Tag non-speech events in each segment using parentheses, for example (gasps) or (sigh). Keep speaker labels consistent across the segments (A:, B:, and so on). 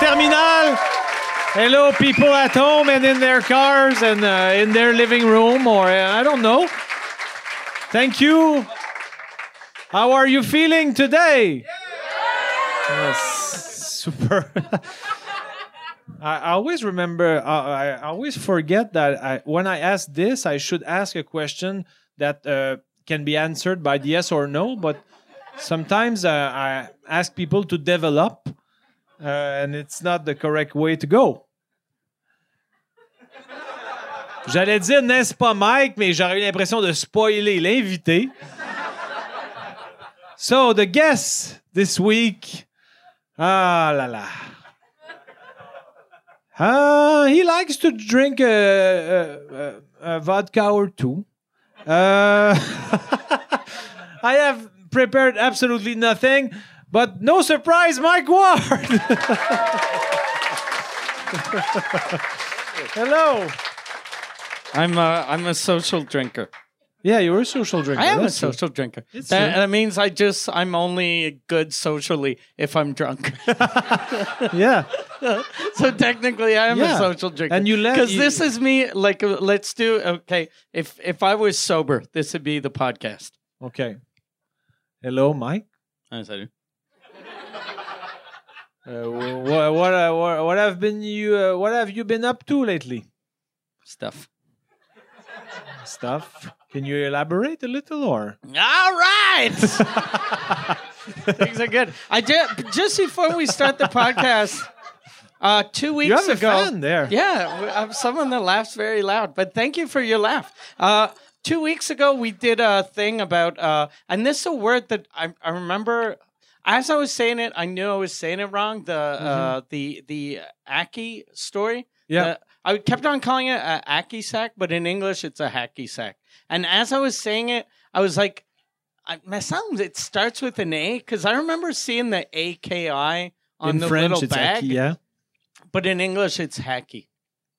A: terminal. Hello, people at home and in their cars and uh, in their living room, or uh, I don't know. Thank you. How are you feeling today? Yes, super. (laughs) I, I always remember, I, I always forget that I, when I ask this, I should ask a question that uh, can be answered by the yes or no, but sometimes uh, I ask people to develop, uh, and it's not the correct way to go. J'allais dire, n'est-ce pas Mike, mais j'aurais eu l'impression de spoiler l'invité. So, the guest this week. Ah la la. Uh, he likes to drink uh, a, a, a uh, vodka or two. Uh, (laughs) I have prepared absolutely nothing, but no surprise, Mike Ward. Hello.
B: I'm a, I'm a social drinker.
A: Yeah, you're a social drinker.
B: I am a
A: that's true.
B: social drinker.
A: It's
B: That,
A: true.
B: that means I just I'm only good socially if I'm drunk. (laughs)
A: Yeah.
B: so technically, I am
A: Yeah.
B: a social drinker.
A: And you let-
B: because
A: you-
B: this is me. Like, uh, let's do okay. If if I was sober, this would be the podcast.
A: Okay. Hello, Mike.
B: I said,
A: Uh, what what uh, wha- what have been you uh, what have you been up to lately?
B: stuff.
A: Stuff. Can you elaborate a little or?
B: All right. (laughs) Things are good. I did just before we start the podcast. Uh, two weeks
A: You have a
B: ago,
A: fan there.
B: Yeah, I'm someone that laughs very loud, but thank you for your laugh. Uh, two weeks ago, we did a thing about, uh, and this is a word that I, I remember. As I was saying it, I knew I was saying it wrong. The uh, the the Aki story.
A: Mm-hmm. Yeah.
B: The- I kept on calling it a Aki sack, but in English, it's a hacky sack. And as I was saying it, I was like, I, my sounds. It starts with an A because I remember seeing the AKI Uh, on
A: In
B: the
A: French
B: little
A: it's
B: bag
A: acquis, yeah.
B: but in English it's hacky,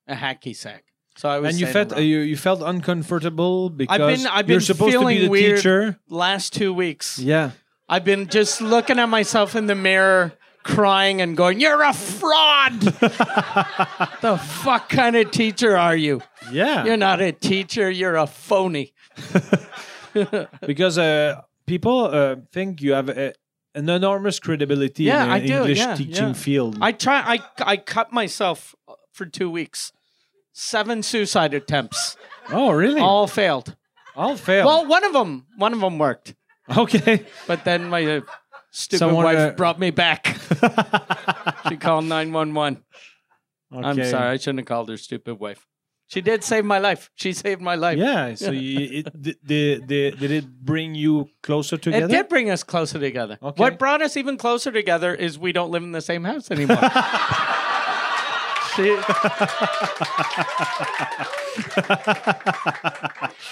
B: a hacky sack. So I was
A: And you
B: saying
A: felt
B: it
A: uh,
B: wrong.
A: you, you felt uncomfortable because
B: been- I've
A: you're
B: been
A: supposed to be the
B: feeling weird.
A: teacher.
B: last two weeks. (laughs)
A: Yeah.
B: I've been just looking at myself in the mirror, crying and going, "You're a fraud." (laughs) the fuck kind of teacher are you?
A: Yeah.
B: You're not a teacher. You're a phony.
A: because uh, people uh, think you have a, an enormous credibility
B: Yeah,
A: in
B: I
A: the
B: do,
A: English
B: yeah,
A: teaching
B: yeah.
A: field.
B: I try. I I cut myself uh, for two weeks. Seven suicide attempts,
A: oh, really? All,
B: all failed.
A: fail.
B: Well, one of them, one of them worked,
A: okay.
B: but then my uh, stupid
A: Someone,
B: wife
A: uh,
B: brought me back. (laughs) she called 911. I'm
A: Okay.
B: sorry. I shouldn't have called her stupid wife. She did save my life. She saved my life.
A: Yeah. So you, it, did, did, did, did it bring you closer together?
B: It did bring us closer together.
A: Okay.
B: What brought us even closer together is we don't live in the same house
A: (laughs)
B: anymore. she.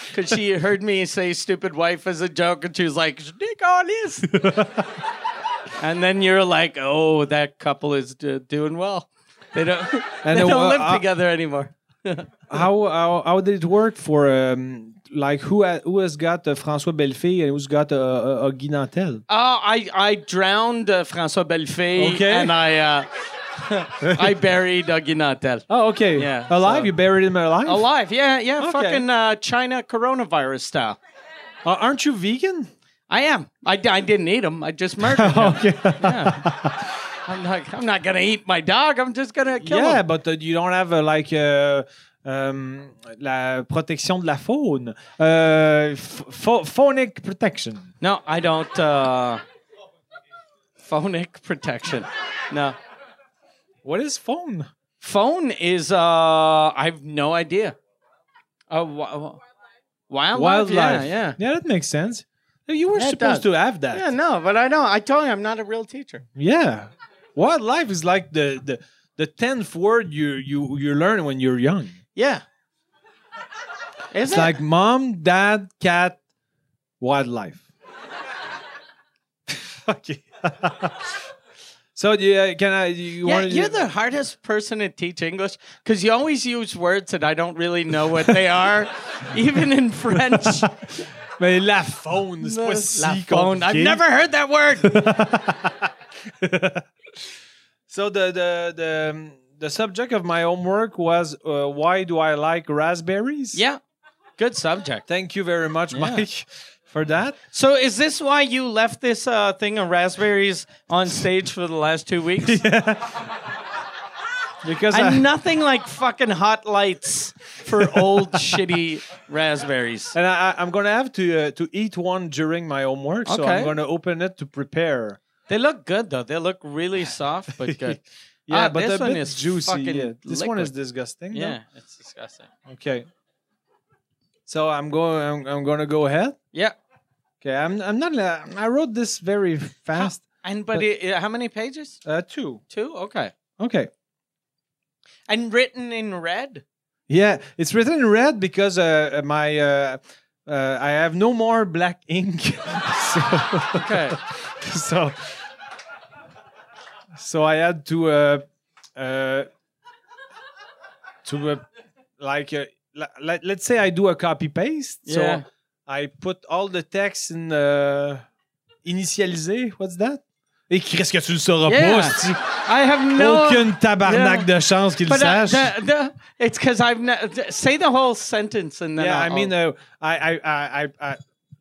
B: Because she heard me say stupid wife as a joke and she was like, Nick
A: (laughs)
B: on this. and then you're like, oh, that couple is d- doing well. They don't,
A: And
B: they
A: it wa-
B: don't live
A: uh,
B: together anymore.
A: How, how how did it work for um, like who ha- who has got uh, François Bellefeuille and who's got uh, uh, uh, Guy Nantel?
B: Oh, I I drowned uh, François Bellefeuille
A: Okay.
B: and I uh, (laughs) I buried uh, Guy Nantel.
A: Oh, okay.
B: Yeah,
A: Alive?
B: so-
A: You buried him alive?
B: Alive, yeah, yeah,
A: Okay.
B: fucking uh, China coronavirus style.
A: Uh, aren't you
B: (laughs)
A: vegan?
B: I am. I, d- I didn't eat him. I just murdered (laughs) him.
A: Okay.
B: I'm not. I'm not gonna eat my dog. I'm just gonna kill
A: yeah,
B: him.
A: but uh, you don't have uh, like uh, um, la protection de la faune, uh, ph- pho- phonic protection.
B: No, I don't. Uh, phonic protection. No,
A: What is phone?
B: phone is. Uh, I have no idea. Uh, wi- wi- wildlife.
A: Wildlife.
B: Yeah, yeah.
A: yeah, that makes sense. You were
B: Yeah, it
A: supposed
B: does.
A: to have that.
B: Yeah, no, but I know. I told you I'm not a real teacher.
A: Yeah. Wildlife is like the the the tenth word you you you learn when you're young.
B: Yeah. Is
A: It's
B: it?
A: like mom, dad, cat, wildlife. (laughs) okay. (laughs) so yeah, can I? You
B: yeah,
A: wanted-
B: you're the hardest person to teach English because you always use words that I don't really know what they
A: (laughs)
B: are, even in French.
A: Mais la faune,
B: (laughs)
A: c'est pas si
B: La phone.
A: (laughs)
B: I've
A: compliqué.
B: never heard that word.
A: So the the the um, the subject of my homework was uh, why do I like raspberries?
B: Yeah. Good subject.
A: Thank you very much,
B: Yeah.
A: Mike, for that.
B: So is this why you left this uh, thing of raspberries on stage for the last two weeks?
A: (laughs) Because I,
B: And nothing like fucking hot lights for
A: (laughs)
B: old shitty raspberries.
A: and I, I- I'm gonna have to uh, to eat one during my homework, so
B: Okay.
A: I'm gonna open it to prepare.
B: They look good though. They look really soft
A: (laughs)
B: but good.
A: Yeah,
B: Ah,
A: but
B: this
A: a
B: one
A: bit
B: is
A: juicy.
B: fucking
A: Yeah. This one is
B: liquid.
A: disgusting. though.
B: Yeah, it's disgusting.
A: Okay. So I'm going. I'm, I'm gonna go ahead.
B: Yeah.
A: Okay. I'm. I'm not. uh, I wrote this very fast.
B: And but,
A: But-
B: it, it- how many pages?
A: Uh, two.
B: Two. Okay.
A: Okay.
B: And written in red.
A: Yeah, it's written in red because uh, my uh, uh, I have no more black ink. (laughs) so,
B: Okay.
A: (laughs) so so I had to uh, uh, to uh, like uh, let, let's say I do a copy paste.
B: Yeah.
A: So I put all the text in uh, initialisé. What's that? Et qu'est-ce que tu le sauras
B: Yeah.
A: pas? c'ti?
B: (laughs) I have no.
A: Aucune tabarnak
B: Yeah.
A: de chance qu'il le
B: But uh,
A: sache.
B: the, the, it's because I've ne- th- say the whole sentence and then
A: yeah,
B: I'll,
A: I mean, uh, I, I, I, I, I,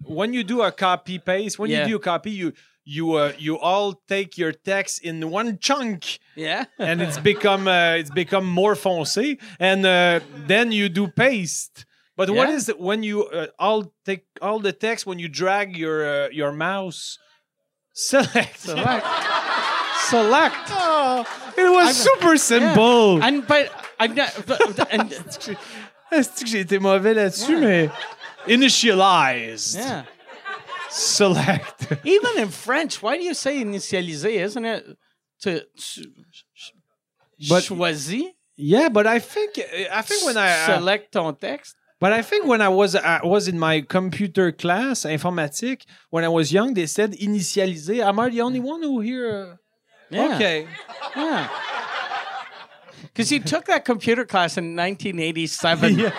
A: when you do a copy paste, when
B: Yeah.
A: you do a copy, you, you, uh, you all take your text in one chunk, (laughs)
B: yeah.
A: and it's become, uh, it's become more foncé, and uh, then you do paste. But what
B: Yeah.
A: is it when you uh, all take all the text when you drag your uh, your mouse? Select.
B: (laughs) Select. Select.
A: Oh, it was super simple.
B: And but I've not. But,
A: (laughs)
B: but- and,
A: Est-ce que j'ai été mauvais là-dessus, mais initialize.
B: yeah.
A: Select. (laughs)
B: Even in French, why do you say initialisé? Isn't it to, to
A: But-
B: choisi?
A: Yeah, but I think I think when I uh,
B: select ton text.
A: but I think when I was I was in my computer class informatique when I was young they said initialiser. Am I the only one who here?
B: Yeah.
A: Okay.
B: Yeah. Because you took that computer class in 1987,
A: (laughs) Yeah.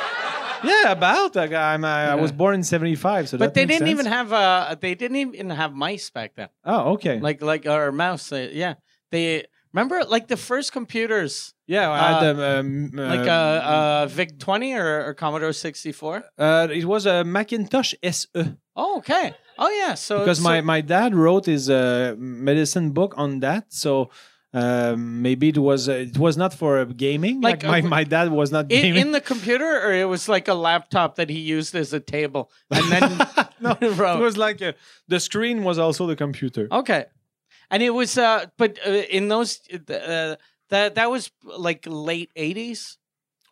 A: Yeah, about like, I'm, I, I was
B: Yeah.
A: born in '75, so
B: but
A: that
B: they
A: makes
B: didn't even
A: sense.
B: have uh they didn't even have mice back then.
A: oh, okay.
B: Like like or mouse. uh, yeah, they remember like the first computers,
A: yeah, I
B: uh,
A: had um, um, uh,
B: like uh, uh VIC 20 or, or Commodore 64.
A: uh, it was a Macintosh SE
B: Oh, okay. Oh yeah. So
A: because
B: so-
A: (laughs) my, my dad wrote his uh, medicine book on that, so. Um, maybe it was uh, it was not for gaming. Like,
B: Like,
A: my,
B: uh,
A: my dad was not
B: in,
A: gaming.
B: in the computer or it was like a laptop that he used as a table and (laughs) then
A: (laughs) no,
B: wrote.
A: it was like a, the screen was also the computer.
B: Okay, and it was uh, but uh, in those uh, that that was like late eighties.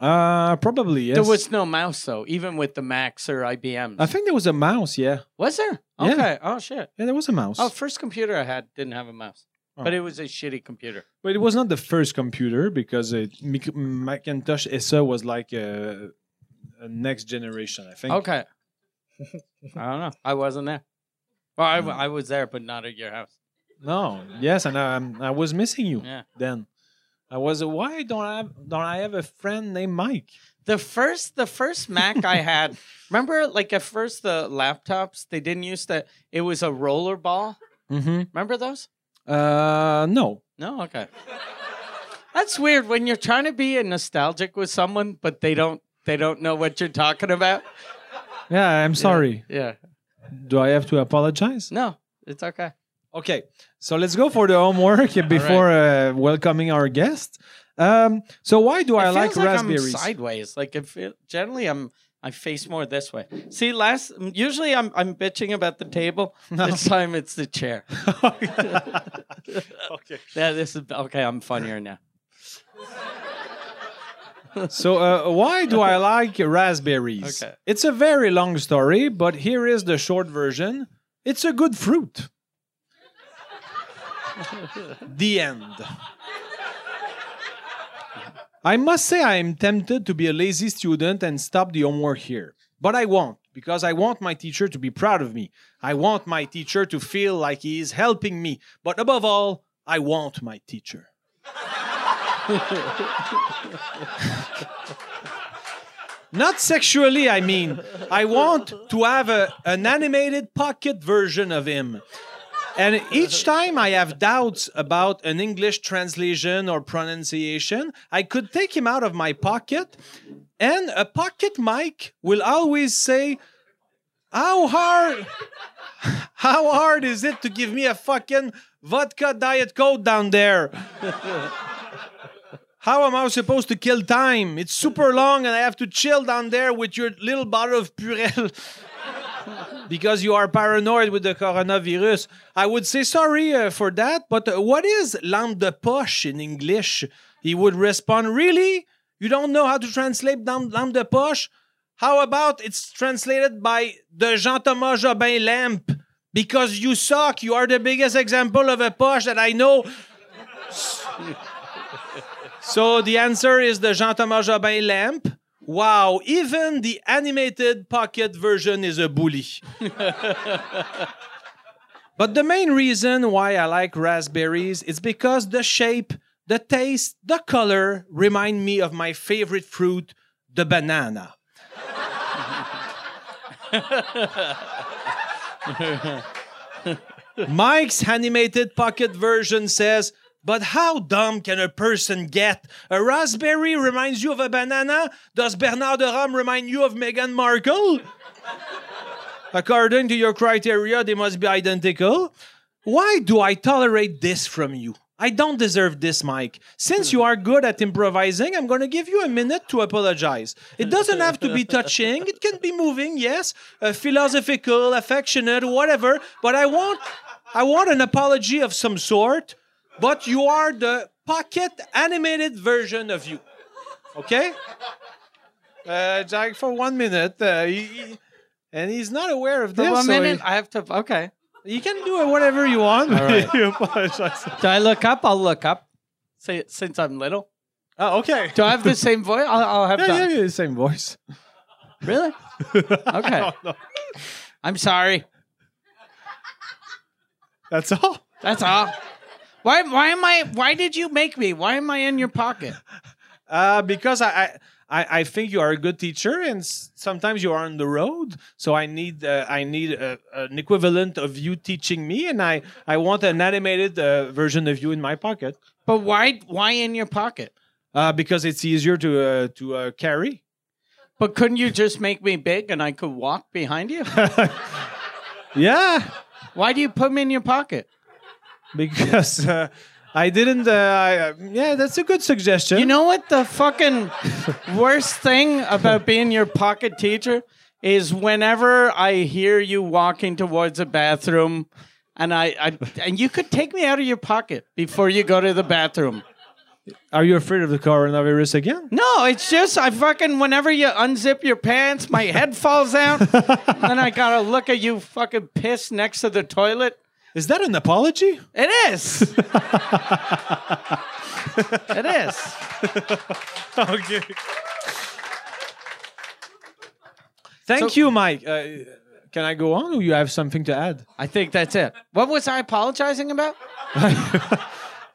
A: Uh, probably yes.
B: There was no mouse though, even with the Macs or IBMs.
A: I think there was a mouse. Yeah,
B: was there?
A: Yeah.
B: Okay. Oh shit.
A: yeah, there was a mouse.
B: Oh, first computer I had didn't have a mouse, but
A: Oh.
B: it was a shitty computer.
A: but it was not the first computer because it, Mic- Macintosh SE was like a, a next generation. I think. (laughs)
B: Okay. I don't know. I wasn't there. Well, I,
A: Mm.
B: w- I was there, but not at your house.
A: No. Yes, and um, I was missing you
B: Yeah.
A: then. I was. uh, Why don't I have, don't I have a friend named Mike?
B: The first, the first Mac I had.
A: (laughs)
B: Remember, like at first, the laptops they didn't use the. It was a roller ball.
A: Mm-hmm.
B: Remember those?
A: Uh, no.
B: No, okay. That's weird when you're trying to be nostalgic with someone, but they don't they don't know what you're talking about.
A: Yeah, I'm sorry.
B: Yeah.
A: Do I have to apologize?
B: No, it's okay.
A: Okay, so let's go for the
B: (laughs)
A: homework before uh, welcoming our guest. Um, so why do I
B: It
A: like
B: feels like
A: raspberries?
B: I'm sideways. Like if it, generally I'm I face more this way. See, last usually I'm I'm bitching about the (laughs) table. This time it's the chair.
A: (laughs)
B: (laughs)
A: okay.
B: Yeah, this is okay. I'm funnier now.
A: So uh, why do I like raspberries?
B: Okay.
A: It's a very long story, but here is the short version. It's a good fruit. (laughs) the end. I must say I am tempted to be a lazy student and stop the homework here. But I won't, because I want my teacher to be proud of me. I want my teacher to feel like he is helping me. But above all, I want my teacher. Not sexually, I mean. I want to have a, an animated pocket version of him. And each time I have doubts about an English translation or pronunciation, I could take him out of my pocket, and a pocket mic will always say, How hard (laughs) how hard is it to give me a fucking vodka diet coke down there? How am I supposed to kill time? It's super long and I have to chill down there with your little bottle of Purell (laughs) because you are paranoid with the coronavirus. I would say sorry uh, for that, but uh, what is lampe de poche in English? He would respond, Really? You don't know how to translate lam- lampe de poche? How about it's translated by the Jean Thomas Jobin lamp? Because you suck. You are the biggest example of a poche that I know. so the answer is the Jean Thomas Jobin lamp. Wow, even the animated pocket version is a bully. (laughs) but the main reason why I like raspberries is because the shape, the taste, the color remind me of my favorite fruit, the banana. Mike's animated pocket version says, but how dumb can a person get? A raspberry reminds you of a banana? Does Bernard de Rome remind you of Meghan Markle? According to your criteria, they must be identical. Why do I tolerate this from you? I don't deserve this, Mike. Since you are good at improvising, I'm going to give you a minute to apologize. It doesn't have to be touching, it can be moving, yes, uh, philosophical, affectionate, whatever, but I want I want an apology of some sort, but you are the pocket animated version of you. Okay? Uh, Jack for 1 minute. Uh, he- he- and he's not aware of
B: For
A: this.
B: one
A: so he-
B: minute, I have to. Okay.
A: you can do it whatever you want. you apologize.
B: Do I look up? I'll look up. Say, since I'm little.
A: Oh, (laughs) okay.
B: Do I have the same voice? I'll, I'll have
A: Yeah,
B: that.
A: yeah, yeah, same voice. (laughs)
B: (laughs) Really? Okay.
A: don't know.
B: I'm sorry.
A: That's all.
B: That's all. Why? Why am I? Why did you make me? Why am I in your pocket?
A: Uh, because I, I, I I think you are a good teacher, and s- sometimes you are on the road. So I need, uh, I need uh, an equivalent of you teaching me, and I, I want an animated uh, version of you in my pocket.
B: But why? Why in your pocket?
A: Uh, because it's easier to uh, to uh, carry.
B: But couldn't you just make me big and I could walk behind you?
A: Yeah,
B: why do you put me in your pocket?
A: (laughs) because uh, I didn't. Uh, I, uh, yeah, that's a good suggestion.
B: You know what the fucking worst thing about being your pocket teacher is whenever I hear you walking towards a bathroom and I, I and you could take me out of your pocket before you go to the bathroom.
A: are you afraid of the coronavirus again?
B: No, it's just I fucking whenever you unzip your pants, my head falls out. (laughs) and then I gotta look at you fucking piss next to the toilet.
A: Is that an apology?
B: It is. it is.
A: okay. Thank you, Mike. Uh, can I go on, or you have something to add
B: I think that's it. What was I apologizing about?
A: about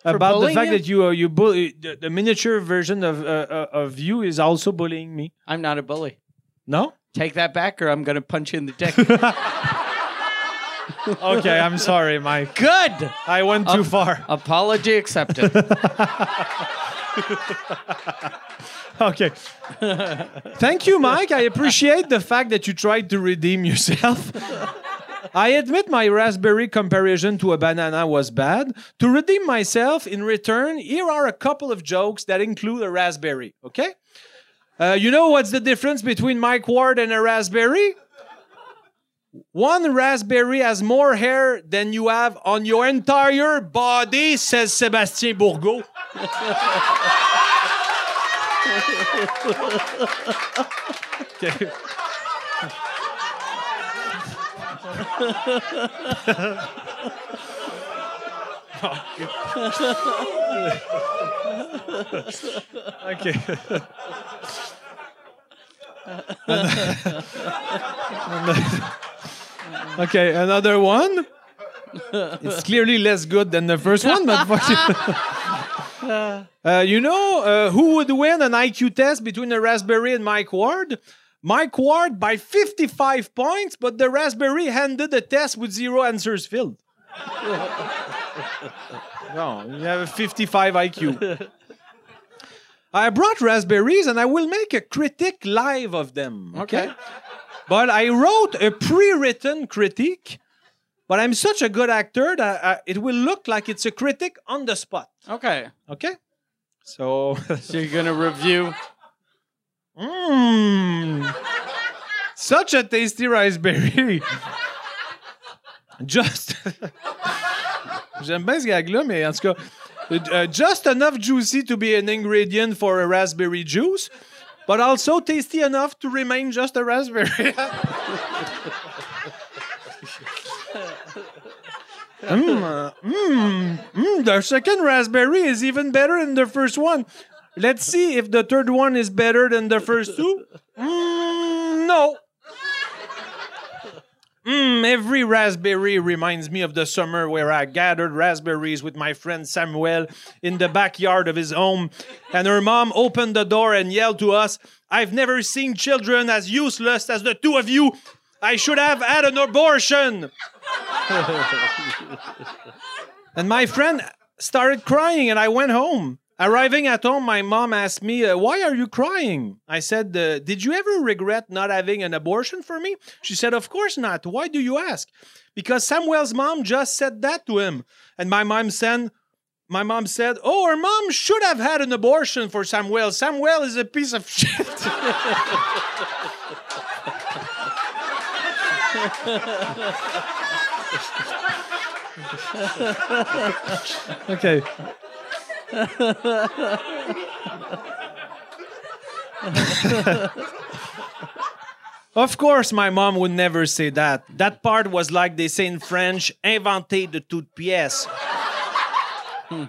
A: the
B: bullying
A: fact
B: you?
A: that you uh, you bully the, the miniature version of uh, uh, of you is also bullying me?
B: I'm not a bully.
A: No.
B: Take that back, or I'm gonna punch you in the dick.
A: Okay, I'm sorry, Mike.
B: Good.
A: I went too far.
B: Apology accepted.
A: (laughs) Okay. Thank you, Mike. I appreciate the fact that you tried to redeem yourself. I admit my raspberry comparison to a banana was bad. To redeem myself, in return, here are a couple of jokes that include a raspberry, okay? Uh, you know what's the difference between Mike Ward and a raspberry? One raspberry has more hair than you have on your entire body, says Sébastien Bourgault. Okay. okay, another one. (laughs) It's clearly less good than the first one, but fuck you. (laughs) Uh, you know uh, who would win an IQ test between a Raspberry and Mike Ward? Mike (laughs) Ward by 55 points, but the Raspberry handed the test with zero answers filled. no, you have a 55 IQ. I brought raspberries and I will make a critique live of them.
B: Okay.
A: But I wrote a pre written critique, but I'm such a good actor that uh, it will look like it's a critic on the spot.
B: Okay.
A: (laughs) Okay? So, (laughs)
B: So you're gonna review.
A: mmm. Such a tasty raspberry. Just. (laughs) J'aime bien ce gag-là, mais en tout cas. uh, just enough juicy to be an ingredient for a raspberry juice, but also tasty enough to remain just a raspberry. (laughs) Mmm, mmm, mmm, the second raspberry is even better than the first one. Let's see if the third one is better than the first two. Mmm, no. Mmm, every raspberry reminds me of the summer where I gathered raspberries with my friend Samuel in the backyard of his home, and her mom opened the door and yelled to us, I've never seen children as useless as the two of you. I should have had an abortion. And my friend started crying, and I went home. Arriving at home, my mom asked me, uh, Why are you crying? I said, uh, Did you ever regret not having an abortion for me? She said, Of course not. Why do you ask? Because Samuel's mom just said that to him. And my mom said, my mom said, Oh, her mom should have had an abortion for Samuel. Samuel is a piece of shit. (laughs) okay. of course, my mom would never say that. That part was like they say in French, inventer de toute pièce.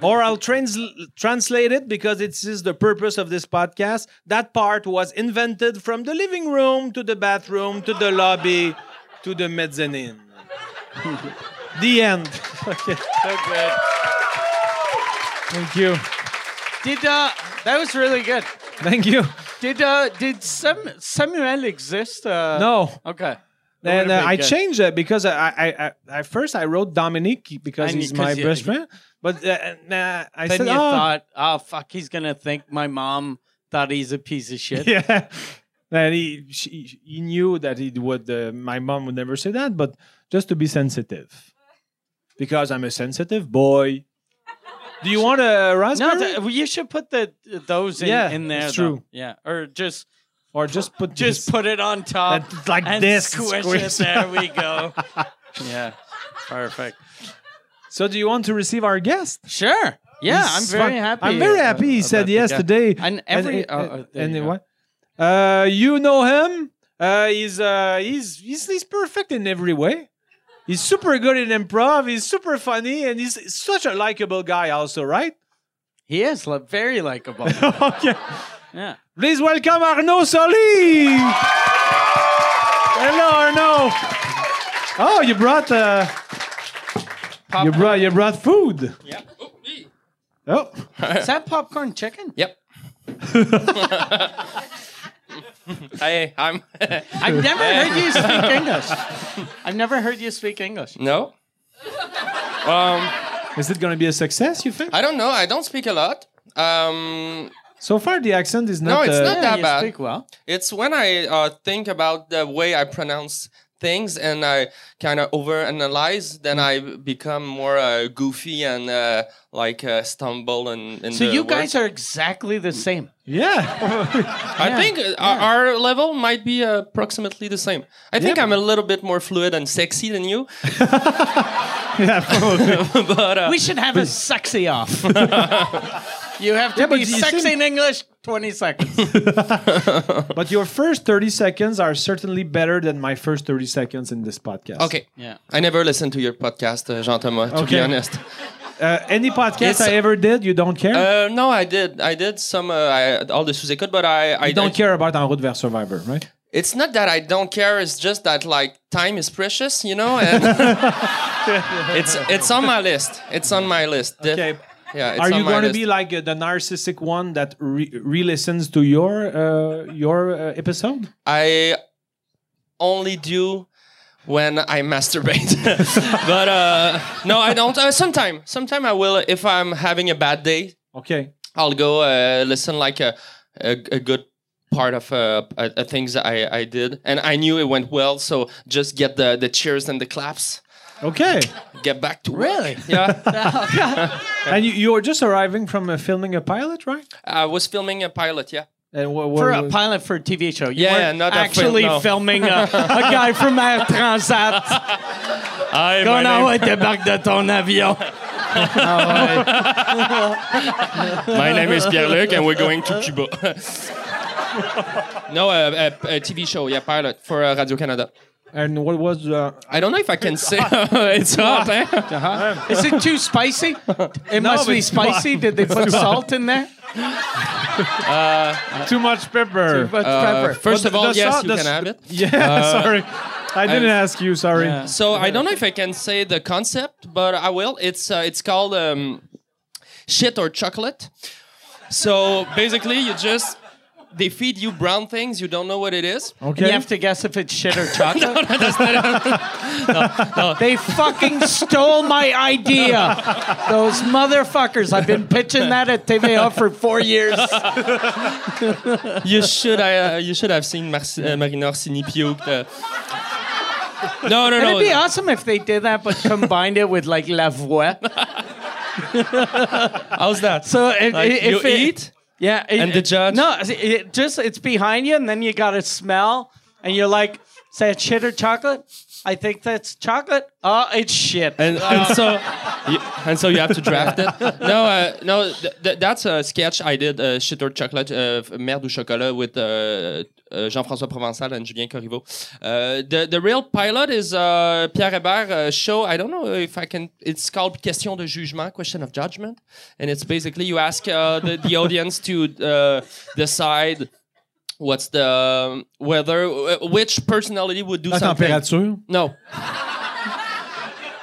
A: or I'll trans- translate it because it is the purpose of this podcast. That part was invented from the living room to the bathroom to the lobby to the mezzanine. the end.
B: So good.
A: Thank you.
B: Did uh, that was really good.
A: Thank you.
B: Did uh, did Sam Samuel exist? Uh,
A: No.
B: Okay.
A: And uh, I
B: changed.
A: changed it because I, I, I, I first I wrote Dominique because
B: And
A: he's
B: you-
A: my
B: 'cause you-
A: best friend. But uh, uh, I
B: Then
A: said,
B: you
A: oh,
B: thought, oh fuck, he's gonna think my mom thought he's a piece of
A: (laughs)
B: shit.
A: yeah. And he, she, he knew that he would. Uh, my mom would never say that, but just to be sensitive, because I'm a sensitive boy. Do you want a raspberry?
B: (laughs) No, th- well, you should put the those in,
A: Yeah,
B: in there.
A: it's
B: though.
A: true.
B: Yeah, or just
A: or just put
B: just put it on top
A: That- like
B: and
A: this,
B: Squish,
A: squish.
B: it. There we go. (laughs) yeah, perfect.
A: So, do you want to receive our guest?
B: Sure. Yeah,
A: He's
B: I'm very
A: fun-
B: happy.
A: I'm very happy. He
B: about
A: said
B: the
A: yes
B: guy.
A: today.
B: And every-
A: and, uh,
B: oh, oh, there
A: and
B: you go.
A: what? Uh, you know him. Uh, he's uh, he's he's he's perfect in every way. He's super good in improv. He's super funny, and he's such a likable guy. Also, right?
B: He is li- very likable.
A: okay.
B: (laughs) yeah.
A: Please welcome Arnaud Soli. Hello, Arnaud. Oh, you brought uh,
B: Pop-
A: you brought you brought food.
C: Yeah.
A: Oh,
B: is that popcorn chicken?
C: Yep. Hey, I'm.
B: I've never heard (laughs) you speak English. I've never heard you speak English.
C: no. Um,
A: is it going to be a success? You think?
C: I don't know. I don't speak a lot. Um,
A: So far, the accent is not.
C: No, it's
A: uh,
C: not.
B: yeah,
C: that
B: you
C: bad.
B: speak well.
C: it's when I uh, think about the way I pronounce things and I kind of overanalyze, then I become more uh, goofy and uh, like uh, stumble and.
B: So you guys are exactly the same.
A: (laughs)
C: (laughs)
A: Yeah.
C: I think uh, our our level might be approximately the same. I think I'm a little bit more fluid and sexy than you,
A: yeah, (laughs) probably.
C: but uh,
B: We should have a sexy off. (laughs) you have to
A: but
B: be
A: you
B: sexy
A: seem-
B: in English. Twenty seconds.
A: but your first 30 seconds are certainly better than my first 30 seconds in this podcast.
C: okay.
B: Yeah.
C: I never listened to your podcast, uh, Jean Thomas, to
A: Okay.
C: be honest.
A: Uh, any podcast
C: Yes.
A: I ever did, you don't care?
C: Uh, no, I did. I did some uh, I, all the sous-écoute, but I, I
A: you don't
C: I-
A: care about En route vers Survivor, right?
C: It's not that I don't care. It's just that like time is precious, you know.
A: (laughs)
C: And it's it's on my list. It's on my list. The-
A: Okay.
C: Yeah. It's
A: Are
C: on
A: you
C: my
A: going to be
C: list.
A: like uh, the narcissistic one that re- re-listens to your uh, your uh, episode?
C: I only do when I masturbate. (laughs) but uh, no, I don't. Uh, sometime, sometime I will. If I'm having a bad day,
A: Okay.
C: I'll go uh, listen like a, a a good part of uh, uh, things I I did, and I knew it went well. So just get the the cheers and the claps.
A: Okay.
C: Get back to work.
B: Really?
C: Yeah. (laughs)
A: and you, you were just arriving from uh, filming a pilot, right?
C: I was filming a pilot. Yeah.
A: And wha- wha-
B: For a
A: wha-
B: pilot for a TV show. You
C: Yeah,
B: weren't
C: yeah, not a film,
B: actually
C: no.
B: filming a, (laughs) a guy from Air Transat
C: I,
B: going, ah ouais, débarque de ton (laughs) avion.
C: My name is Pierre Luc, and we're going to Cuba. (laughs) no, uh, a, a TV show, yeah, pilot for uh, Radio Canada.
A: and what was uh,
C: I don't know if I can say (laughs) it's hot.
A: (laughs)
C: eh?
B: Is it too spicy? It must be
A: it's not.
B: spicy. Did they (laughs) put salt in there?
A: too much pepper?
B: But
C: Uh,
B: pepper.
C: first
A: But
C: of all,
A: the
C: yes,
A: salt-
C: you
A: the
C: can
A: s-
C: have it.
A: Yeah, (laughs) sorry.
C: Uh,
A: I didn't ask you, sorry.
B: Yeah.
C: So I don't know if I can say the concept, but I will. It's uh, it's called um, shit or chocolate. So basically, you just they feed you brown things. You don't know what it is.
A: Okay.
B: You have to guess if it's shit
C: (laughs)
B: or chocolate. They fucking stole my idea. Those motherfuckers. I've been pitching that at TVA for four
C: (laughs)
B: years.
C: you should I, uh, you should have seen Mar- uh, Marina Orsini puke. uh, no, no, no.
B: It'd be awesome if they did that, but combined it with like La Voix.
C: How's that?
B: So if,
C: (laughs) Like,
B: if
C: you
B: it,
C: eat.
B: yeah, it-
C: and the
B: it-
C: judge?
B: No, it- it just it's behind you, and then you got to smell, and you're like, "Is that shit or chocolate?" I think that's chocolate. Oh, it's shit.
C: and, and so you, and so you have to draft it. (laughs) No, uh, no, th- th- that's a sketch I did, uh, shit or chocolate, uh, f- merde ou chocolat, with uh, uh, Jean-François Provençal and Julien Corriveau. Uh, the the real pilot is uh, Pierre Hébert uh, show. I don't know if I can. It's called Question de jugement, Question of Judgment, and it's basically you ask uh, the, (laughs) the audience to uh, decide. What's the um, whether uh, which personality would do
A: La
C: something?
A: température.
C: No.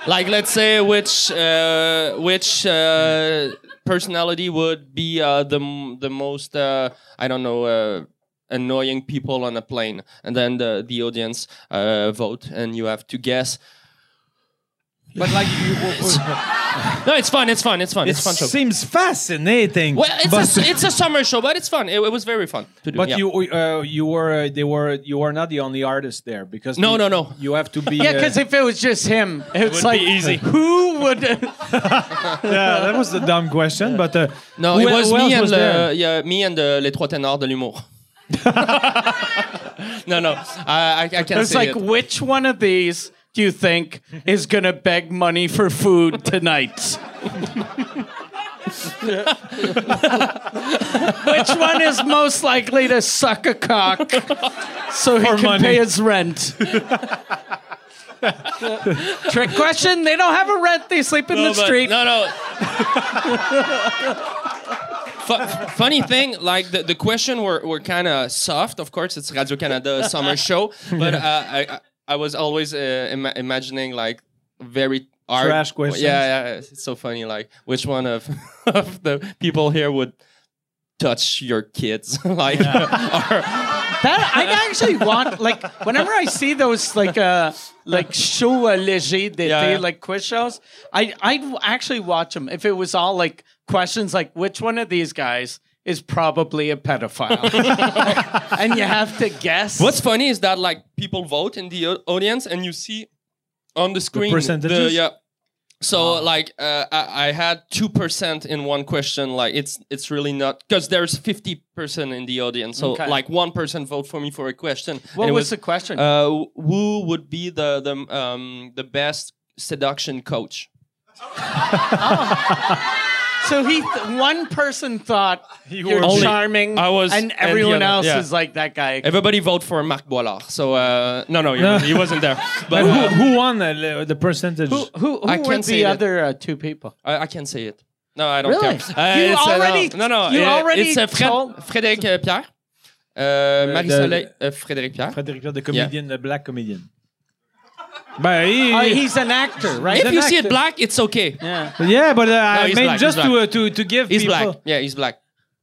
C: like let's say which uh, which uh, personality would be uh, the m- the most uh, I don't know uh, annoying people on a plane, and then the the audience uh, vote, and you have to guess.
A: But like,
C: (laughs) No, it's fun. It's fun. It's fun.
A: it
C: It's, fun show.
A: seems fascinating.
C: Well, it's
A: but,
C: a, it's a summer show, but it's fun. It, it was very fun to do.
A: but
C: yeah.
A: you uh, you were uh, they were you were not the only artist there because
C: No,
A: you-
C: no, no.
A: you have to be
B: yeah,
A: uh,
B: because if it was just him, it's
C: would
B: like
C: be easy.
B: Who would?
C: uh,
A: yeah that was the dumb question but uh,
C: no,
A: who
C: it
A: el-
C: was
A: who
C: me
A: else
C: and
A: was
C: uh,
A: there?
C: yeah, me and uh, les trois ténors de l'humour. (laughs) no, no, I, I, I can't
B: It's
C: say
B: like
C: it.
B: which one of these do you think is gonna beg money for food tonight? which one is most likely to suck a cock so he can
A: money.
B: pay his rent? Trick question. They don't have a rent. They sleep in the
C: but-
B: street.
C: No, no. Fu- funny thing, like the, the question were, were kind of soft. Of course, it's Radio
A: (laughs)
C: Canada summer show, but uh, I, I I was always uh, ima- imagining like very hard
A: Trash questions.
C: Yeah, yeah, it's so funny. Like which one of, (laughs) of the people here would touch your kids? (laughs) like
B: That I actually want. Like whenever I see those like uh like show uh, léger d'été
C: Yeah, yeah.
B: like quiz shows, I I'd actually watch them if it was all like questions like which one of these guys is probably a
C: (laughs)
B: pedophile, and you have to guess.
C: What's funny is that like people vote in the au- audience, and you see on the screen
A: percentages?
C: yeah. So
B: Ah.
C: like uh, I, I had two percent in one question. Like it's it's really not because there's fifty percent in the audience. So
B: Okay.
C: like one person vote for me for a question.
B: what
C: and it
B: was, the question?
C: uh, who would be the the um, the best seduction coach?
B: so he th- one person thought you are
A: were only-
B: charming,
C: I was- and
B: and
C: the
B: everyone
C: other-
B: else
C: yeah.
B: is like that guy.
C: Everybody vote for Marc Boilard. So uh, no,
B: (laughs)
C: no, he, wasn't- he wasn't there. But
A: And who,
C: uh,
A: who won the, the percentage
B: who who, who
C: I
B: were
C: can't say
B: the
C: that.
B: other uh, two people?
C: I, I can't say it. No, I don't
B: Really?
C: care. Euh,
B: You
C: it's, no,
B: already-
C: no, no,
B: you
C: uh,
B: already
C: It's uh, Fred,
B: told-
C: Frédéric uh, Pierre. Uh, Marie
A: the-
C: Soleil, uh, Frédéric Pierre.
A: Frédéric Pierre, the comedian the black comedian but he,
C: Oh,
B: Uh, he's an actor, right?
C: if you see it black, it's okay.
B: yeah.
A: yeah but uh, I
C: he's
A: mean
C: black,
A: just
C: he's
A: to, uh, to to give
C: He's
A: people
C: black. Yeah, he's black.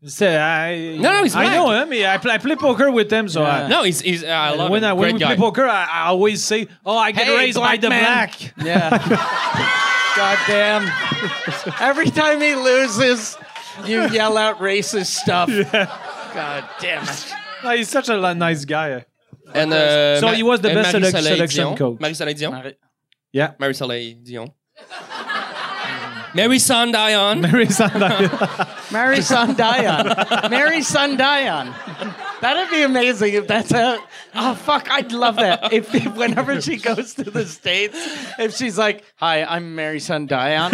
A: Say, I,
C: No, no, he's
A: I
C: black.
A: know him. He- I play, I play poker with him, so I,
B: Yeah.
C: No, he's, he's I love
A: when
C: him.
A: I when
C: Great
A: we
C: guy.
A: play poker, I, I always say, "Oh, I get
B: Hey,
A: raised by
B: black
A: the
B: man."
A: black." (laughs)
B: Yeah. God damn. Every time he loses, you yell out racist stuff. God damn it.
A: Oh, he's such a li- nice guy. (laughs)
C: And, uh,
A: So
C: Ma-
A: he was the
C: and
A: best
C: Marie-Soleil
A: selec- selection
C: Dion.
A: coach.
C: Marie-Soleil Dion.
A: Yeah,
C: Marie-Soleil Dion. Mary
A: (laughs)
C: Son Dion.
A: Mary Sanders.
B: Mary Sundayan. Mary Sundayan. That'd be amazing if that's a. Oh fuck! I'd love that. If, if whenever she goes to the states, if she's like, "Hi, I'm Mary Sundayan,"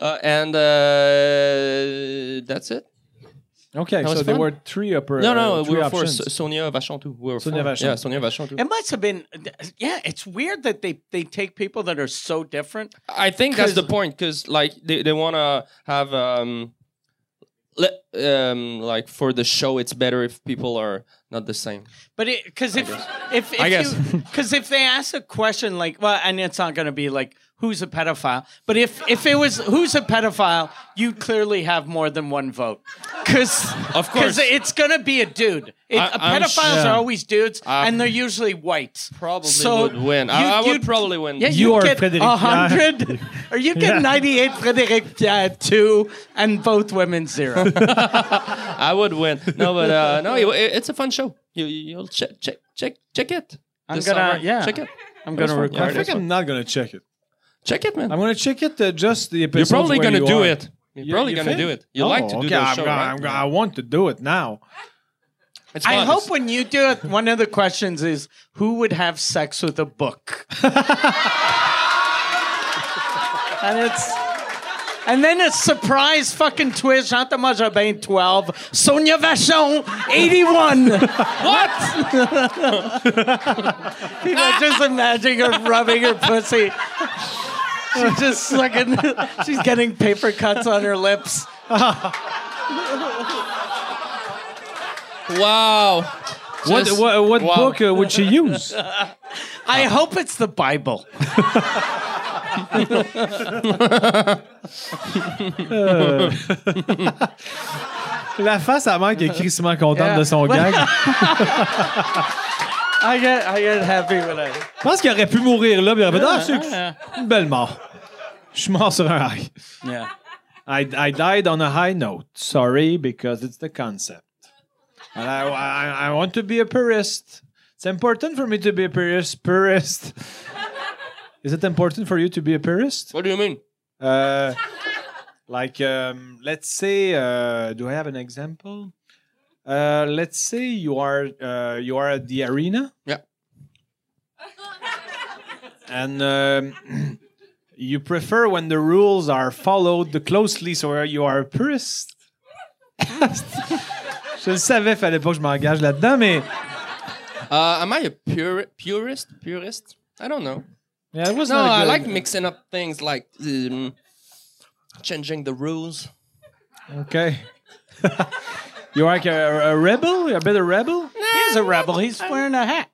C: Uh, and uh, that's it.
A: okay,
C: was
A: so there
C: fun.
A: were three upper.
C: No, no,
A: uh,
C: we
A: three
C: were for
A: options.
C: S- Sonia Vachontou. We were
A: Sonia
C: for,
A: Vachon.
C: Yeah, Sonia Vachontou.
B: it must have been. Yeah, it's weird that they they take people that are so different.
C: I think that's
B: 'Cause-
C: the point because like they, they want to have um, le- um like for the show it's better if people are not the same.
B: But because if, if if
C: I guess.
B: because if they ask a question like well, and it's not going to be like who's a pedophile, but if if it was who's a pedophile, you'd clearly have more than one vote, because
C: Of course.
B: it's going to be a dude. It,
C: I- I'm
B: pedophiles
A: sure.
B: are always dudes, and they're usually white.
C: Probably
B: So
C: would win. I,
B: you'd-
C: I would
B: you'd-
C: probably win.
B: Yeah,
A: You
B: you
A: are
B: get
A: Frédéric
B: a
A: Pierre.
B: hundred, or you get
A: Yeah.
B: ninety-eight Frederick uh, two, and both women
A: (laughs)
B: zero.
C: I would win. No, but uh, no, it, it- it's a fun show. You you- you'll check check check check it.
B: I'm
C: This
B: gonna-
C: summer.
B: yeah.
C: check it.
B: I'm
C: That's
B: gonna
C: fine. Yeah,
A: I
B: record
A: think
B: it.
A: I'm not gonna check it.
C: Check it, man.
A: I'm gonna check it uh, just the
C: You're
A: episodes.
C: probably
A: where
C: gonna
A: you
C: do
A: are.
C: it. You're probably
A: you
C: gonna
A: think?
C: do it. You
A: Oh,
C: like to do
A: okay,
C: the
A: I'm
C: show,
A: gonna-
C: right?
A: I'm gonna- I want to do it
C: (laughs)
A: now.
C: It's
B: I
C: fun.
B: hope when you do it, one of the questions is who would have sex with a book? (laughs) and it's. And then a surprise fucking twist. Jean Majabin, 12. Sonia Vachon, 81. what? (laughs) People are just imagine her rubbing her pussy. She's just fucking, she's getting paper cuts on her lips.
C: Wow.
A: What
C: Just-
A: what, what
C: wow.
A: book uh, would
C: (laughs)
A: she use?
B: I hope it's the Bible.
A: La face à Mike est crissement contente
B: Yeah.
A: de
C: (laughs)
A: son
B: Ouais.
A: gag.
B: I get, I get happy when I.
A: Je pense qu'il aurait pu mourir là, puis il aurait fait, ah, c'est une belle mort. Je suis mort sur un high.
B: Yeah.
A: I, I died on a high note. Sorry, because it's the concept. And I, I, I want to be a purist. It's important for me to be a purist. Purist. Is it important for you to be a purist?
C: What do you mean?
A: Uh, like, um, let's say, uh, do I have an example? Uh, let's say you are uh, you are at the arena.
C: Yeah.
A: and um, (clears throat) you prefer when the rules are followed closely, so you are a purist. (laughs) je le savais, fallait pas que je m'engage là-dedans, mais
C: Uh, am I a puri- purist? Purist? I don't know.
A: yeah, it was
C: No,
A: not a
C: I
A: good-
C: like mixing up things like um, changing the rules.
A: Okay, (laughs) you are like a, a rebel, You're a bit of rebel.
B: He's a rebel. (laughs) He's wearing a hat.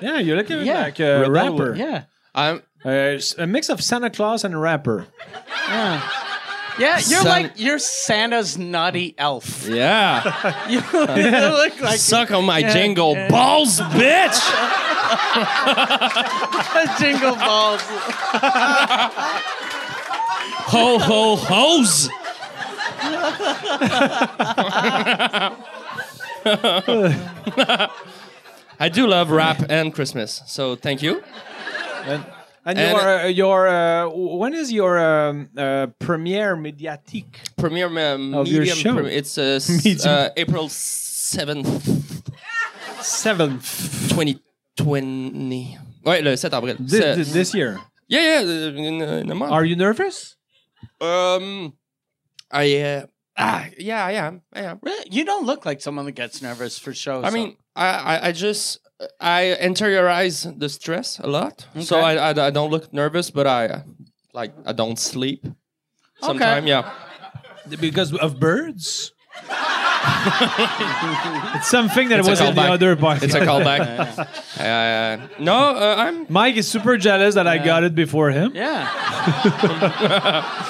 A: Yeah, you're looking
B: Yeah.
A: like a
C: Rebel,
A: rapper.
B: Yeah.
C: I'm
A: Uh, s- a mix of Santa Claus and rapper.
B: Yeah. Yeah, you're
C: San-
B: like you're Santa's naughty elf.
C: (laughs) yeah.
B: You look (laughs) like
C: (laughs) Suck on my jingle balls, bitch.
B: a jingle balls.
C: Ho ho hose. (laughs) I do love rap and Christmas, so thank you.
A: And, and,
C: And-
A: you are, uh, your uh, w- when is your um, uh, premiere mediatique?
C: Premiere um,
A: Of your
C: medium.
A: show.
C: prem- it's uh, s-
A: (laughs) Medium.
C: uh, April seventh,
A: Seventh
C: twenty twenty. Ouais, le 7 avril.
A: thi-
C: C'est-
A: thi- this year.
C: Yeah, yeah, uh, in, uh, in a month.
A: Are you nervous?
C: Um, I uh, ah, yeah, I am. I am.
B: Really? You don't look like someone that gets nervous for shows.
C: I mean, I, I, I just I interiorize the stress a lot, so
B: Okay.
C: I, I, I don't look nervous, but I uh, like I don't sleep. Sometimes, yeah.
A: Because of birds? (laughs) It's something that
C: It's a
A: was in the
C: callback.
A: other podcast. (laughs)
C: It's a callback. uh, no, uh, I'm.
A: Mike is super jealous that I got it before him.
C: (laughs)
B: Yeah.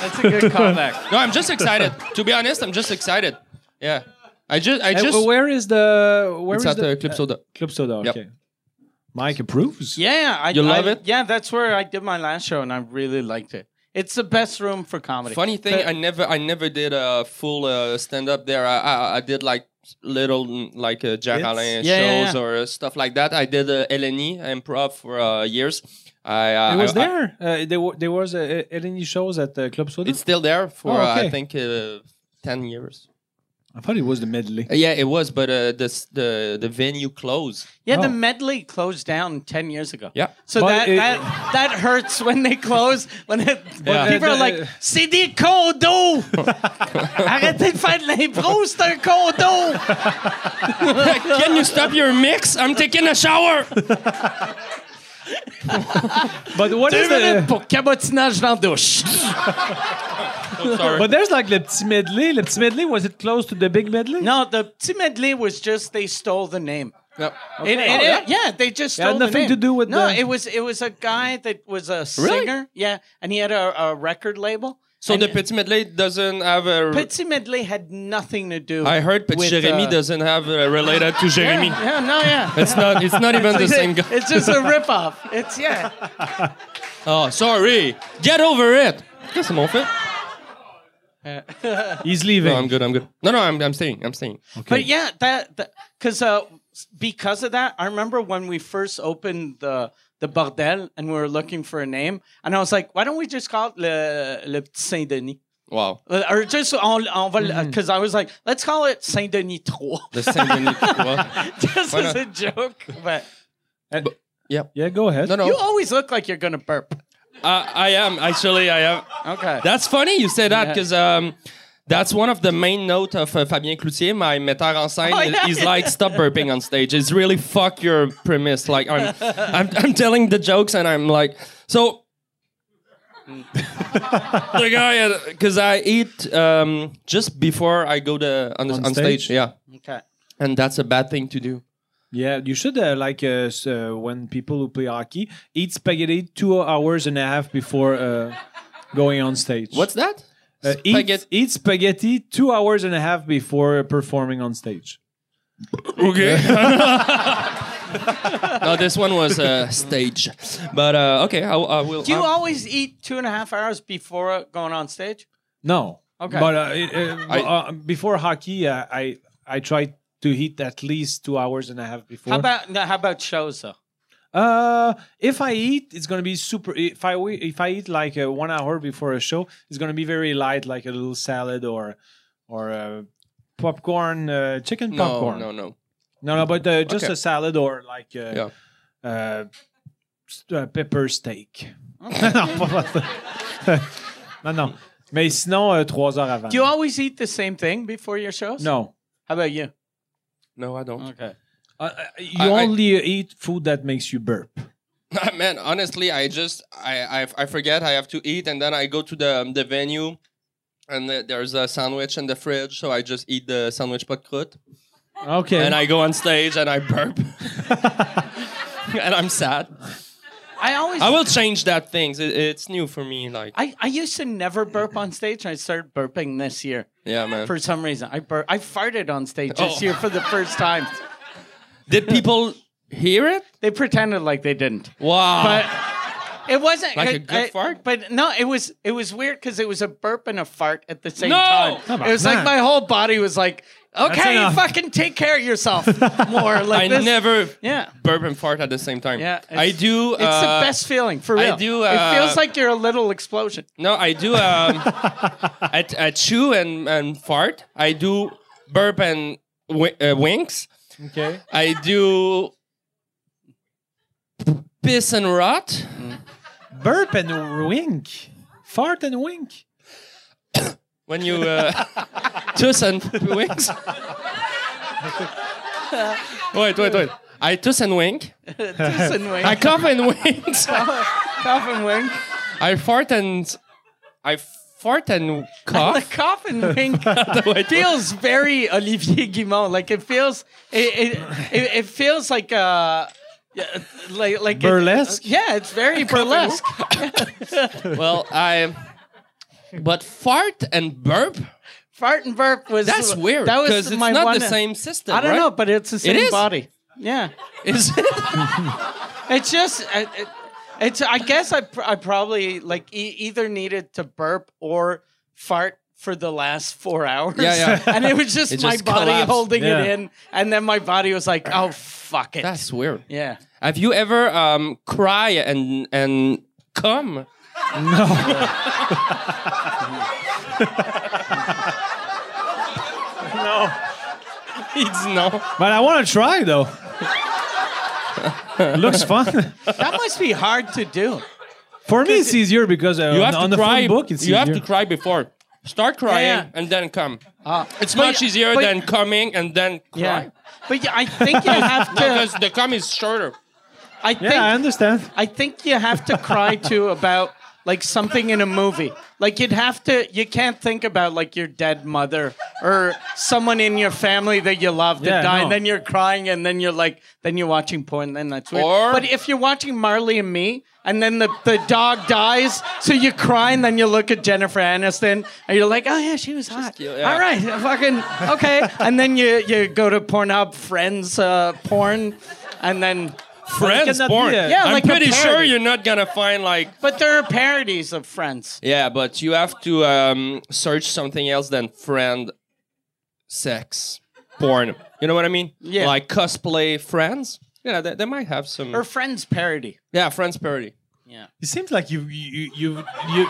B: That's a good callback.
C: No, I'm just excited. to be honest, I'm just excited. Yeah. I just, I
A: Hey,
C: just.
A: Uh,
C: uh,
A: where is the where
C: it's
A: is
C: at
A: the uh,
C: the Club Soda.
A: Club Soda?
C: Yep.
A: Okay. Mike approves.
B: Yeah, I
C: You love
B: I-
C: it?
B: Yeah, that's where I did my last show, and I really liked it. It's the best room for comedy.
C: Funny thing,
B: The-
C: I never, I never did a full uh, stand up there. I, I, I did like little, mm, like uh, Jack
A: Bits?
C: Alain
B: Yeah, yeah,
C: shows
B: yeah.
C: or uh, stuff like that. I did uh, LNE improv for uh, years. I, uh,
A: It was
C: I- I-
A: there. uh, there, wa- there was uh, any shows at the Club Soda.
C: it's still there for
A: Oh,
C: uh,
A: okay.
C: I think uh, ten years.
A: I thought it was the medley.
C: Uh, yeah, it was, but uh, this, the the venue closed.
B: yeah, the
A: Oh.
B: medley closed down ten years ago.
C: Yeah.
B: So
A: But
B: that,
A: it-
B: that that hurts when they close. When it,
C: Yeah.
B: people are like,
A: Uh,
B: c'est des condos. Arrêtez de faire de l'impro, c'est un condo.
C: (laughs) Can you stop your mix? I'm taking a shower.
A: But what
B: Deux
A: is the?
B: minutes pour cabotinage dans la douche.
C: Oh, Sorry.
A: But there's like the petit medley. Le petit medley was it close to the big medley?
B: No, the petit medley was just they stole the name.
C: No.
B: It- it-
A: yeah?
B: it- yeah, they just
A: It had
B: stole the
A: nothing
B: name.
A: to do with
B: no.
A: the-
B: It was it was a guy that was a singer.
C: Really?
B: Yeah, and he had a, a record label.
C: So
B: And
C: the Petit Medley doesn't have a.
B: petit medley had nothing to do.
C: I heard Petit
B: with,
C: Jérémy
B: uh,
C: doesn't have a related to
B: Yeah,
C: Jérémy.
B: yeah, no, yeah.
C: It's not. It's not even
B: (laughs)
C: the same guy.
B: It's just a ripoff. It's yeah.
C: Oh, sorry. Get over it. Qu'est-ce qu'ils m'ont fait?
A: he's
C: No, I'm
A: leaving.
C: good. I'm good. No, no, I'm, I'm staying. I'm staying.
B: But yeah, that because uh, because of that, I remember when we first opened the the bordel and we were looking for a name, and I was like, why don't we just call it le le petit Saint Denis?
C: Wow.
B: Or just on, on va because I was like, let's call it Saint Denis (laughs) 3.
C: The same Denis.
B: Just
C: Why
B: as
C: not?
B: a joke. But
A: Uh, Yeah, go ahead.
C: No, no.
B: you always look like you're gonna burp.
C: I, I am actually. I am.
B: Okay.
C: That's funny you say that
B: Yeah.
C: because um, that's one of the main note of uh, Fabien Cloutier, my metteur en scène.
B: Oh, yeah.
C: He's like, stop burping on stage. It's really fuck your premise. Like I'm, I'm, I'm telling the jokes and I'm like,
B: (laughs)
C: so. the guy, because I eat um, just before I go to on, the,
A: On
C: on stage.
A: stage?
C: yeah,
B: okay.
C: and that's a bad thing to do.
A: Yeah, you should uh, like uh, s- uh, when people who play hockey eat spaghetti two hours and a half before uh, going on stage.
C: What's that?
A: Uh,
C: Spaghetti.
A: eat, eat spaghetti two hours and a half before performing on stage.
C: Okay. (laughs) no, this one was uh, stage, but uh, okay, I, I will.
B: Do you
C: I'm-
B: always eat two and a half hours before going on stage?
A: No.
B: Okay.
A: But uh, it, uh,
C: I-
A: uh, before hockey, uh, I I try to eat at least two hours and a half before.
B: How about no, how about shows though?
A: Uh, if I eat, it's gonna be super. If I we- if I eat like uh, one hour before a show, it's gonna be very light, like a little salad or or uh, popcorn, uh, chicken
C: no,
A: popcorn.
C: no, no.
A: no, no, but uh, just
C: Okay.
A: a salad or like uh,
C: Yeah.
A: uh, st- uh, pepper steak. (laughs) non, pas pas- non, non. Mais sinon, euh, trois heures avant.
B: Do you always eat the same thing before your shows?
A: no,
B: How about you?
C: No, I don't.
B: Okay.
A: Uh, uh, you
C: I- I-
A: only eat food that makes you burp.
C: (laughs) Man, honestly, I just I, I I forget I have to eat, and then I go to the um, the venue, and the, there's a sandwich in the fridge, so I just eat the sandwich pot croûte,
A: Okay.
C: and I go on stage and I burp, (laughs) and I'm sad.
B: I always
C: I will change that things. It, it's new for me. Like,
B: I, I used to never burp on stage. and I started burping this year
C: yeah, man.
B: for some reason. I bur- I farted on stage
C: Oh.
B: this year for the first time. (laughs)
C: Did people hear it?
B: They pretended like they didn't.
C: Wow.
B: but it wasn't
C: Like a
B: it-
C: good
B: it-
C: fart?
B: But no, it was it was weird because it was a burp and a fart at the same
C: No! How
B: time.
A: about
B: It was like
A: that?
B: my whole body was like, okay,
A: enough."
B: fucking take care of yourself
C: (laughs)
B: more. Like
C: I
B: this.
C: never
B: Yeah.
C: burp and fart at the same time.
B: Yeah,
C: I
B: it's-
C: do.
B: It's
C: uh,
B: the best feeling for
C: I
B: real.
C: do,
B: it
C: uh,
B: feels like you're a little explosion. (laughs)
C: No, I do. Um, I, I chew and, and fart. I do burp and wi- uh, winks.
A: (laughs) okay.
C: I do piss and rot.
A: Burp and wink. Fart and wink.
C: When you uh, tuss and winks. wait, wait, wait. I tuss and wink.
B: Tuss and wink.
C: I cough and winks.
B: Cough and wink.
C: I fart and I fart and
B: (laughs) the
C: cough.
B: coffin wink
C: (laughs)
B: feels very Olivier Guimond. Like it feels, it it, it, it feels like uh, yeah, like like it-
A: Burlesque?
B: yeah, it's very burlesque.
C: well, I. But fart and burp,
B: Fart and burp was
C: that's weird.
B: That was
C: Because it's
B: my
C: not
B: one,
C: the same system.
B: I don't
C: right?
B: know, but it's the same
C: is?
B: body. Yeah,
C: Is
B: (laughs)
C: it?
B: it's just. uh, It, it, it's. I guess I, pr- I probably like e- either needed to burp or fart for the last four hours.
C: Yeah, yeah.
B: and it was just
C: It
B: my
C: just
B: body
C: collapsed.
B: holding
A: Yeah.
B: it in, and then my body was like, "Oh fuck it."
C: (laughs) That's weird.
B: yeah.
C: Have you ever um, cry and and come? (laughs)
A: No.
C: It's no.
A: But I want to try though. (laughs) Looks fun.
B: That must be hard to do.
A: For me, it's easier because uh,
C: You
A: on,
C: have
A: on
C: to
A: the
C: cry.
A: phone book, it's
C: you have to
A: easier.
C: cry before. Start crying
B: Yeah, yeah.
C: and then come. it's
B: but-
C: much easier
B: but-
C: than coming and then
B: Yeah.
C: cry.
B: But yeah, I think (laughs) you have
C: Because
B: to.
C: the come is shorter.
B: I think
A: yeah, I understand.
B: I think you have to cry too about like something in a movie. Like you'd have to. You can't think about like your dead mother or someone in your family that you love that
A: Yeah,
B: died.
A: no.
B: Then you're crying, and then you're like, then you're watching porn. Then that's weird.
C: Or-
B: but if you're watching Marley and Me. And then the, the dog dies, so you cry, and then you look at Jennifer Aniston, and you're like, oh yeah, she was hot.
C: cute, yeah.
B: All right, fucking okay. and then you you go to Pornhub Friends uh, porn, and then
C: Friends
A: cannot
C: born.
A: be a-
B: Yeah,
C: I'm
B: like a
C: pretty sure
B: parody.
C: you're not gonna find like
B: But there are parodies of Friends.
C: Yeah, but you have to um, search something else than friend sex porn. You know what I mean?
B: Yeah.
C: Like cosplay friends. Yeah, they, they might have some
B: Or Friends parody.
C: Yeah, friends parody.
A: It seems like you you you you.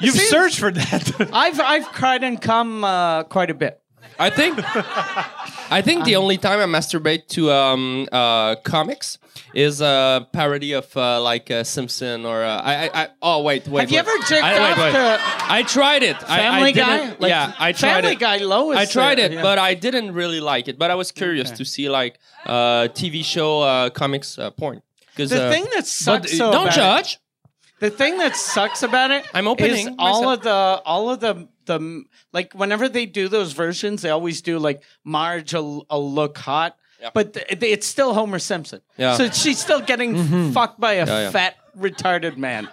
A: You've
B: seems-
A: searched for that.
B: I've I've cried and come uh, quite a bit. (laughs)
C: I think I think the only time I masturbate to um, uh, comics is a parody of uh, like uh, Simpson or uh, I, I I oh wait wait
B: Have you
C: wait.
B: ever jerked
C: I,
B: off to
C: I tried it. I- I,
B: Family
C: didn't-
B: Guy? Like,
C: yeah, I tried
B: Family
C: it.
B: Guy Lois.
C: I tried
B: there,
C: it,
B: yeah.
C: but I didn't really like it. But I was curious to see like uh, TV show uh, comics uh, porn. Because
B: the thing that
C: but,
B: sucks.
C: uh,
B: so
C: don't
B: about it-
C: judge.
B: The thing that sucks about it
C: I'm opening
B: is all
C: myself.
B: of the all of the the like whenever they do those versions, they always do like Marge a, a look hot, but th- it's still Homer Simpson.
C: Yeah. Mm-hmm.
B: So she's still getting fucked by a
C: Yeah, yeah.
B: fat retarded man.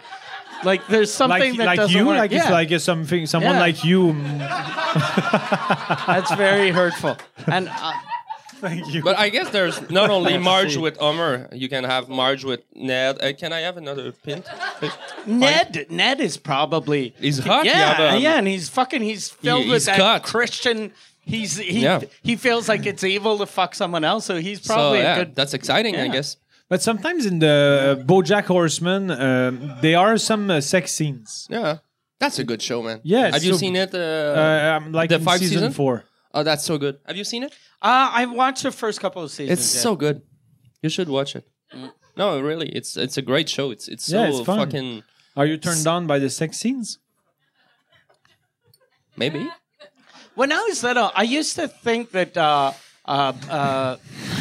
B: Like there's something
A: (laughs) Like,
B: that
A: like
B: doesn't
A: you,
B: work.
A: like it's
B: Yeah.
A: like it's something, someone
B: Yeah.
A: like you. mm,
B: That's very hurtful. And uh,
A: Thank you.
C: But I guess there's not only Marge with Homer. You can have Marge with Ned. Uh, can I have another pint? please?
B: Ned, Ned is probably
C: He's hot, yeah,
B: Yeah, yeah,
C: but-
B: and he's fucking. He's filled
C: He-
B: with
C: he's
B: that
C: cut.
B: Christian. He's he
C: Yeah.
B: he feels like it's evil to fuck someone else, so he's
C: So
B: probably
C: yeah,
B: a good.
C: that's exciting. I guess.
A: But sometimes in the uh, BoJack Horseman, um, there are some uh, sex scenes.
C: Yeah, that's a good show, man.
A: Yeah, it's
C: Have you
A: so-
C: seen it? Uh,
A: Uh, I'm like
C: The
A: in
C: five
A: season,
C: season?
A: four.
C: oh, that's so good. Have you seen it?
B: Uh, I watched the first couple of seasons.
C: It's
B: yeah.
C: so good. You should watch it. No, really, it's it's a great show. It's it's so
A: Yeah, it's fun.
C: fucking
A: Are you turned on by the sex scenes?
C: maybe.
B: When I was little, I used to think that uh, uh, uh,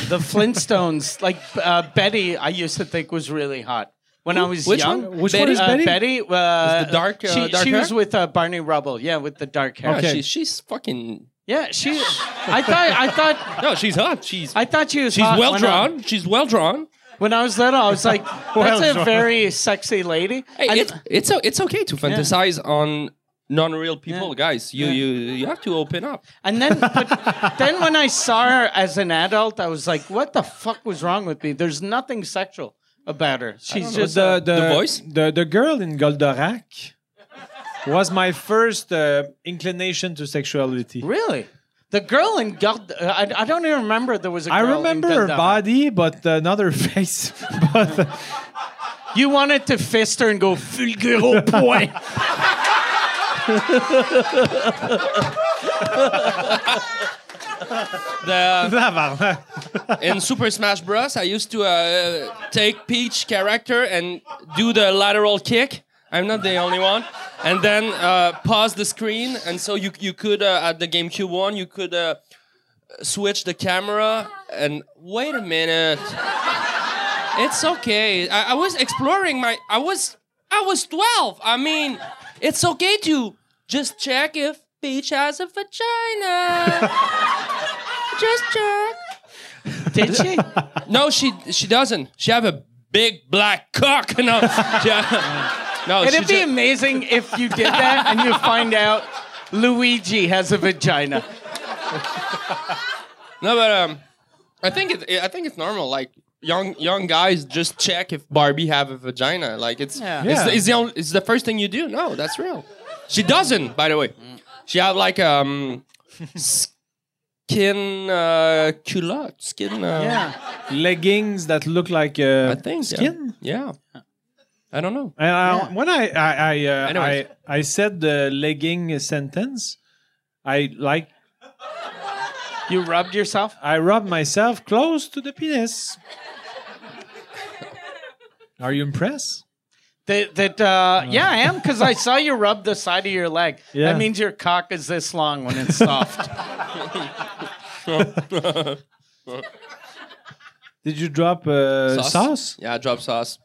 B: the Flintstones, like uh, Betty, I used to think was really hot. When I was
C: which
B: young,
A: one? Which one is
B: uh,
A: Betty?
B: Betty, uh,
C: Is the dark, uh,
B: she,
C: dark
B: she
C: hair?
B: was with uh, Barney Rubble, yeah, with the dark hair.
C: Yeah,
A: Okay.
C: she, she's fucking.
B: Yeah, she. I thought. I thought.
C: No, she's hot. She's
B: I thought she was.
C: she's
B: hot
C: well
B: when I-
C: drawn. She's well drawn.
B: When I was little, I was like, "That's a
A: drawn.
B: very sexy lady."
C: Hey,
B: And-
C: it, it's o- it's okay to fantasize on non-real people, guys. You you you have to open up.
B: And then, but then when I saw her as an adult, I was like, "What the fuck was wrong with me?" There's nothing sexual about her. She's just
A: the, the,
C: The voice?
A: The, the girl in Goldorak was my first uh, inclination to sexuality.
B: really the girl in God. I, I don't even remember there was a.
A: I
B: girl in
A: remember her
B: Gundam.
A: body, but uh, not her (laughs) face. but, (laughs) uh,
B: You wanted to fist her and go vulgaire au point.
C: The
A: tabarnak.
C: in Super Smash Bros, I used to uh, take Peach character and do the lateral kick. I'm not the only one. And then uh, pause the screen, and so you you could uh, at the GameCube one, you could uh, switch the camera. And wait a minute, it's okay. I, I was exploring my. I was I was 12. I mean, It's okay to just check if Peach has a vagina. (laughs) just check.
B: Did she?
C: No, she she doesn't. She have a big black cock. (laughs) No, she, no. she
B: It'd be
C: ju-
B: amazing if you did that and you find out Luigi has a vagina.
C: No, but um, I think it, I think it's normal. Like young young guys just check if Barbie have a vagina. Like it's
B: Yeah.
C: it's,
A: Yeah.
C: it's the only, it's the first thing you do. No, that's real. She doesn't, by the way. She have like um skin uh culotte, skin. Uh,
B: Yeah.
A: leggings that look like uh,
C: I think yeah.
A: skin.
C: Yeah. I don't know.
A: And I, when I I I, uh, I
C: Anyways.
A: I said the legging sentence, I like
B: You rubbed yourself?
A: I rub myself close to the penis. Are you impressed?
B: That, that uh, yeah, I am because I saw you rub the side of your leg.
A: Mm. Yeah.
B: That means your cock is this long when it's
A: (laughs)
B: soft.
A: Did you drop uh, sauce?
C: Yeah, drop sauce.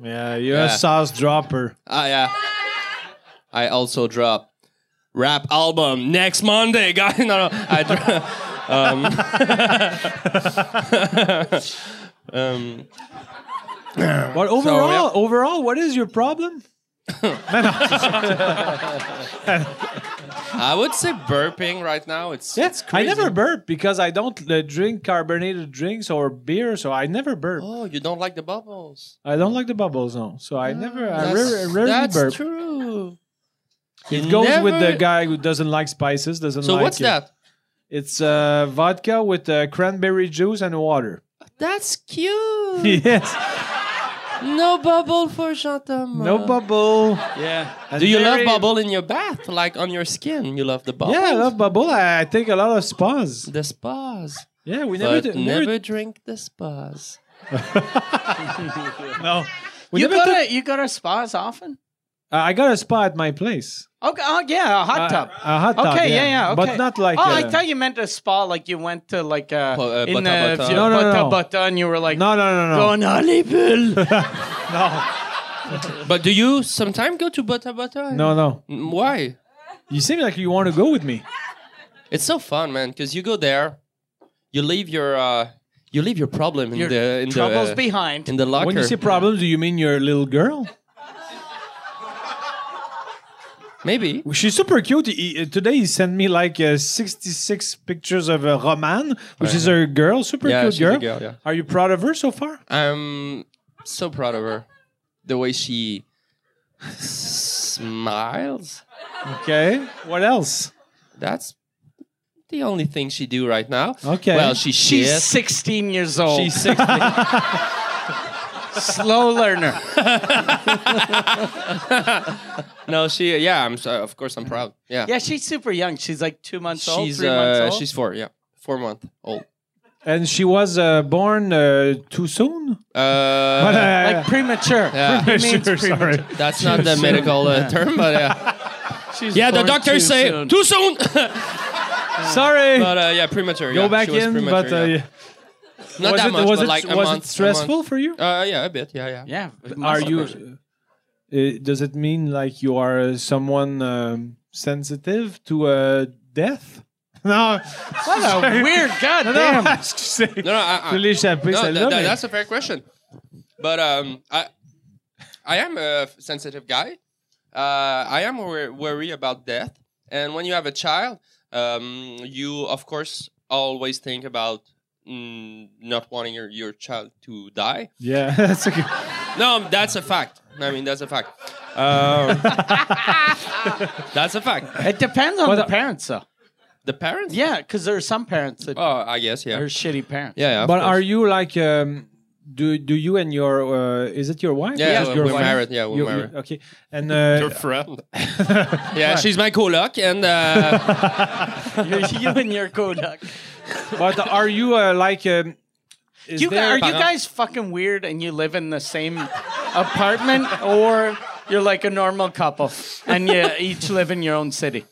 A: Yeah, you're a
C: Yeah.
A: sauce dropper.
C: Ah, yeah. I also drop rap album next Monday, (laughs) guys. No, no. I dro- (laughs) um, um, Uh,
A: But overall, overall, what is your problem?
C: I would say burping right now. It's
A: Yeah,
C: it's crazy.
A: I never burp because I don't uh, drink carbonated drinks or beer, so I never burp.
C: Oh, you don't like the bubbles.
A: I don't like the bubbles, no. So I never, I
C: That's-
A: rare- rarely
C: that's
A: burp.
C: true.
A: It goes with the
C: never-
A: guy who doesn't like spices, doesn't
C: So
A: like.
C: what's
A: it.
C: that?
A: It's uh, vodka with uh, cranberry juice and water. (laughs)
C: That's cute.
A: yes,
C: no bubble for Jean-Thomas.
A: no bubble.
B: yeah.
A: And
C: Do you
A: very-
C: love bubble in your bath, like on your skin? You love the bubble.
A: Yeah, I love bubble. I, I take a lot of spas.
C: the spas.
A: Yeah, we never,
C: But
A: do,
C: never,
A: never,
C: drink the spas.
A: no. We
B: You
A: never
B: go,
A: took-
B: to, you go to spas often?
A: Uh, I got a spa at my place.
B: Okay, oh, yeah, a hot
A: Uh,
B: tub.
A: a hot tub.
B: Okay, yeah, yeah. okay.
A: But not like.
B: Oh,
A: uh,
B: I thought you meant a spa, like you went to like uh,
C: Po- uh,
B: in
C: Bata
B: the
C: Bata.
B: vieux
A: No, no,
B: Bata
A: no.
B: Bata, and you were like,
A: No, no, no, no.
B: going à l'épaule.
C: But do you sometimes go to Bata Bata?
A: No, no.
C: Mm, Why?
A: You seem like you want to go with me.
C: It's so fun, man. Because you go there, you leave your uh, you leave your problem in
B: Your
C: the in the
B: troubles
C: uh,
B: behind.
C: in the locker.
A: When you say problems, do you mean your little girl?
C: Maybe.
A: She's super cute. He- uh, today he sent me like uh, 66 pictures of uh, Roman, which is a girl, super
C: Yeah,
A: cute
C: she's
A: girl.
C: a girl, yeah.
A: Are you proud of her so far?
C: I'm so proud of her. The way she smiles.
A: Okay. What else?
C: That's the only thing she do right now.
A: Okay.
C: Well, she
B: She's (laughs)
C: shits.
B: 16 years old.
C: She's 60.
B: (laughs) slow
C: (laughs)
B: learner.
C: (laughs) no, she. Yeah, I'm. So, of course, I'm proud. Yeah.
B: Yeah, she's super young. She's like two months old,
C: She's
B: three months
C: uh,
B: old.
C: she's four. Yeah, four month old.
A: And she was uh, born uh, too soon?
C: (laughs) Uh,
A: But, uh, (laughs)
B: like premature.
C: Yeah.
B: He means
A: Sure, sorry.
B: premature.
C: (laughs) That's not the medical uh, term, but yeah. yeah, the
B: born
C: doctors
B: too
C: say
B: soon.
C: too soon.
A: (laughs) Sorry.
C: (laughs) but uh, yeah, premature.
A: go
C: yeah.
A: back
C: She was
A: in,
C: premature,
A: but uh,
C: yeah. not
A: was
C: that
A: it
C: much,
A: was
C: but
A: it
C: like a
A: was
C: month,
A: it
C: a
A: stressful
C: month.
A: for you?
C: Uh, yeah, a bit. Yeah, yeah.
B: Yeah.
A: Are you? Uh, does it mean like you are uh, someone um, sensitive to uh, death? (laughs) No.
B: (laughs) What a weird
A: (laughs)
B: goddamn.
A: Non, excusez.
C: No, no, I,
A: Je
C: I,
A: l'ai échappé,
C: no
A: celle-là.
C: that-
A: mais-
C: that's a fair question. But um, I, I am a f- sensitive guy. Uh, I am wor- worried about death, and when you have a child, um, you of course always think about mm, not wanting your, your child to die.
A: Yeah, (laughs) that's okay.
C: No, that's a fact. I mean, that's a fact. Um, (laughs) that's a fact.
B: It depends on
A: What
B: the
A: the-
B: parents, though.
C: The parents?
B: Yeah, because there are some parents that
C: Oh, I guess, yeah.
B: are shitty parents.
C: yeah, yeah. of
A: But
C: course.
A: are you like, um, do do you and your, uh, is it your wife?
C: Yeah,
A: Is it
C: yeah,
A: your
C: we're
A: wife?
C: married. Yeah, we're
A: You- you-
C: married.
A: okay. And uh,
C: friend. (laughs) yeah, she's my coloc, and uh,
B: You're- (laughs) you and your (laughs) Kodak.
A: but are you uh, like, um, is
B: You,
A: there,
B: are you
C: Pardon?
B: guys fucking weird and you live in the same apartment or you're like a normal couple and (laughs) you each live in your own city?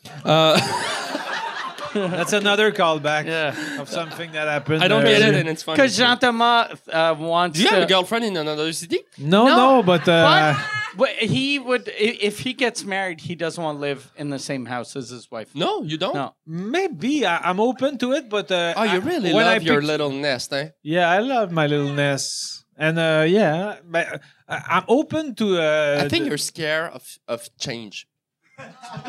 A: (laughs) that's another callback
B: Yeah.
A: of something that happened.
C: (laughs) I don't
A: uh,
C: get it, and it's funny.
B: Because Jean Thomas uh, wants
C: Do you have
B: to.
C: a girlfriend in another city?
A: No, no,
B: No.
A: but uh,
B: But Well, he would i- if he gets married, he doesn't want to live in the same house as his wife.
C: No, you don't.
B: No.
A: Maybe I, I'm open to it, but uh,
C: Oh, you
A: I-
C: really
A: when
C: love
A: I
C: your
A: pic-
C: little nest, eh?
A: Yeah, I love my little nest, and uh, yeah, but I, I'm open to. Uh,
C: I think
A: the-
C: you're scared of, of change.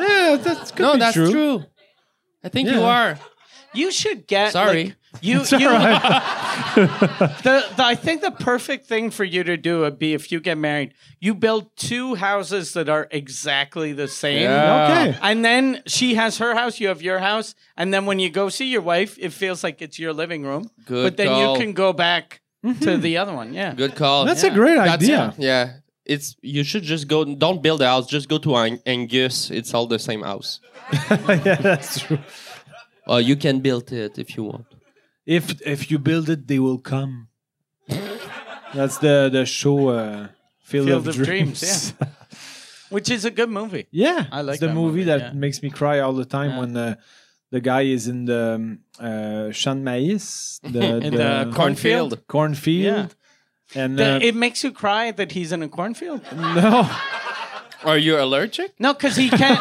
A: Yeah, that's could
C: no,
A: be
C: that's true.
A: true.
C: I think
A: Yeah.
C: you are.
B: You should get
C: Sorry.
B: like, you
A: It's all
B: you
A: right.
B: (laughs) the, the I think the perfect thing for you to do would be if you get married, you build two houses that are exactly the same.
A: Okay.
B: And then she has her house, you have your house, and then when you go see your wife, it feels like it's your living room.
C: Good
B: but then
C: call.
B: you can go back to the other one. Yeah.
C: Good call.
A: That's
C: yeah.
A: a great
C: That's
A: idea.
C: it. Yeah. It's you should just go don't build a house, just go to Ang- Angus. It's all the same house.
A: (laughs) yeah, that's true.
C: Or you can build it if you want.
A: If if you build it, they will come. that's the the show. Uh, Field,
B: Field
A: of,
B: of
A: Dreams.
B: Dreams, Which is a good movie.
A: (laughs) Yeah,
B: I like
A: it's the
B: that
A: movie,
B: movie,
A: that
B: yeah.
A: makes me cry all the time
B: Yeah.
A: when uh, the guy is in the um, uh, champ de maïs, the,
B: (laughs) In the cornfield.
A: cornfield, and
B: The-
A: uh,
B: it makes you cry that he's in a cornfield.
A: (laughs) no,
C: Are you allergic?
B: No, because he can't.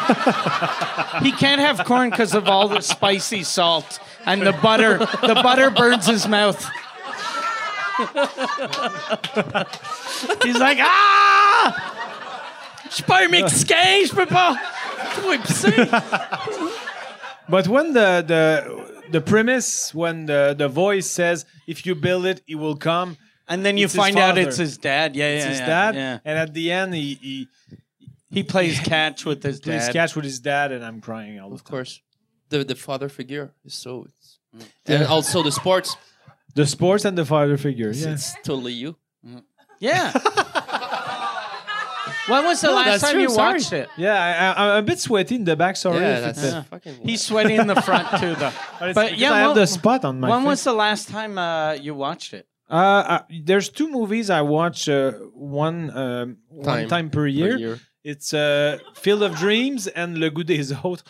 B: he can't have corn because of all the spicy salt and the butter. The butter burns his mouth. He's like, ah! Je peux m'expliquer, je peux pas. Je peux pisser.
A: but when the the the premise when the the voice says if you build it, it will come.
B: And then you
A: It's his
B: find out
A: father.
B: it's his dad. Yeah, yeah,
A: It's his
B: yeah,
A: dad,
B: Yeah.
A: and at the end he he
B: He plays catch with his
A: (laughs) plays
B: dad.
A: catch with his dad, and I'm crying all the
C: Of
A: time.
C: course. The the father figure is so it's, and also the sports.
A: The sports and the father figure. Yeah.
C: It's totally you.
A: (laughs)
B: Yeah. when was the last
C: that's
B: time
C: true,
B: you
C: sorry.
B: watched it?
A: Yeah, I, I, I'm a bit sweaty in the back. Sorry.
C: Yeah,
A: if
C: that's
A: it's-
C: it. Fucking
B: He's sweaty (laughs) in the front too, though.
A: But, it's
B: But
A: because
B: yeah,
A: I have
B: well-
A: the spot on (laughs) my
B: when
A: face.
B: was the last time uh, you watched it?
A: Uh, uh, there's two movies I watch uh, one um, one
C: Time.
A: time per
C: per
A: year.
C: year.
A: It's uh, Field of Dreams and Le Goût des Autres.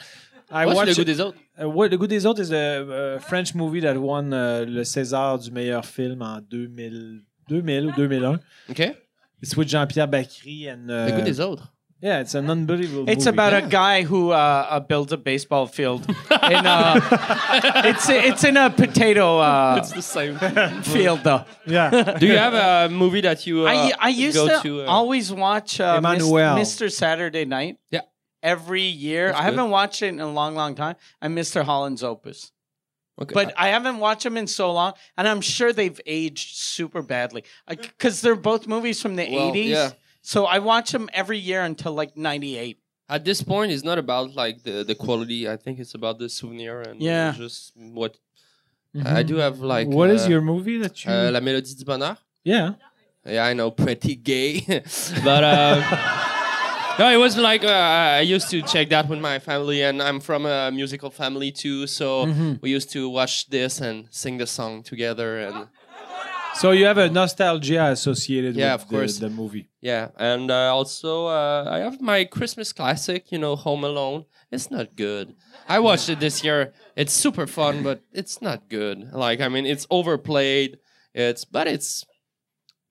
A: I
C: What's
A: watch
C: le goût des autres?
A: uh, what- Le Goût des Autres is a uh, French movie that won uh, le César du meilleur film en 2000, 2000 ou 2001.
C: Okay.
A: It's with Jean-Pierre Bacri and uh,
C: le goût des autres.
A: yeah, it's an unbelievable.
B: It's
A: movie.
B: about
C: yeah.
B: a guy who uh, uh, builds a baseball field. (laughs) in uh it's it's in a potato uh,
C: the same.
B: field though.
A: yeah. (laughs)
C: (laughs) Do you have a movie that you uh,
B: I I used
C: go
B: to,
C: to? uh,
B: always watch uh, Mis-
A: Emmanuel.
B: Mr. Saturday Night.
C: Yeah.
B: Every year, I
C: That's good.
B: haven't watched it in a long, long time. And Mr. Holland's Opus,
C: okay.
B: but I haven't watched them in so long, and I'm sure they've aged super badly because they're both movies from the
C: Well,
B: 80s.
C: yeah.
B: So I watch them every year until like 98.
C: uh, at this point it's not about like the, the quality i think it's about the souvenir and
B: Yeah.
C: just what i do have like
A: Mm-hmm. What is
C: uh,
A: your movie that you?
C: uh, la mélodie du bonheur
A: yeah.
C: yeah i know pretty gay (laughs) but
A: (laughs)
C: um No, it was like uh, I used to check that with my family, and I'm from a musical family too, so
A: Mm-hmm.
C: we used to watch this and sing the song together, and
A: So you have a nostalgia associated
C: Yeah,
A: with
C: of
A: the-
C: course.
A: the movie.
C: yeah, and uh, also uh, I have my Christmas classic, you know, Home Alone. It's not good. I watched it this year. It's super fun, but it's not good. Like I mean, it's overplayed. It's but it's.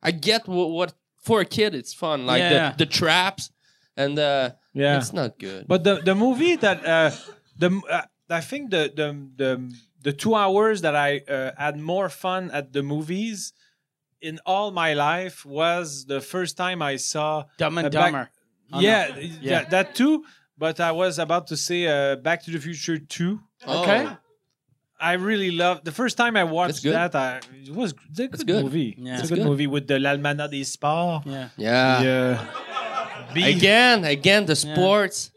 C: I get what, what for a kid it's fun, like
B: Yeah.
C: the, the traps, and uh,
A: Yeah.
C: it's not good.
A: But the the movie that uh, the uh, I think the the the the two hours that I uh, had more fun at the movies in all my life was the first time I saw
B: Dumb and
A: Uh, back-
B: Dumber.
C: (laughs)
B: Oh, no.
A: yeah, yeah that too. But I was about to say uh, Back to the Future two.
C: Oh,
B: Okay.
A: I really loved the first time I watched
C: good.
A: that. I, it was it's a good,
C: good.
A: movie.
B: Yeah.
A: It's a good,
B: It's
C: good. Ah.
A: movie with the l'almanach des sports. uh,
B: Yeah.
C: yeah.
A: Yeah.
C: Again, again, the sports,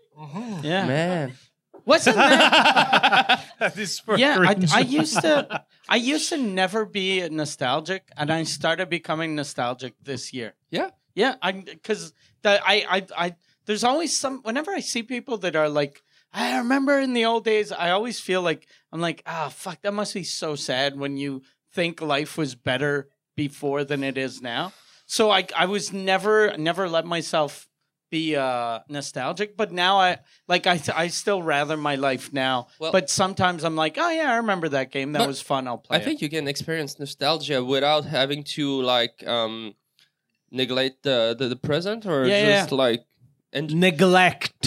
B: Yeah.
C: man.
B: Wasn't there?
A: (laughs) this
B: yeah, I, I used to I used to never be nostalgic and I started becoming nostalgic this year.
C: Yeah.
B: Yeah, I cuz I I I there's always some whenever I see people that are like I remember in the old days I always feel like I'm like ah fuck that must be so sad when you think life was better before than it is now. So I I was never never let myself be uh nostalgic but now i like i i still rather my life now
C: Well-
B: but sometimes i'm like oh yeah i remember that game that
C: But
B: was fun i'll play
C: I think you can experience nostalgia without having to like um neglect uh, the, the present or
B: Yeah, yeah.
C: just like and
D: Neglect.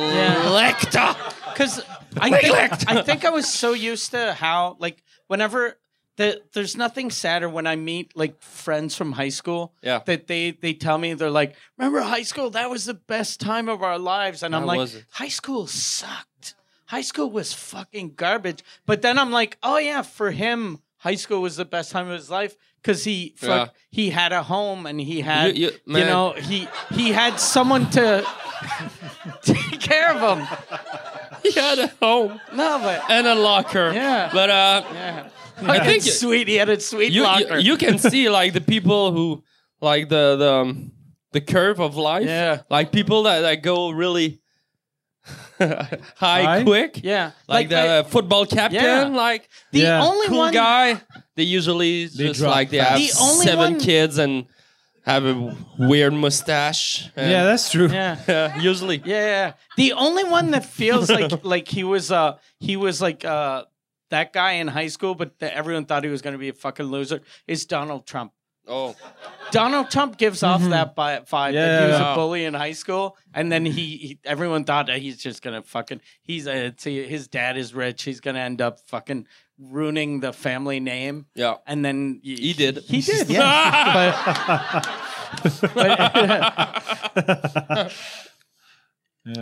C: neglect?
B: Because I think, I think I was so used to how like whenever the, there's nothing sadder when I meet like friends from high school
C: Yeah. (laughs)
B: that they they tell me they're like remember high school that was the best time of our lives and I'm
C: How
B: like
C: was it?
B: high school sucked high school was fucking garbage but then I'm like oh yeah for him high school was the best time of his life because he fuck, he had a home and he had
C: You- you-
B: you,
C: man.
B: know he he had someone
C: (laughs)
B: to take care of him
C: he had a home
B: no but
C: and a locker.
B: Yeah.
C: But uh,
B: I
C: think
B: think
C: you-
B: (laughs) sweet. He had a sweet
C: you,
B: locker.
C: you you can see like the people who like the the um, the curve of life.
B: Yeah.
C: Like people that, that go really (laughs) high,
A: High?
C: quick.
B: yeah,
C: Like, the
B: my-
C: uh, football captain,
B: Yeah.
C: like
B: the
A: yeah.
B: only
C: cool
B: one
C: guy. They usually just
D: drop
C: like they
D: fast.
C: have
B: The only
C: seven
B: one-
C: kids and have a weird mustache. and-
A: Yeah, that's true.
B: Yeah.
C: Yeah, (laughs) usually.
B: Yeah, yeah. The only one that feels
C: (laughs)
B: like like he was uh he was like uh that guy in high school, but that everyone thought he was going to be a fucking loser is Donald Trump.
C: Oh,
B: Donald Trump gives off that bi- vibe that
A: Yeah.
B: he was
C: Mm-hmm. Yeah.
B: a bully in high school, and then he, he everyone thought that he's just gonna fucking he's a, his dad is rich, he's gonna end up fucking ruining the family name.
C: yeah.
B: and then y-
C: He did.
B: He did. Yeah.
A: (laughs)
B: but, but-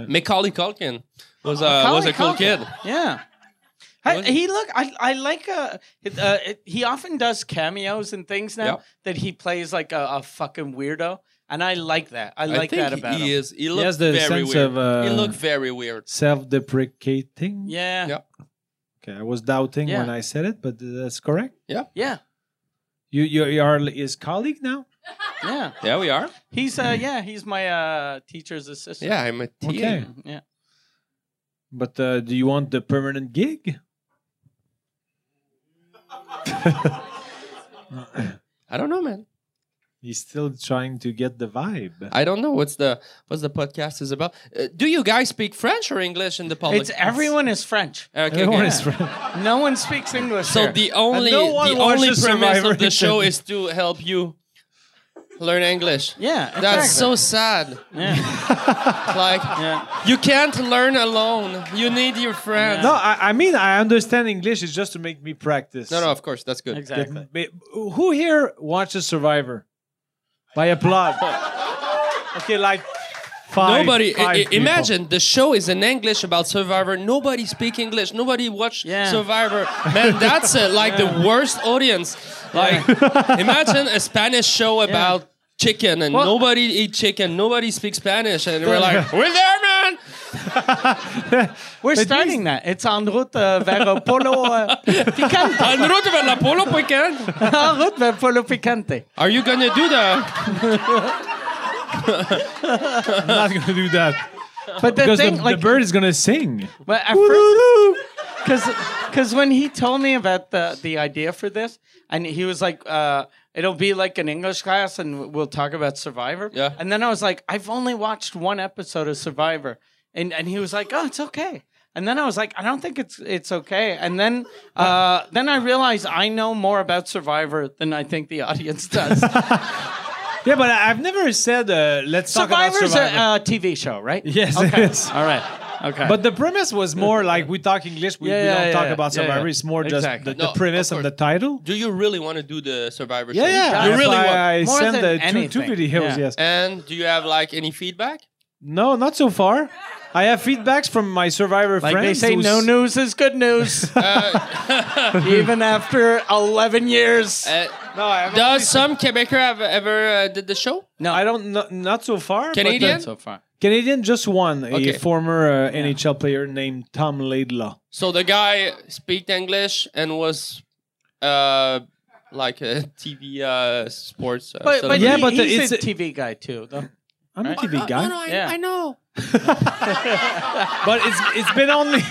C: Macaulay Culkin was uh, was a cool
B: Culkin.
C: kid. (laughs)
B: yeah. I, he look. I I like. Uh, it, uh, it, he often does cameos and things now
C: Yep.
B: that he plays like a, a fucking weirdo, and I like that. I
C: I
B: like
C: think
B: that about
C: he
B: him.
C: is. He looked
A: has the
C: very
A: sense
C: weird.
A: of, uh,
C: he looked very
A: (laughs)
C: weird.
A: Self-deprecating.
B: Yeah.
C: Yeah.
B: Yeah.
A: Okay, I was doubting
B: Yeah.
A: when I said it, but that's correct.
B: Yeah.
A: You, you, you are his colleague now.
C: Yeah, we are.
B: He's uh yeah he's my uh teacher's assistant.
C: Mm.
B: Mm,
C: Yeah, I'm a teen.
A: Okay,
B: Yeah.
A: but uh, do you want the permanent gig? (laughs)
C: I don't know, man.
A: He's still trying to get the vibe.
C: I don't know what's the what's the podcast is about. Uh, do you guys speak French or English in the public?
B: It's everyone is French.
C: Okay, okay.
A: Everyone is (laughs) friend.
B: No one speaks English.
C: So
B: here.
C: the only
A: no one
C: the only
A: watches
C: premise
A: Survivor
C: of the show
A: Nation.
C: is to help you learn English.
B: yeah,
C: That's
B: exactly.
C: so sad. (laughs)
B: yeah.
C: Like
B: yeah.
C: you can't learn alone. You need your friends.
A: No, I, I mean I understand English. It's just to make me practice.
C: no, no. Of course, that's good.
A: Get-
B: Exactly.
A: ma- who here watches Survivor? By applaud. (laughs) okay, like five.
C: Nobody
A: five
C: i- i-
A: people.
C: imagine the show is in English about Survivor. Nobody speak English. Nobody watch
B: Yeah.
C: Survivor.
B: (laughs)
C: Man, that's uh, like the worst audience. Like imagine a Spanish show about chicken and
B: Well-
C: nobody eat chicken. Nobody speaks Spanish, and we're
B: (laughs)
C: like, we're there, man.
B: We're starting that. It's en route uh, vers Polo uh,
C: (laughs)
B: Picante.
C: En route vers la polo weekend.
B: en route vers Polo Picante.
C: Are you gonna do the?
A: I'm not gonna do that
B: But the
A: because
B: thing,
A: the,
B: like,
A: the bird is gonna sing.
B: but at first, because because when he told me about the the idea for this, and he was like, uh, "It'll be like an English class, and we'll talk about Survivor."
C: Yeah.
B: And then I was like, "I've only watched one episode of Survivor," and and he was like, "Oh, it's okay." And then I was like, "I don't think it's it's okay." And then uh, then I realized I know more about Survivor than I think the audience
A: (laughs)
B: does.
A: Yeah, but I- I've never said uh, let's talk about
B: Survivor's
A: Survivor.
B: a, a TV show, right?
A: yes,
B: Okay.
A: yes.
B: All right. Okay.
A: But the premise was more like we talk English, we,
B: Yeah,
A: we
B: yeah,
A: don't
B: yeah,
A: talk
B: yeah.
A: about
B: Yeah,
A: Survivor.
B: yeah.
A: It's more just
B: Exactly.
A: the, the
C: No,
A: premise
C: of
A: and the title.
C: Do you really want to do the Survivor
A: Yeah,
C: show?
A: yeah.
C: You
A: that's
C: really
A: why
C: want.
A: I
B: More
A: sent
B: than
A: the two, two
B: anything.
A: videos.
B: Yeah.
A: Yes.
C: And do you have like any feedback?
A: No, not so far. I have feedbacks from my Survivor
B: like they
A: friends.
B: say,
A: who
B: no
A: s-
B: news is good (laughs) news, (laughs) even after eleven years.
C: Uh,
A: No, I haven't.
C: does some Quebecer have ever uh, did the show?
B: no,
A: I don't know, not so far. but, uh,
C: Canadian?
B: so far.
A: Canadian, just one,
C: Okay.
A: a former uh, NHL player named Tom Laidlaw.
C: So the guy speak English and was uh like a TV uh sports. Uh,
B: But, but
C: celebrity.
A: yeah,
B: yeah,
A: but
B: but
A: the-
B: he's
A: it's-
B: a TV guy too. Though.
A: I'm a TV guy,
C: I,
B: Yeah. I
C: know. uh,
A: but it's it's been
C: (laughs)
A: only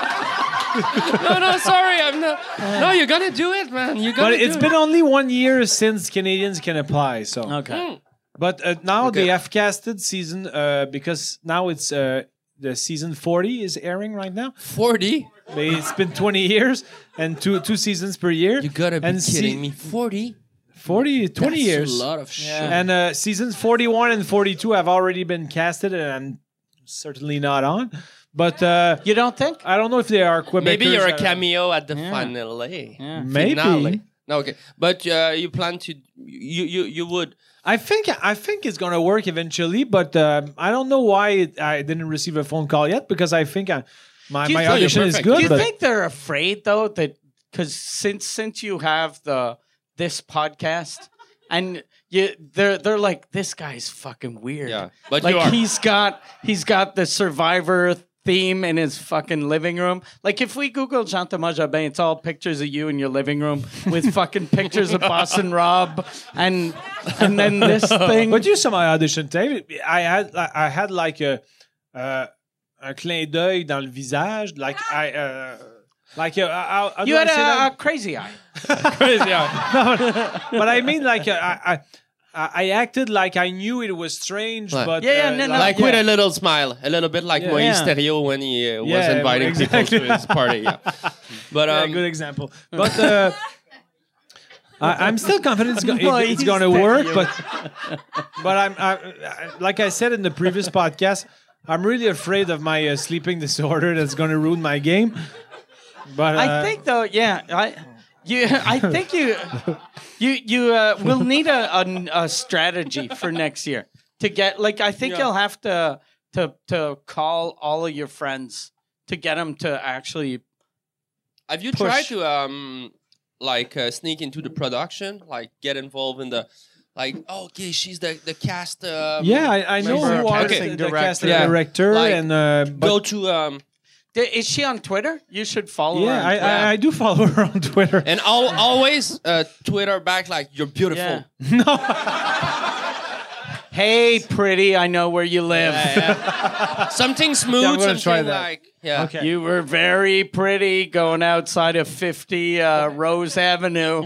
C: No, no, sorry, I'm not. No, you're gonna do it, man. You're gonna.
A: but it's
C: do
A: been
C: it.
A: only one year since Canadians can apply. So,
B: Okay.
A: but uh, now
C: Okay.
A: they have casted season uh, because now it's uh, the season 40 is airing right now.
C: forty.
A: They, it's been 20 years and two two seasons per year.
C: You gotta be
A: and
C: kidding
A: se-
C: me. Forty.
A: 40, 20
C: That's
A: years.
C: A lot of shit.
B: Yeah.
A: And uh, seasons 41 and 42 have already been casted, and I'm certainly not on. But uh,
B: You don't think?
A: I don't know if they are Quebecers.
C: Maybe you're a
A: that are-
C: cameo at the eh?
B: Yeah.
C: finale.
B: Yeah.
A: Maybe.
C: Finale. No, okay. But uh, you plan to you you you would
A: I think I think it's gonna work eventually, but um, I don't know why it, I didn't receive a phone call yet because I think I, my,
B: Do you
A: my
C: think-
A: audition is
C: Perfect.
A: good.
B: Do you
A: but
B: think they're afraid though that because since since you have the this podcast and you they're they're like this guy's fucking weird.
C: yeah. But you
B: Like
C: are
B: he's got he's got the Survivor theme in his fucking living room. Like if we Google Jean Thomas Jabin, it's all pictures of you in your living room (laughs) with fucking pictures of Boston Rob and and then (laughs) this thing.
A: (laughs) But you saw my audition tape. I had I had like a uh, a clin d'œil dans le visage, like I uh, like a, how- how do
B: Ah! you
A: I
B: had
A: say that?
B: a, a crazy eye.
A: (laughs) but I mean, like, uh, I, I, I acted like I knew it was strange,
C: Right.
A: but
B: Yeah, yeah,
A: uh,
B: no, no,
A: like-
C: like with a little smile, a little bit like
A: Yeah.
C: Moïse
A: Yeah.
C: Stereo when he uh, was
A: Yeah,
C: inviting
A: exactly.
C: people to his party.
A: (laughs)
C: Yeah. But
A: yeah,
C: um,
A: good example. But uh, I, I'm still confident it's, go, it, it's
B: Moïse
A: going to work. But but I'm I, I, like I said in the previous podcast, I'm really afraid of my uh, sleeping disorder that's going to ruin my game. But
B: I
A: uh,
B: think though, yeah, I you I think
A: (laughs)
B: you you you uh, will need a, a a strategy for next year to get like I think
C: Yeah.
B: you'll have to to to call all of your friends to get them to actually
C: have you
B: Push.
C: tried to um like uh, sneak into the production, like get involved in the like oh, okay, she's the the cast. Um,
A: yeah, I, I know
C: member
A: who
C: of
A: are
C: casting
A: the, the
B: director.
A: casting
C: Yeah.
A: director
C: Like,
A: and uh, but-
C: Go to um
B: Is she on Twitter? You should follow her.
A: yeah,
B: on
A: I,
B: Twitter.
A: I, I do follow her on Twitter. (laughs)
C: and al- always uh, Twitter back like you're beautiful.
B: Yeah.
A: (laughs) no.
B: Hey, pretty, I know where you live.
C: Yeah, yeah. something smooth,
D: I'm gonna
C: something
D: try that.
C: like yeah.
A: Okay.
B: You were very pretty going outside of 50 uh, Rose Avenue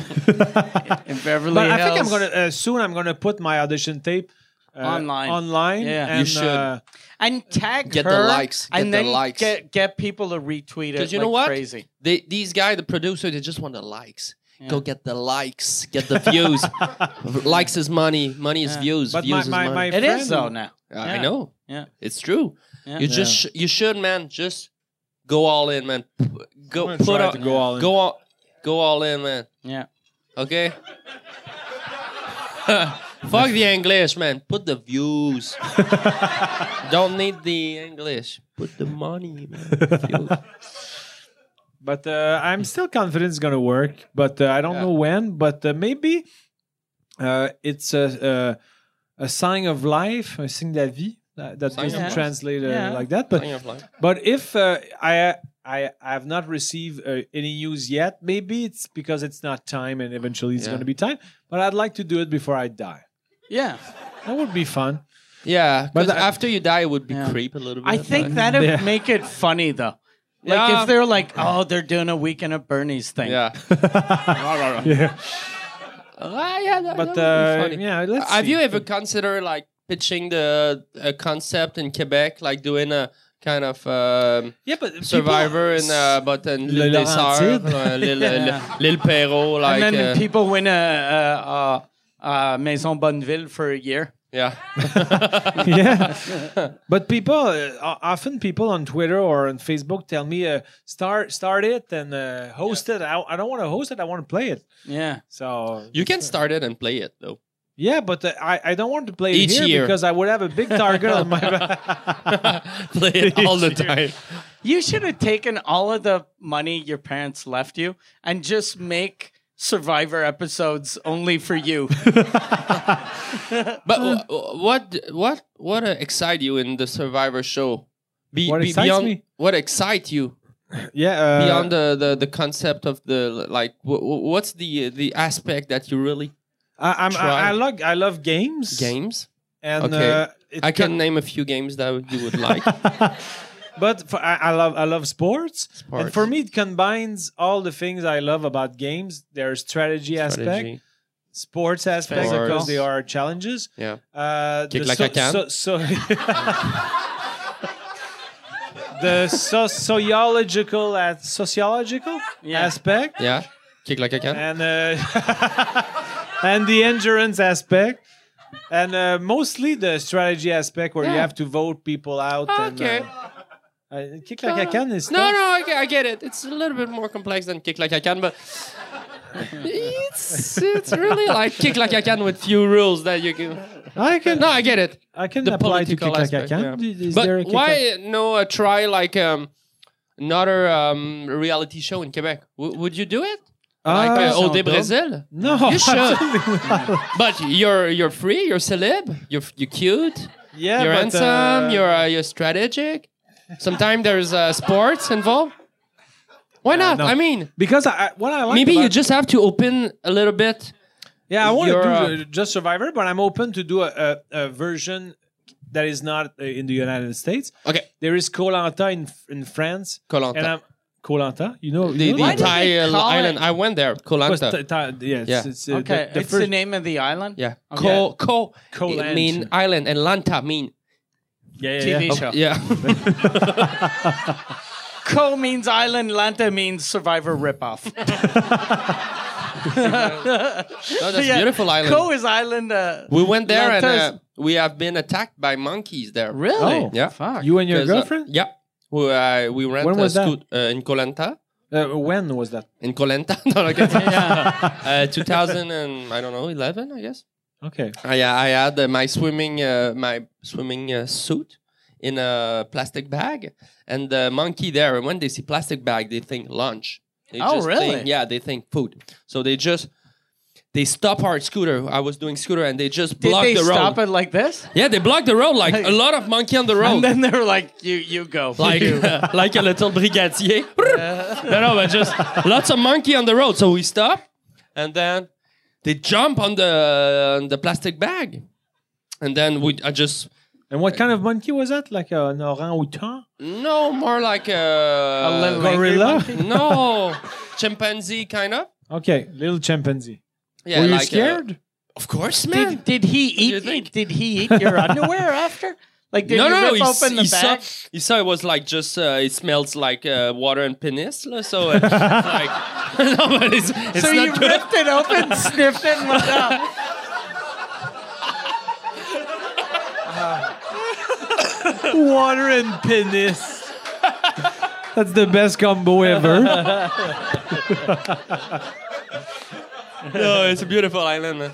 B: in Beverly
A: But I
B: Hills.
A: think I'm gonna uh, soon. I'm gonna put my audition tape uh,
B: Online.
A: Online,
B: Yeah.
A: and,
C: You should.
A: uh,
B: and tag
C: Get the
B: her
C: likes, get
B: and
C: the
B: then
C: likes.
B: get get people to retweet it
C: Because you
B: like
C: know what?
B: crazy.
C: They, these guys, the producer, they just want the likes. Go get the likes, get the views. likes is money, money is views,
A: But my-
C: views
A: my-
C: is
A: my
C: money.
B: It
A: friend-
B: is though now.
C: I I
B: yeah.
C: know.
B: Yeah.
C: It's true.
B: Yeah.
C: You just sh- you should, man. Just go all in, man. P- Go
A: gonna
C: put
A: try
C: on,
A: to go all in.
C: Go all, go all in, man.
B: Yeah.
C: Okay. (laughs) Fuck the English, man. Put
A: (laughs)
C: the views. Don't need the English. Put the money, man.
A: (laughs)
C: Views.
A: (laughs) but uh, I'm still confident it's gonna work. But uh, I don't
C: Yeah.
A: know when. But uh, maybe uh, it's a, a a sign of life, a signe de la vie. uh, That, that
C: Sign of
A: doesn't
C: life.
A: translate uh,
B: Yeah.
A: like that. But
C: Sign of life.
A: But if uh, I I I have not received uh, any news yet, maybe it's because it's not time, and eventually it's
C: Yeah.
A: going to be time. But I'd like to do it before I die.
B: Yeah.
A: That would be fun.
C: Yeah,
A: But
C: but
A: I-
C: after you die, it would be
B: Yeah.
C: creep a little bit.
B: I think
C: like-
B: that'd
A: Yeah.
B: make it funny though. Like
C: Yeah.
B: if they're like, oh, they're doing a weekend at Bernie's thing.
C: (laughs) Yeah. (laughs)
A: Yeah.
C: Ah, yeah, that,
A: But
C: that
A: uh,
C: would be funny.
A: yeah, let's.
C: Have
A: see.
C: you ever considered like pitching the a concept in Quebec, like doing a kind of um,
A: Yeah, but people-
C: survivor in
A: (laughs)
C: uh, but in
A: Le
C: l'île des Sœurs,
A: Laurentides. (laughs)
C: uh, l'île
B: Yeah.
C: l'île Perrault,
B: and
C: like
B: then
C: uh,
B: people win a, a, a, a Maison Bonneville for a year.
A: (laughs)
C: yeah,
A: yeah, (laughs) but people uh, o- often people on Twitter or on Facebook tell me uh, start start it and uh, host it. I, I don't want to host it. I want to play it.
B: Yeah.
A: So
C: you can start it and play it though. (laughs)
A: yeah, but uh, I I don't want to play
C: Each
A: it here
C: year.
A: because I would have a big target on my back.
C: (laughs)
A: (laughs)
C: play it all the time.
B: You should have taken all of the money your parents left you and just make Survivor episodes only for
C: (laughs)
B: you.
C: But wh- wh- what what what uh, excite you in the Survivor show? Be,
A: What excites
C: beyond,
A: me?
C: What excites you
A: Yeah, uh,
C: beyond the, the, the concept of the like? wh- wh- what's the the aspect that you really
A: I, I'm,
C: Try.
A: I, I love I love games.
C: games?
A: And
C: Okay.
A: uh, it
C: I can name a few games that you
A: (laughs)
C: would like.
A: But for, I, I love I love sports. And
C: Sports.
A: for me, it combines all the things I love about games. Their strategy, aspect,
C: Strategy.
A: sports aspect,
C: Sports.
A: because they are challenges.
C: Yeah.
A: Uh,
C: Kick
A: the
C: like
A: so,
C: I can.
A: So, so (laughs) the so, sociological at sociological
B: Yeah.
A: aspect
C: Yeah. Kick like I can.
A: and uh, (laughs) and the endurance aspect, and uh, mostly the strategy aspect where you
C: Yeah. Oh,
A: have to vote people out.
C: Okay.
A: And, uh, uh, kick like a can is
C: No,
A: tough.
C: no, I, get- I get it. It's a little bit more complex than kick like a can, but it's it's really like kick like a can with few rules that you can.
A: I can
C: No, I get it.
A: I can
C: The
A: apply to kick
C: political
A: like a
C: aspect,
A: can.
C: yeah.
A: Is there a
C: But
A: kick
C: why no uh, try like um, another um, reality show in Quebec? W- would you do it?
A: like-
C: like
A: Ah,
C: uh, Odé
A: no.
C: Brésil?
A: No,
C: (laughs) You should.
A: absolutely not.
C: But you're you're free. You're celeb. You're f- you're cute.
A: Yeah,
C: you're
A: but,
C: handsome.
A: uh,
C: you're uh, you're strategic. Sometimes there's uh, sports involved. Why not?
A: no.
C: I mean,
A: because I, I- what I like
C: maybe
A: about-
C: you just have to open a little bit.
A: yeah I want to
C: you're,
A: do
C: uh,
A: uh, just Survivor, but I'm open to do a, a, a version that is not uh, in the United States.
C: Okay,
A: There is Colanta in in France, and
C: Colanta.
A: I'm Colanta. You know,
C: The,
A: you
C: the
A: know
B: Why do
A: that?
C: Thai
B: they
C: uh,
B: call
C: island.
B: it-
C: I went there.
A: Because
C: Colanta.
A: ta- ta- yes,
C: Yeah.
A: it's, uh, the-
B: Okay,
A: the
B: it's the
A: first-
B: name of the island.
C: yeah.
B: Okay.
C: Co co
A: Koh-Lanta.
C: it mean island and lanta mean
A: Yeah, yeah,
B: TV
A: yeah.
B: show.
C: yeah.
B: Co means island. Lanta means survivor
C: Mm. (laughs)
B: ripoff.
C: (laughs) no,
A: (laughs)
C: that's
B: Yeah,
C: beautiful island.
B: Co is island. Uh,
C: we went there and
B: Lanta's-
C: uh, we have been attacked by monkeys there.
B: really?
A: Oh.
C: Yeah.
B: Fuck.
A: You and your
C: 'Cause, uh,
A: girlfriend?
C: yeah. We uh, we rent
A: When
C: a
A: was that?
C: scoot uh, in Colanta.
A: Uh, when was that?
C: In Colenta, (laughs) no, no, okay. uh, 2000 and I don't know, 11, I guess.
A: Okay.
C: I, I had uh, my swimming uh, my swimming uh, suit in a plastic bag, and the monkey there. When they see plastic bag, they think lunch. They
B: Oh,
C: just
B: really?
C: Think, yeah, they think food. So they just they stop our scooter. I was doing scooter, and they just
B: Did
C: block
B: they
C: the road. Oh.
B: stop it like this?
C: Yeah, they block the road
B: (laughs)
C: like a lot of monkey on the road.
B: And then they were like, "You, you go."
C: (laughs) like
B: you.
C: like a little
B: (laughs)
C: brigadier. no, no, but just lots of monkey on the road. So we stop, and then they jump on the on the plastic bag, and then we I just
A: And
C: Uh,
A: what kind of monkey was that? Like an orang-outan?
C: no more like a,
B: A (laughs) little angry
A: Gorilla?
B: monkey?
C: no chimpanzee kind of.
A: Okay, little chimpanzee.
C: Yeah,
A: Were you
C: like a-
A: scared?
C: of course, man.
B: Did, did he
C: You
B: eat?
C: think?
B: Did he eat
C: (laughs)
B: your underwear after? Like, did
C: no,
B: you
C: no, no.
B: rip
C: He, s-
B: open the
C: he saw,
B: bag?
C: he saw it was like just uh, it smells like uh, water and penis. là, So
B: (laughs)
C: uh, like (laughs) no, but it's, it's
B: so
C: not
B: you
C: good.
B: ripped it open, sniffed it, and went
C: (laughs)
B: out.
A: Water and penis. (laughs) That's the best combo
C: (laughs)
A: ever.
C: No, it's a beautiful island, man.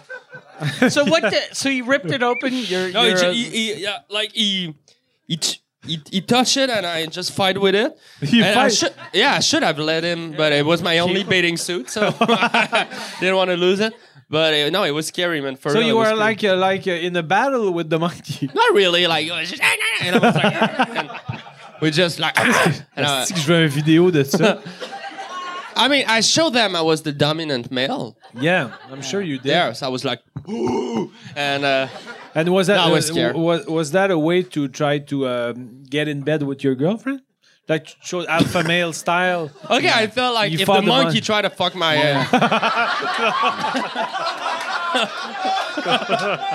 B: So what? Did, so you ripped it open. You're,
C: No, he,
B: you're
C: ju-
B: a-
C: he, he, yeah, like he, he, ch- he, he touched it, and I just fight with it.
A: (laughs) You
C: And I
A: fight?
C: should, yeah, I should have let him, but it was my only bathing
A: (laughs)
C: suit, so (laughs) didn't want to lose it. But uh, no, it was scary, man. For
A: so
C: real, it
A: you
C: was
A: were like
C: scary.
A: uh, like uh, in a battle with the
C: (laughs)
A: monkey.
C: not really, like it was just, and I was like, (laughs) and we just like. (laughs)
A: (laughs)
C: and I,
A: Si que je veux une vidéo de
C: (laughs)
A: ça.
C: I mean, I showed them I was the dominant male
A: yeah, I'm sure you did.
C: there, so I was like, (gasps) ooh, and uh,
A: And was that
C: No, I was
A: uh,
C: scared.
A: was was that a way to try to um, get in bed with your girlfriend? Like show alpha male style.
C: okay, I felt like
A: You
C: if
A: fought
C: the
A: the mon-
C: monkey tried to fuck my. Uh,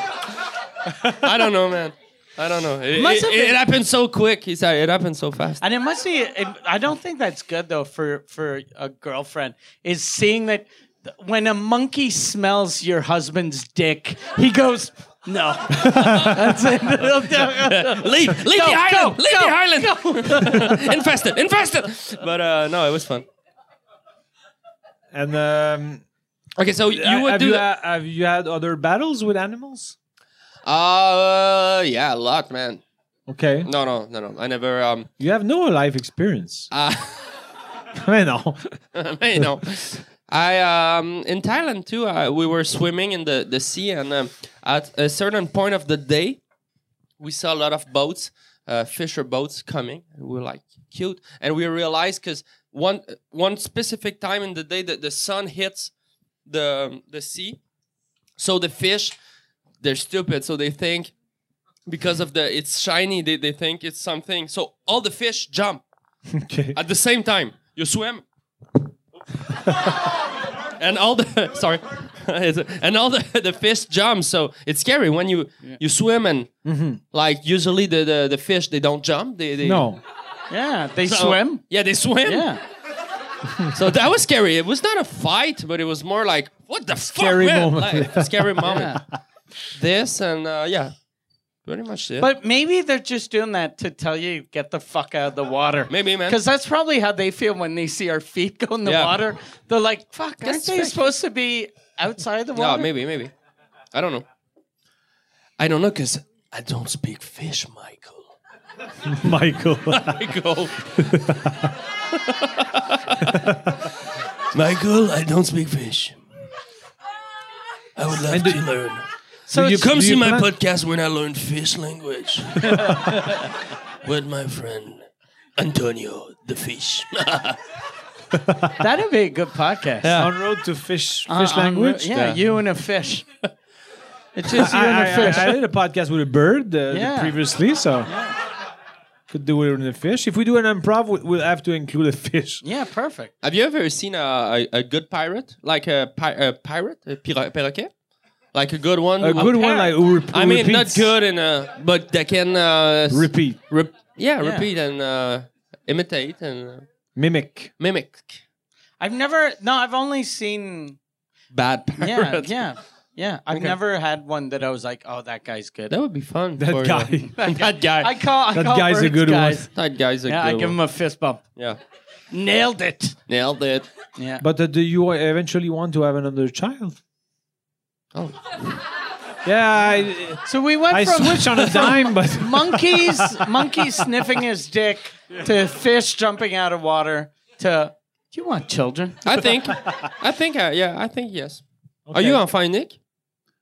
C: I don't know, man. I don't know. It,
B: Must have
C: it- it
B: been-
C: happened so quick. He said it happened so fast.
B: And it must be. It, I don't think that's good though for for a girlfriend is seeing that th- when a monkey smells your husband's dick, he goes. No, (laughs) that's it.
C: (laughs) leave, leave
B: Go,
C: the island,
B: go,
C: leave
B: go,
C: the island. (laughs) infested, infested. But uh, no, it was fun.
A: And um,
C: Okay, so you
A: Uh,
C: would
A: have
C: do
A: you
C: that?
A: ha- have you had other battles with animals?
C: Uh, yeah, a lot, man.
A: Okay,
C: No, no, no, no. I never. Um,
A: you have no life experience. (laughs)
C: uh, (laughs)
A: Mais non.
C: you know. I um in Thailand too. Uh, we were swimming in the the sea, and um, at a certain point of the day, we saw a lot of boats, uh, fisher boats coming. And we were like cute, and we realized because one one specific time in the day that the sun hits the the sea, so the fish they're stupid, so they think because of the it's shiny, they they think it's something. So all the fish jump
A: Okay.
C: at the same time you swim and all the (laughs) sorry It's- and all the, the fish jump so it's scary when you you swim and like usually the, the the fish they don't jump they, they
A: Mm-hmm. No. (laughs)
B: Yeah, they
C: So-
B: swim.
C: yeah they swim
B: Yeah,
C: (laughs) so that was scary. It was not a fight, but it was more like, what the
A: Scary
C: fuck? man?
A: moment.
C: Like,
A: (laughs)
C: scary moment. This and uh, yeah, pretty much it.
B: But maybe they're just doing that to tell you get the fuck out of the water.
C: Maybe, man.
B: Because that's probably how they feel when they see our feet go in the
C: Yeah.
B: water. They're like, fuck, aren't
C: Guess
B: they
C: fake.
B: supposed to be outside the
C: Yeah,
B: water?
C: maybe, maybe. I don't know. I don't know because I don't speak fish, Michael. (laughs)
A: Michael.
C: Michael. Michael, I don't speak fish. I would love
A: do-
C: to learn.
B: So
A: Do
B: it's-
A: you-
C: Come see my
A: plan-
C: podcast when I learn fish (laughs) language with my friend Antonio the fish.
B: that'd be a good podcast.
A: on road to fish fish
B: Uh, on-
A: language.
B: yeah,
C: Yeah.
B: you and a fish. It's just you
A: I,
B: and a
A: I- I-
B: fish.
A: I did a podcast with a bird uh, the
B: Yeah.
A: previously, so could do it with a fish. If we do an improv, we- we'll have to include a fish.
B: yeah, perfect.
C: (laughs) Have you ever seen a, a, a good pirate, like a, pi- a pirate, a pira- perroquet, like a good one?
A: A good one, like who rep-
C: I mean, not
A: repeats-
C: good in a, but they can uh, s-
A: Repeat,
C: rep- yeah,
B: Yeah.
C: repeat and uh, imitate and uh,
A: mimic.
C: mimic.
B: I've never, no, I've only seen,
C: Bad
B: yeah,
C: pirate.
B: yeah, yeah. I've never had one that I was like, oh, that guy's good. (laughs)
C: That would be fun.
A: That
C: for, uh,
A: guy.
C: that guy.
B: I call, I
A: That
B: call
A: guy's a
B: birds
A: good one.
B: guys.
C: that guy's a
B: Yeah,
C: good
B: I give
C: one.
B: him a fist bump.
C: Yeah,
B: Nailed it.
C: nailed it.
B: Yeah.
A: (laughs) But uh, do you eventually want to have another child?
C: Oh.
A: Yeah, I,
B: So we went
A: I (laughs)
B: from
A: switch on a dime, but
B: monkeys, monkeys sniffing his dick to fish jumping out of water to do you want children?
C: I think, I think, uh, yeah, I think yes. Are you on fine, Nick?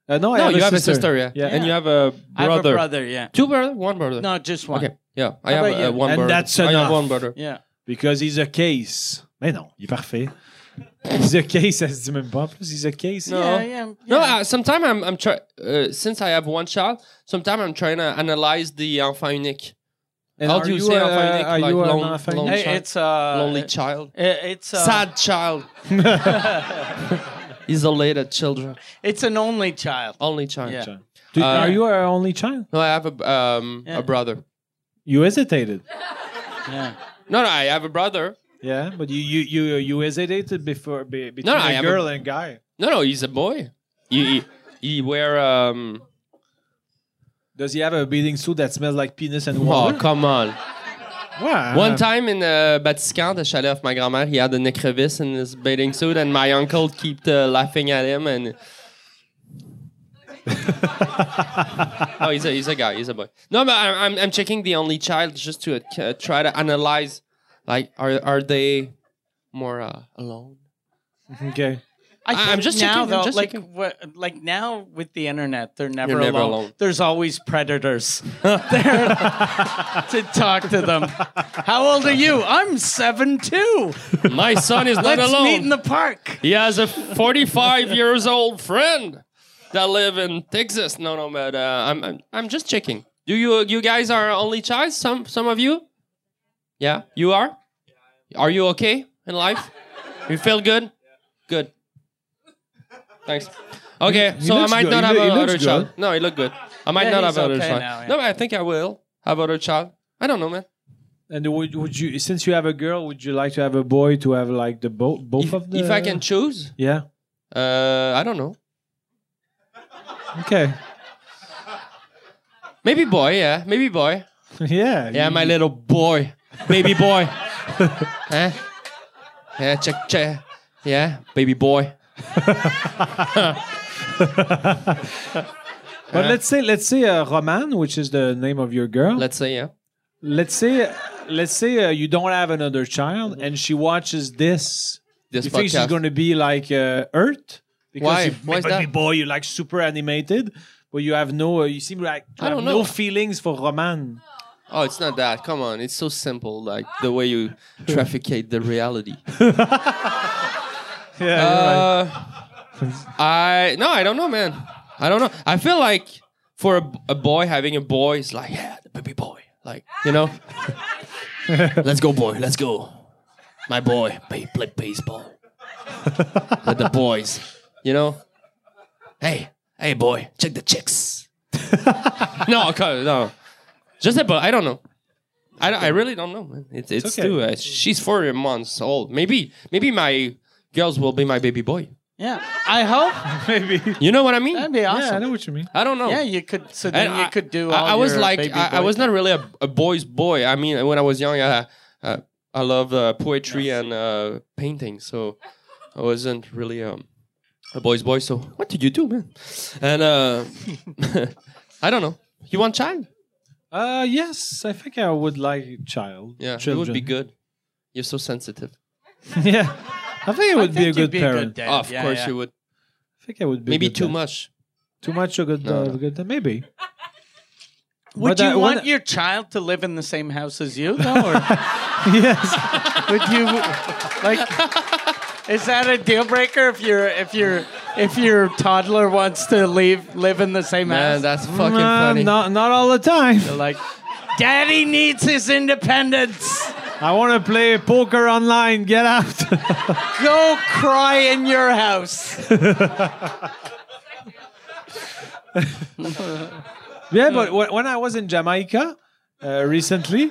A: Uh, no, I
C: no,
A: have
C: you
A: a
C: have
A: sister.
C: a sister, yeah.
A: Yeah.
C: and you have a brother.
B: I have a brother, yeah.
C: Two brother, one brother.
B: No, just one.
C: Okay. Yeah, I have
B: about
C: uh,
B: you?
C: one
A: And
C: brother.
A: that's
C: I
A: enough.
C: have one brother.
B: Yeah.
A: Because he's a case. Mais non, il est parfait. He's a case, elle se dit même pas. En plus, he's a case.
C: No.
B: Yeah, yeah.
C: No,
B: yeah.
C: uh, sometimes I'm, I'm try- uh, since I have one child, sometimes I'm trying to analyze the uh, enfant unique.
A: And
C: How
A: are
C: do you
A: you
C: say
A: a-
C: enfant unique?
A: are
C: like
A: you an
C: lone-
A: enfant
C: lone
A: unique?
B: Hey,
C: child?
B: it's uh
C: lonely child,
B: it- it's uh,
C: sad (laughs) child, isolated children,
B: It's an only child.
C: only child.
B: Yeah.
A: Do-
C: Uh,
A: are you our only child?
C: No, I have a um,
B: Yeah.
C: a brother.
A: You hesitated.
B: Yeah.
C: No, no, I have a brother.
A: Yeah, but you you you you hesitated before be, between
C: I
A: a
C: have
A: girl and guy.
C: No, no, he's a boy. He he, he wear um.
A: Does he have a bathing suit that smells like penis and
C: Oh
A: water?
C: come on!
A: Wow.
B: Uh-huh.
C: One time in uh, Batiscan, the chalet of my grandmother, he had an crevice in his bathing suit, and my uncle kept uh, laughing at him.
B: (laughs)
C: And oh, he's a he's a guy, he's a boy. No, but I'm I'm, I'm checking the only child just to uh, try to analyze, like, are are they more uh,
B: (laughs)
C: alone?
A: Okay.
B: I
C: I'm
B: think
C: just
B: now
C: checking, I'm
B: though,
C: just
B: like
C: checking.
B: what- like now with the internet, they're never,
C: You're never
B: alone.
C: alone.
B: There's always predators (laughs) there to talk to them. How old are you? I'm seven two.
C: My son is not
B: Let's meet in
C: alone.
B: the park.
C: He has a 45 years old friend that live in Texas. No, no, but uh, I'm, I'm I'm just checking. Do you you guys are only child? Some some of you? Yeah, you are. Are you okay in life? You feel good? Good. Thanks. Okay, so I
A: looks
C: might
A: good.
C: not
A: He
C: have
A: loo- he
C: another
A: looks
C: child.
A: good.
C: No, he look good. I might
B: Yeah,
C: not
B: he's
C: have another
B: okay
C: child.
B: now, yeah.
C: No, but I think I will have other child. I don't know, man.
A: And would, would you since you have a girl, would you like to have a boy to have like the both both
C: If,
A: of the
C: if I can choose,
A: Yeah.
C: uh, I don't know.
A: Okay. (laughs)
C: Maybe boy, yeah. Maybe boy.
A: yeah.
C: Yeah,
A: you-
C: my little boy, baby
A: (laughs)
C: boy. huh? Yeah, check, check. Yeah, baby boy.
A: But let's say let's say uh, Roman, which is the name of your girl.
C: Let's say, yeah.
A: Let's say let's say uh, you don't have another child and she watches this.
C: This
A: you think she's
C: podcast.
A: going to be like uh, hurt? Because
C: Why?
A: You,
C: Why is
A: but
C: that?
A: me boy, you like super animated, but you have no. Uh, you seem like to
C: I
A: have
C: don't
A: no
C: know.
A: feelings for Roman.
C: Oh, it's not that. Come on, it's so simple. Like the way you
A: (laughs)
C: trafficate the reality.
A: Yeah.
C: Uh, I no, I don't know, man. I don't know. I feel like for a, a boy having a boy is like yeah, the baby boy. Like you
A: (laughs)
C: know, let's go, boy. Let's go, my boy. Play, play baseball with the boys. You know, hey, hey, boy, (laughs) check the chicks. no, okay, no, just a boy. I don't know. I, don't, I really don't know. man. It's it's,
A: It's okay.
C: too. Uh, she's four months old. Maybe maybe my girls will be my baby boy.
B: Yeah, I hope
C: (laughs)
A: Maybe.
C: You know what I mean?
B: that'd be
A: Yeah, I
B: awesome.
A: know what you mean.
C: I don't know.
B: Yeah, you could. So
C: And
B: then you
C: I-
B: could do.
C: I,
B: all
C: I was
B: your
C: like,
B: baby
C: I, I
B: boy
C: was not really a, a boy's boy. I mean, when I was young, I, I, I love uh, poetry and uh, painting, so I wasn't really um, a boy's boy. So what did you do, man? And uh, (laughs) I don't know. You want child?
A: Uh, yes, I think I would like child.
C: Yeah,
A: children.
C: it would be good. You're so sensitive.
A: (laughs) yeah, I think it
B: I
A: would be a
B: think you'd
A: good parent.
B: dad,
C: of
B: yeah,
C: course
B: yeah.
C: you would.
A: I think I would be. a
C: Maybe
A: good
C: too
A: dad.
C: much.
A: Too much a good,
C: No,
A: uh,
C: no.
A: good dad. Maybe.
C: (laughs)
A: (laughs)
B: Would
A: But I
B: you want
A: wanna-
B: your child to live in the same house as you,
C: (laughs)
B: though? Or
A: yes.
B: would you like? Is that a deal breaker if your if your if your toddler wants to leave live in the same
C: Man,
B: house?
C: that's fucking
A: Uh,
C: funny.
A: Not not all the time.
B: They're like, Daddy needs his independence.
A: I want to play poker online. Get out. (laughs)
B: Go cry in your house.
A: yeah, but wh- when I was in Jamaica uh, recently,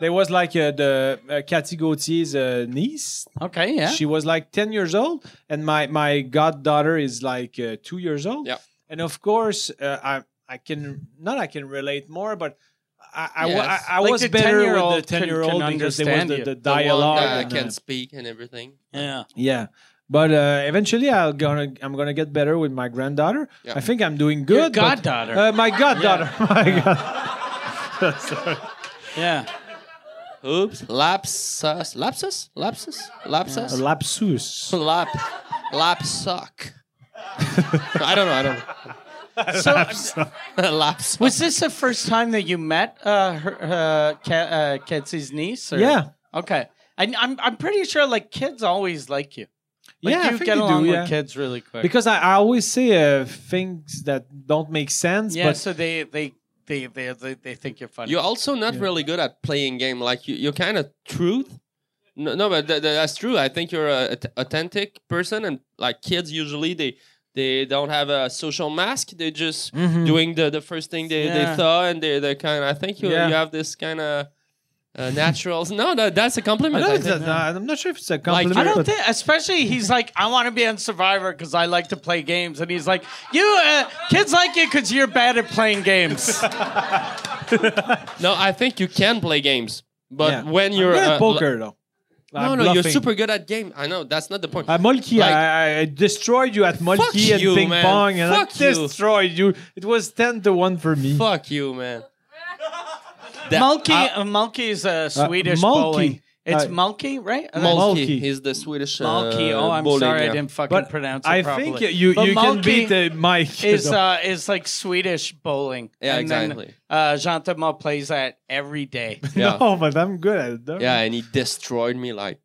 A: there was like uh, the uh, Cathy Gautier's uh, niece.
B: Okay, yeah.
A: She was like 10 years old, and my, my goddaughter is like uh, two years old.
C: Yeah.
A: And of course, uh, I I can not I can relate more, but I I, wa-
C: Yes.
A: I, I
B: Like
A: was
B: the
A: better with the
B: 10-year-old can-
A: 10 year old
B: can
A: because there was
B: understand
A: the,
B: you.
A: the
C: The one
A: dialogue.
C: that
A: and,
C: can
A: uh,
C: speak and everything.
B: yeah.
A: yeah. But uh, eventually, I'll gonna I'm gonna get better with my granddaughter.
C: Yeah.
A: I think I'm doing
B: Your
A: good. but-
B: goddaughter.
A: Uh, my goddaughter.
B: (laughs)
A: (laughs) my god.
B: yeah.
C: Oops. Lapsus. Lapsus? Lapsus? Lapsus?
A: Lapsus.
C: Lap, lap suck. (laughs) I don't know. I don't
B: (laughs) So,
C: know. (laughs) lap suck.
B: was this the first time that you met uh, her, uh, Ka- uh, Ketsy's niece? Or?
A: Yeah.
B: Okay. And I'm I'm pretty sure like kids always like you. Like,
A: yeah, I
B: you
A: think
B: get
A: they
B: along
A: do,
B: with
A: yeah.
B: kids really quick.
A: Because I, I always say uh, things that don't make sense,
B: yeah,
A: but
B: so they they, they they they they think you're funny.
C: You're also not
A: Yeah.
C: really good at playing game. Like you, you're kind of truth. No, no, but th- th- that's true. I think you're a aut- authentic person, and like kids usually they they don't have a social mask. They're just
A: Mhm.
C: doing the, the first thing they,
B: Yeah.
C: they thought, and they they kind of. I think you
A: Yeah.
C: you have this kind of uh, natural. no, that, that's a
A: I
C: compliment.
A: don't
C: I
A: know if
C: think.
A: that- I'm not sure if it's a
C: Like,
A: compliment.
B: I don't
A: but-
B: think, especially he's like, I want to be on Survivor because I like to play games, and he's like, you uh, kids like you because you're bad at playing
C: (laughs)
B: games.
C: No, I think you can play games, but
A: Yeah.
C: when
A: I'm
C: you're
A: good at
C: uh,
A: poker, though.
C: No,
A: I'm
C: no, you're
A: bluffing.
C: super good at game. I know that's not the point.
A: At Mulkey,
C: Like-
A: I, I destroyed you at Mulkey and
C: you,
A: ping
C: man.
A: pong, and
C: Fuck
A: I
C: you.
A: destroyed you. It was ten to one for me.
C: Fuck you, man. That-
B: Mulkey,
C: I-
B: uh, Mulkey is a Swedish
A: Mulkey.
B: bowling. It's
A: Uh,
B: Mulkey, right? Uh,
C: Mulkey.
A: Mulkey.
C: He's the Swedish. Uh,
B: Mulkey. Oh, I'm
C: bowling,
B: sorry,
C: yeah.
B: I didn't fucking
A: But
B: pronounce it
A: I
B: properly.
A: think you
B: But
A: you can
B: Mulkey
A: beat uh, Mike.
B: Is
A: though.
B: uh is like Swedish bowling.
C: Yeah,
B: and then,
C: exactly.
B: uh, Jean Thomas plays that every (laughs) day.
C: yeah.
A: (laughs) (laughs) No, but I'm good at it. though.
C: yeah, and he destroyed me like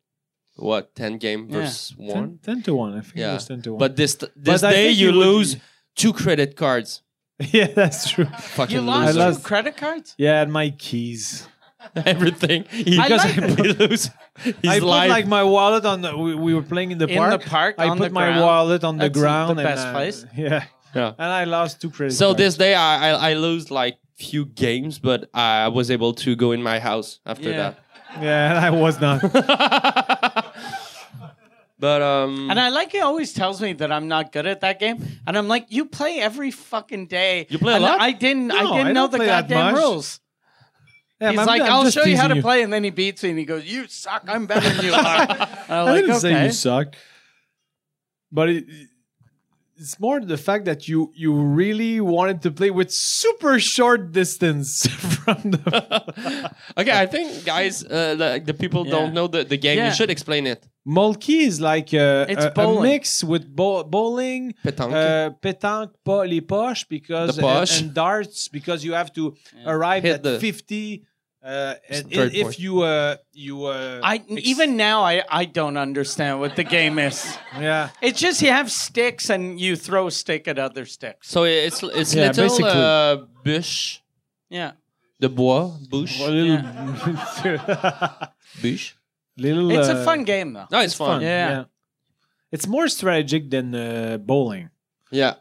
C: what ten game versus
A: Ten,
C: one.
A: 10 to one. I think it
C: Yeah,
A: was ten to one.
C: but this this
A: I
C: day
A: think
C: you
A: he would-
C: lose two credit cards.
A: (laughs) yeah, that's true.
C: Fucking
B: You lost,
A: I lost-
B: two credit cards.
A: Yeah, and my keys.
C: (laughs) loser. everything. (laughs) He,
B: I
C: because
B: like-
C: I lose. His
A: I put
C: life.
A: like my wallet on. The, we, we were playing in the
B: In
A: park.
B: the park,
A: I
B: on
A: put
B: the
A: my
B: ground.
A: wallet on the
B: That's the
A: ground.
B: best
A: and, uh,
B: place.
A: (laughs) Yeah,
C: Yeah.
A: and I lost two credit.
C: So
A: cards.
C: this day I, I I lose like few games, but I was able to go in my house after
B: Yeah.
C: that.
A: yeah, and I was not.
C: But um,
B: And I like he always tells me that I'm not good at that game, and I'm like, you play every fucking day.
C: You play a
B: And
C: lot?
B: I didn't. I
A: No,
B: didn't
A: I
B: know
A: don't
B: the
A: play that
B: goddamn
A: much.
B: rules.
A: Yeah,
B: He's
A: I'm-
B: like,
A: I'm
B: I'll
A: just
B: show you how
A: teasing
B: to play, and then he beats me, and he goes, "You suck. I'm better
A: (laughs)
B: than you are." And I'm
A: I
B: like,
A: didn't say
B: okay.
A: you sucked, but it, it's more the fact that you you really wanted to play with super short distance (laughs) from the (laughs)
C: (laughs) okay, I think guys, uh, like the people
B: Yeah.
C: don't know the, the game.
B: Yeah.
C: You should explain it.
A: Molki is like a,
B: It's
A: a- a
B: bowling.
A: mix with bo- bowling,
C: Pétanque.
A: uh, pétanque, po- les poches because
C: The poche.
A: And, and darts because you have to arrive
C: Hit
A: at
C: the-
A: fifty. Uh, and i-
C: Third
A: if
C: point.
A: you uh, you uh,
B: I even now I I don't understand what the game is.
A: yeah
B: It's just you have sticks and you throw stick at other sticks.
C: So it's it's
A: Yeah,
C: little
A: basically.
C: uh, bûche
B: Yeah.
C: de bois, bûche,
A: little, (laughs)
C: bûche.
A: little
B: It's a
A: uh,
B: fun game though.
C: No, it's, fun.
A: fun.
B: Yeah.
A: It's more strategic than uh, bowling
C: Yeah,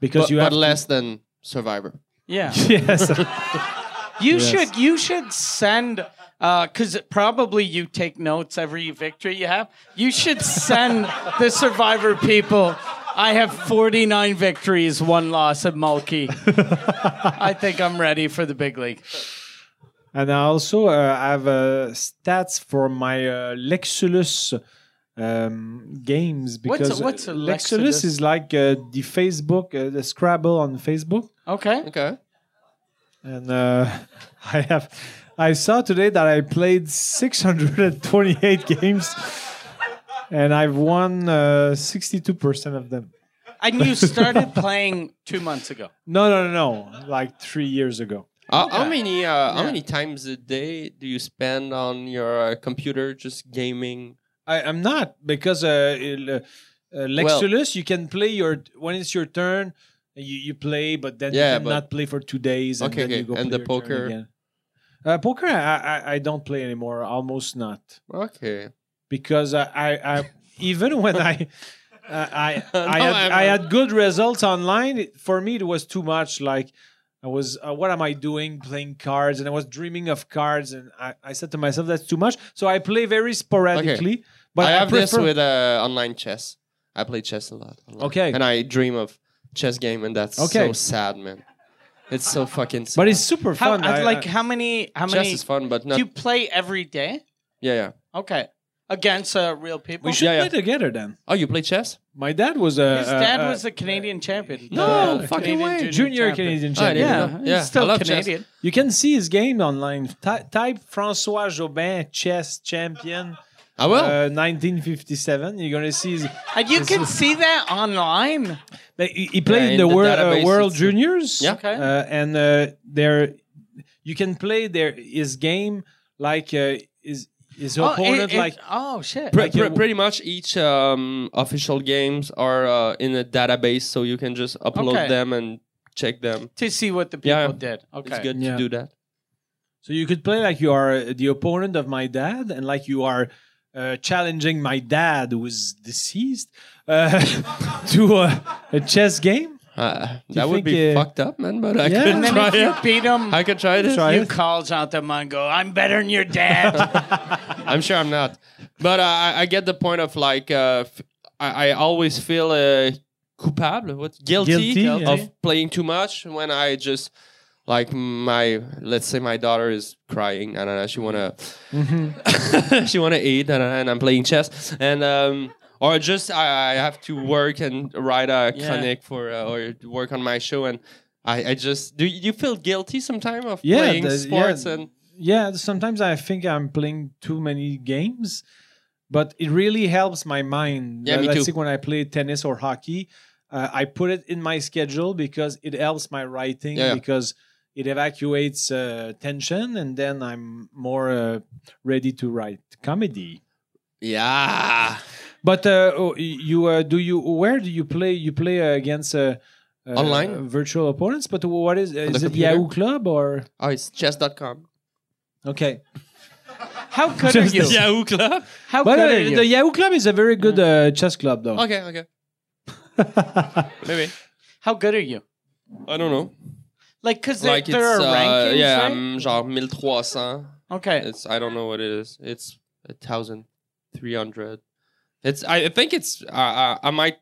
A: because
C: but,
A: you
C: but
A: have to-
C: less than Survivor.
B: Yeah.
A: (laughs) yes. (laughs)
B: You
A: Yes.
B: should you should send because probably you take notes every victory you have. You should send the survivor people. I have 49 victories, one loss at Mulkey. I think I'm ready for the big league.
A: And I also uh, have uh, stats for my uh, Lexulus um, games
B: What's
A: because
B: a- what's a
A: uh, Lexulus
B: Lexulus?
A: is like uh, the Facebook, uh, the Scrabble on Facebook.
B: Okay.
C: Okay.
A: And uh, (laughs) I have, I saw today that I played 628 (laughs) games, and I've won uh, 62% of them.
B: And you started playing two months ago.
A: No, no, no, no, like three years ago.
C: How, how many uh, how many times a day do you spend on your uh, computer just gaming?
A: I, I'm not because uh, il- uh, Lexulus, you can play your when it's your turn, you, you play, but then
C: Yeah,
A: you
C: but-
A: cannot play for two days. And
C: Okay,
A: then
C: okay.
A: You go
C: And
A: play
C: the
A: your turn
C: poker?
A: again. Uh, poker, I, I I don't play anymore. Almost not
C: Okay.
A: because I I, I even when
C: (laughs)
A: I. Uh, I
C: No,
A: I, had,
C: I'm-
A: I had good results online. It- For me, it was too much. Like I was, uh, what am I doing? Playing cards, and I was dreaming of cards. And I, I said to myself, that's too much. So I play very sporadically. But
C: I have this
A: prefer-
C: with uh, online chess. I play chess a lot. online.
A: Okay.
C: And I dream of chess game, and that's
A: Okay.
C: so sad, man. It's so fucking. Sad.
A: But it's super
B: How,
A: fun.
B: I-
A: I- uh,
B: like
A: I-
B: how many? How
C: chess
B: many?
C: is fun, but
B: Do
C: not.
B: you play every day?
C: Yeah, yeah.
B: Okay. Against uh, real people.
A: we should
C: yeah, yeah.
A: play together then.
C: Oh, you play chess?
A: My dad was a uh,
B: His dad was a Canadian champion.
C: uh, No,
B: The
C: Oh, fucking way.
A: a junior
B: champion.
A: Canadian
C: Oh, I
A: champion.
C: didn't
B: Yeah,
C: know.
B: he's
C: yeah. I
B: still
C: love chess.
B: Canadian.
A: You can see his game online. Ty- type François Jobin chess champion
C: I will.
A: uh, 1957. You're gonna see. His,
B: And Uh, you can see that online.
A: like, he he played
C: in
A: in the,
C: the
A: world
C: database,
A: uh, World
C: it's-
A: Juniors.
C: Yeah.
B: Okay.
A: Uh, and uh, there, you can play their his game like uh, his his
B: Oh,
A: opponent
B: it- it-
A: like
B: oh shit.
C: Pre-
A: Like you-
C: pre- pretty much each um, official games are uh, in a database, so you can just upload
B: Okay.
C: them and check them.
B: to see what the people
C: Yeah.
B: did. Okay.
C: It's good
A: Yeah.
C: to do that.
A: So you could play like you are uh, the opponent of my dad, and like you are uh, challenging my dad, who is deceased, uh, (laughs) to uh, a chess game.
C: Uh,
A: you
C: that
A: think,
C: would
A: uh,
C: be fucked up, man. But I
A: Yeah.
C: could
B: And then
C: try
B: if you
C: it.
B: beat him,
C: I could try this.
A: Try
B: you
A: it.
B: call out the and go, I'm better than your dad.
C: I'm sure I'm not. But uh, I, I get the point of like, uh, f- I, I always feel uh, coupable, what? Guilty,
A: Guilty, yeah.
C: of playing too much when I just, like, my, let's say my daughter is crying. I don't know. She want to.
A: Mm-hmm.
C: (laughs) she want to eat and, and I'm playing chess and um or just I, I have to work and write a
B: Yeah.
C: clinic for uh, or work on my show and I, I just do you feel guilty sometimes of
A: Yeah,
C: playing
A: the-
C: sports
A: yeah.
C: and
A: Yeah, sometimes I think I'm playing too many games, but it really helps my mind.
C: Yeah, me
A: Let's
C: too.
A: say when I play tennis or hockey, uh, I put it in my schedule because it helps my writing
C: Yeah, yeah.
A: because it evacuates uh, tension, and then I'm more uh, ready to write comedy.
C: yeah
A: But uh, oh, you uh, do you where do you play? You play uh, against uh, uh,
C: Online?
A: virtual opponents. But what is
C: the
A: is it
C: computer?
A: Yahoo Club or
C: oh it's chess.com
A: okay?
B: How good are
A: Just-
C: (laughs)
B: you?
C: Yahoo Club
B: How
A: But
B: good
A: uh,
B: are you?
A: the Yahoo Club is a very good uh, chess club, though.
C: okay okay maybe
B: How good are you?
C: I don't know
B: Like, because there,
C: like
B: there are
C: it's uh,
B: rankings,
C: yeah
B: right?
C: I'm genre 1300
B: okay.
C: it's I don't know what it is it's a thousand three hundred it's I I think it's uh, uh, I might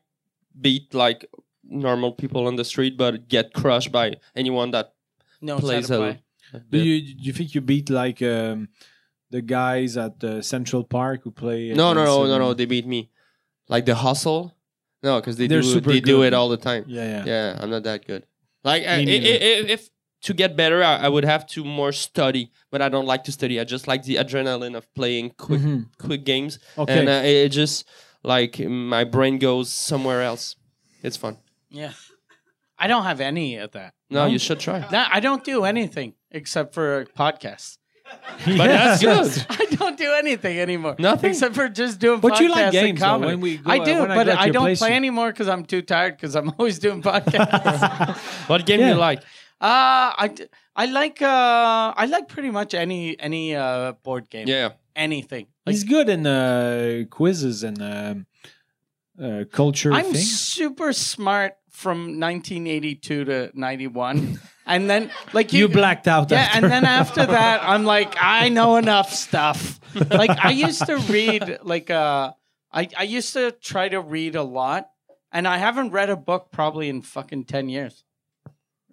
C: beat like normal people on the street but get crushed by anyone that
B: No, it's
C: plays
B: out of play.
C: a, a
A: Do
C: bit.
A: you do you think you beat like um, the guys at uh, Central Park who play?
C: no no
A: against,
C: no
A: uh,
C: no no they beat me like the hustle no because they
A: They're
C: do
A: super
C: they do
A: good.
C: it all the time
A: Yeah, yeah. (laughs)
C: yeah I'm not that good like I, i-
A: neither.
C: i- if to get better I, I would have to more study but I don't like to study I just like the adrenaline of playing quick
A: Mhm.
B: Mm-hmm.
C: quick games
A: Okay.
C: and uh, it it just like my brain goes somewhere else. It's fun.
B: Yeah. I don't have any of that.
C: No, you should
B: (laughs)
C: try.
B: No, I don't do anything except for podcasts.
C: But that's
A: (laughs)
C: good.
B: (laughs) I don't do anything anymore.
C: Nothing?
B: except for just doing.
A: But you like
B: podcasts and
A: games, though,
B: comedy.
A: when we go-
B: I do,
A: when I
B: but
A: go at
B: I
A: your
B: don't
A: place,
B: play
A: you-
B: anymore because I'm too tired because I'm (laughs) always doing
A: (laughs)
B: podcasts. uh,
C: What game
A: Yeah.
C: you like?
B: I, d- I like uh, I like pretty much any any uh, board game.
C: Yeah.
B: anything. Like,
A: He's good in uh, quizzes and um, uh, culture
B: I'm
A: things.
B: super smart from 1982 to 91. And then, like,
A: You blacked out
B: Yeah,
A: after.
B: and then
A: (laughs)
B: after that, I'm like, I know enough stuff. Like, I used to read, like, uh, I, I used to try to read a lot, and I haven't read a book probably in fucking 10 years.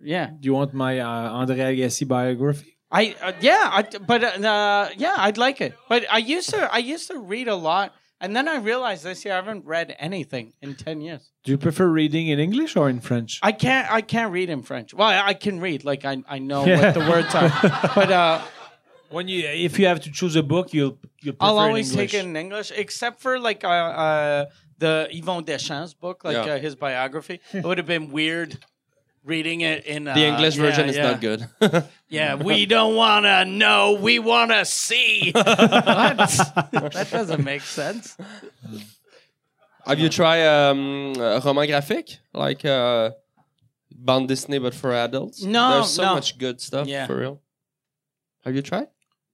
B: Yeah.
A: Do you want my uh, André Agassi biography?
B: I uh, yeah, I, but uh, yeah, I'd like it. But I used to I used to read a lot, and then I realized this year I haven't read anything in ten years.
A: Do you prefer reading in English or in French?
B: I can't I can't read in French. Well, I, I can read like I I know
A: Yeah.
B: what the words are, but uh,
A: When you, if you have to choose a book, you'll you'll prefer
B: I'll
A: in
B: always
A: English.
B: take it in English, except for like uh, uh, the Yvon Deschamps book, like
C: Yeah.
B: uh, his biography. It would have been weird reading it in uh,
C: The English
B: yeah,
C: version is
B: yeah.
C: not good. (laughs)
B: Yeah, we don't want to know. We want to
C: (laughs)
B: see. what?
A: (laughs)
B: That doesn't make sense.
C: Have you tried um, a roman graphic? Like uh, Bond Disney, but for adults?
B: No,
C: There's so
B: no.
C: much good stuff,
B: Yeah.
C: for real. Have you tried?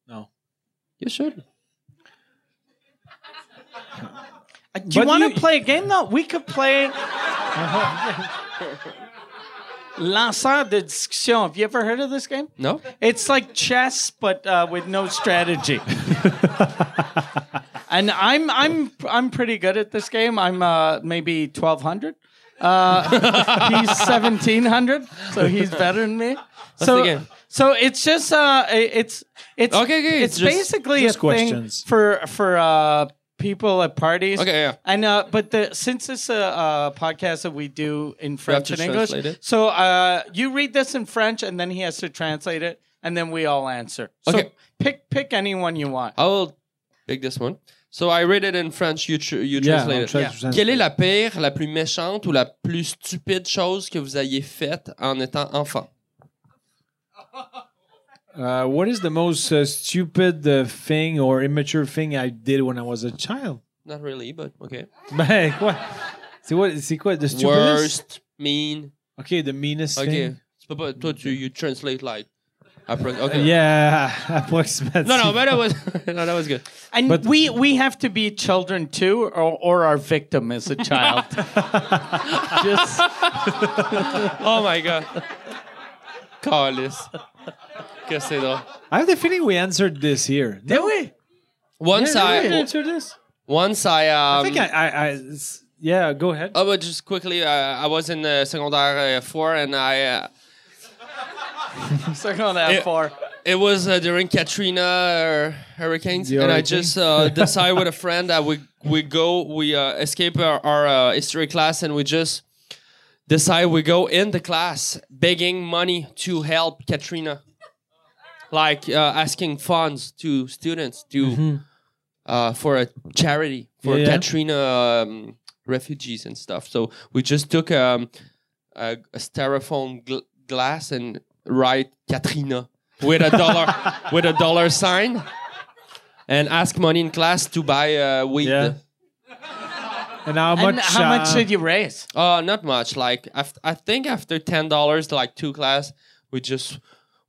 A: No.
C: You should.
B: Do you
A: But
B: want
A: you-
B: to play a game though? We could play.
C: (laughs)
B: Lanceur de discussion. Have you ever heard of this game?
C: No?
B: It's like chess, but uh, with no
C: (laughs)
B: strategy. and I'm I'm I'm pretty good at this game. I'm uh, maybe twelve hundred.
C: (laughs)
B: Uh, he's seventeen hundred, so he's better than me. so
C: the game?
B: so it's just uh, i- it's it's
C: Okay, okay,
B: It's,
C: it's just-
B: basically
A: just
B: a
A: questions.
B: thing for for uh, people at parties.
C: Okay, yeah.
B: And uh, but the since it's a uh, podcast that we do in French
C: to
B: and English,
C: translate it.
B: so uh, you read this in French, and then he has to translate it, and then we all answer. So
C: Okay. Uh,
B: pick pick anyone you want.
C: I will pick this one. So I read it in French, you, tr- you
A: Yeah,
C: translate
A: I'll
C: it.
A: try to
B: Yeah.
A: translate.
C: Quelle est la pire, la plus méchante ou la plus stupide chose que vous ayez faite en étant enfant?
A: Uh, what is the most uh, stupid uh, thing or immature thing I did when I was a child?
C: Not really, but okay.
A: Ben, quoi? C'est quoi, c'est quoi the stupidest?
C: Worst, mean.
A: Okay, the meanest
C: Ok.
A: thing.
C: Tu peux pas, toi, tu you translate like. appro- Okay.
A: Yeah, (laughs) approximately.
C: No, no, but that was, (laughs) no, that was good.
B: And
A: But-
B: we we have to be children too, or or our victim is a
C: (laughs)
B: child. (laughs) Just
C: Oh my god. Carlis. Que c'est drôle.
A: I have the feeling we answered this here.
B: did we?
C: Once
A: Yeah,
C: I,
A: did we answer this?
C: once I, um,
A: I think I, I, I it's- yeah, go ahead.
C: Oh, but just quickly, uh, I was in uh, secondary uh, four, and I uh,
B: Circle on that
C: Yeah.
B: four.
C: it was uh, during Katrina uh, hurricanes,
A: The
C: and I
A: hurricane?
C: just
A: (laughs)
C: uh, decided with a friend that we we go, we uh, escape our, our uh, history class, and we just decide we go in the class begging money to help Katrina, like uh, asking funds to students to uh, for a charity for
A: Mm-hmm. Yeah, yeah.
C: Katrina um, refugees and stuff. So we just took um, a, a styrofoam gl- glass and write Katrina with a dollar with a dollar sign and ask money in class to buy uh, weed.
A: Yeah. And how much?
B: And how much
A: uh,
B: did you raise?
C: Uh, not much. Like af- I think after ten dollars, like two class, we just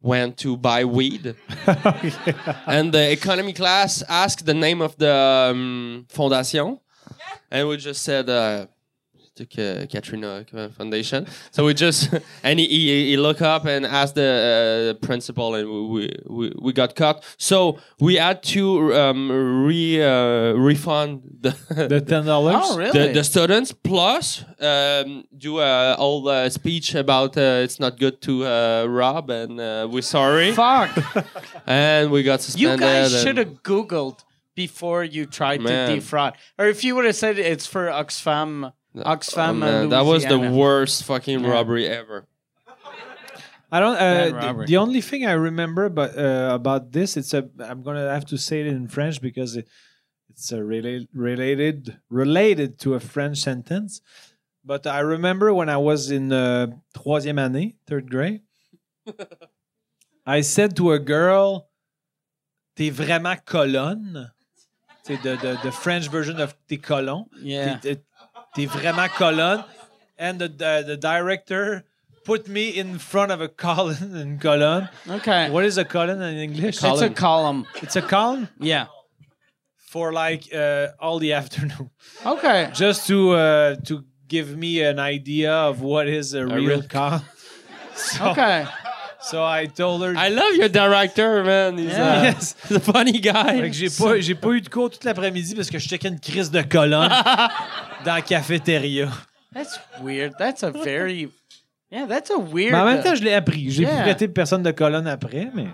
C: went to buy weed. (laughs) And the economy class asked the name of the um, fondation, and we just said. Uh, to Ka- Katrina Foundation. So we just (laughs) and he, he, he looked up and asked the uh, principal, and we, we- we we got caught. So we had to um, re uh, refund the (laughs)
A: The ten dollars.
B: Oh, really?
C: the, the students plus um, do a whole uh, speech about uh, it's not good to uh, rob and uh, we're sorry (laughs)
B: Fuck.
C: and we got suspended.
B: You guys
C: and- uh,
B: should have Googled before you tried to
C: Man.
B: defraud. Or if you would have said it's for Oxfam, Oxfam
C: Oh,
B: uh,
C: man, that was the
B: Louisiana.
C: worst fucking robbery ever.
A: I don't. Uh, th-
B: robbery.
A: the only thing I remember, but uh, about this, it's a. I'm gonna have to say it in French because it, it's a related, related, related to a French sentence. But I remember when I was in uh, troisième année, third grade, I said to a girl, "T'es vraiment colonne." C'est the, the the French version of "t'es colon."
B: Yeah.
A: T'es- T'es vraiment colonne. And the, the, the director put me in front of a (laughs) column and column.
B: Okay.
A: What is a column in English?
B: it's a column.
A: It's a column
B: Yeah.
A: for like uh, all the afternoon, (laughs)
B: Okay.
A: just to uh, to give me an idea of what is a, real,
C: real-
A: car. (laughs) so,
B: Okay.
A: so I told her.
C: I love your director, man. (laughs) He's,
B: Yeah.
A: (laughs)
C: uh,
A: Yes.
C: he's a funny
A: Fait
C: guy.
A: que j'ai pas, j'ai pas eu de cours toute l'après-midi parce que je checkais une crise de (laughs) colonne dans la cafétéria.
B: That's weird. That's a very. Yeah, that's a weird.
A: Mais en même temps, je l'ai appris. J'ai plus
B: Yeah.
A: traité personne de colonne après, mais.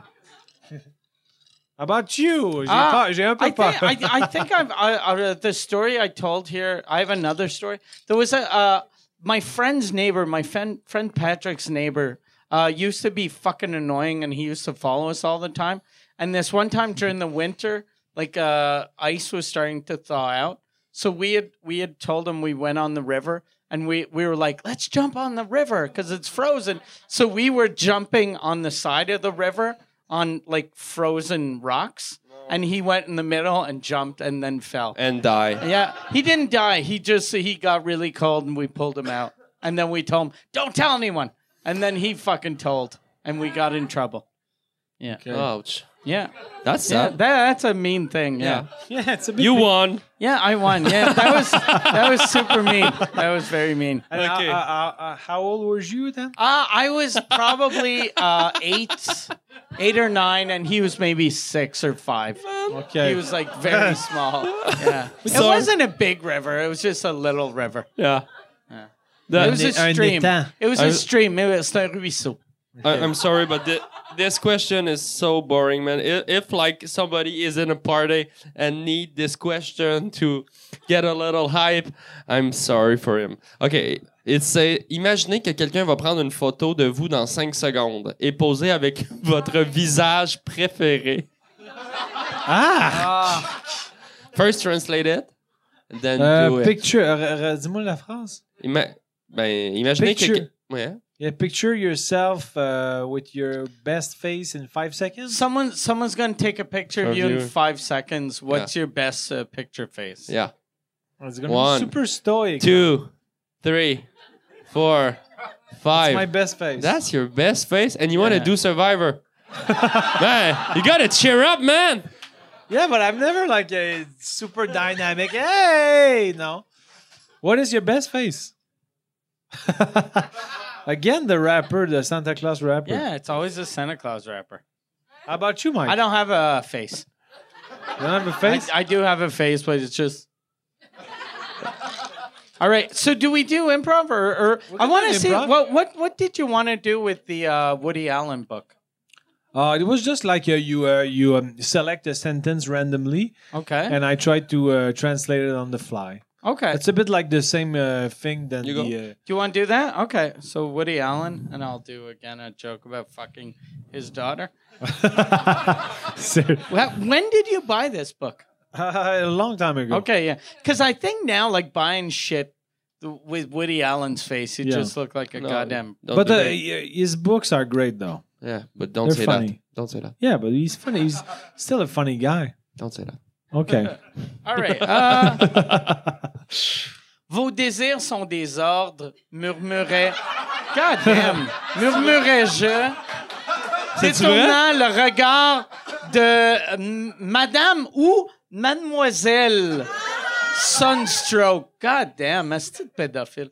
A: About you! J'ai
B: Ah,
A: peur- j'ai un peu
B: I
A: peur.
B: think, I, I think I've I, I, uh, the story I told here. I have another story. There was a uh, my friend's neighbor, my friend friend Patrick's neighbor, uh, used to be fucking annoying, and he used to follow us all the time. And this one time during the winter, like uh, ice was starting to thaw out, so we had we had told him we went on the river. And we, we were like, let's jump on the river because it's frozen. So we were jumping on the side of the river on like frozen rocks and he went in the middle and jumped and then fell.
C: And die.
B: Yeah, he didn't die. He just he got really cold and we pulled him out. And then we told him, "Don't tell anyone." And then he fucking told and we got in trouble. Yeah.
C: Ouch.
B: Yeah.
C: That's
B: Yeah,
C: sad.
B: that, that's a mean thing. Yeah.
C: Yeah.
A: (laughs) Yeah, it's a bit
C: You won.
B: yeah. I won. Yeah. That was that was super mean. That was very mean.
A: And how-
C: Okay.
A: uh, uh, uh, how old were you then?
B: Uh, I was probably uh, eight, eight or nine, and he was maybe six or five.
A: Okay.
B: He was like very small. Yeah. It
C: So-
B: wasn't a big river. It was just a little river.
C: Yeah.
B: It
C: That-
B: was
A: Un
B: a
A: é-
B: stream.
A: un étang.
B: It was a
C: I-
B: stream. It was a ruisseau.
C: I, I'm sorry, but thi- this question is so boring, man. If, if like somebody is in a party and need this question to get a little hype, I'm sorry for him. Okay, it's a- imaginez que quelqu'un va prendre une photo de vous dans 5 secondes et poser avec (laughs) votre visage préféré.
A: Ah!
C: First translate it, then
A: Euh,
C: do it.
A: picture. euh, euh, Dis-moi la phrase.
C: Ima- ben, imaginez que-
A: Picture.
C: Ouais.
A: Yeah, picture yourself uh, with your best face in five seconds.
B: Someone, someone's gonna take a picture of
C: Of
B: you in
C: you.
B: five seconds. What's your best uh, picture face?
C: Yeah.
A: It's gonna
C: One,
A: be super stoic.
C: Two, three, four,
A: That's
C: five.
A: my best face.
C: That's your best face, and you want to
B: Yeah. (laughs)
C: do Survivor. man, you gotta cheer up, man.
A: yeah, but I'm never like a super dynamic. Hey, no. What is your best face? (laughs) Again, the rapper, the Santa Claus rapper.
B: Yeah, it's always a Santa Claus rapper.
A: How about you, Mike?
B: I don't have a face.
A: You don't have a
B: I,
A: face.
B: I do have a face, but it's just. All right. So, do we do improv or? or I
A: can
B: want
A: do
B: to see
A: improv.
B: what what what did you want to do with the uh, Woody Allen book?
A: Uh, it was just like uh, you uh, you um, select a sentence randomly,
B: Okay.
A: and I tried to uh, translate it on the fly.
B: okay.
A: It's a bit like the same uh, thing than
C: You go.
A: the. Uh,
B: Do you want to do that? Okay. So Woody Allen, and I'll do again a joke about fucking his daughter.
A: uh, (laughs) Ser-
B: Well, When did you buy this book?
A: a long time ago.
B: Okay, yeah, because I think now like buying shit th- with Woody Allen's face, it
A: Yeah.
B: just looked like a
C: No, (laughs)
B: goddamn.
C: don't
A: But
C: do
A: uh,
C: that.
A: y- his books are great, though.
C: yeah, but don't
A: they're
C: say that.
A: funny.
C: Don't say that.
A: Yeah, but he's funny. He's still a funny guy.
C: Don't say that.
A: Okay.
B: All right. Uh, Vos désirs sont des ordres, murmurait. Goddamn, murmurais-je. Détournant le regard de euh, m- Madame ou Mademoiselle Sunstroke. Goddamn, asti de pédophile.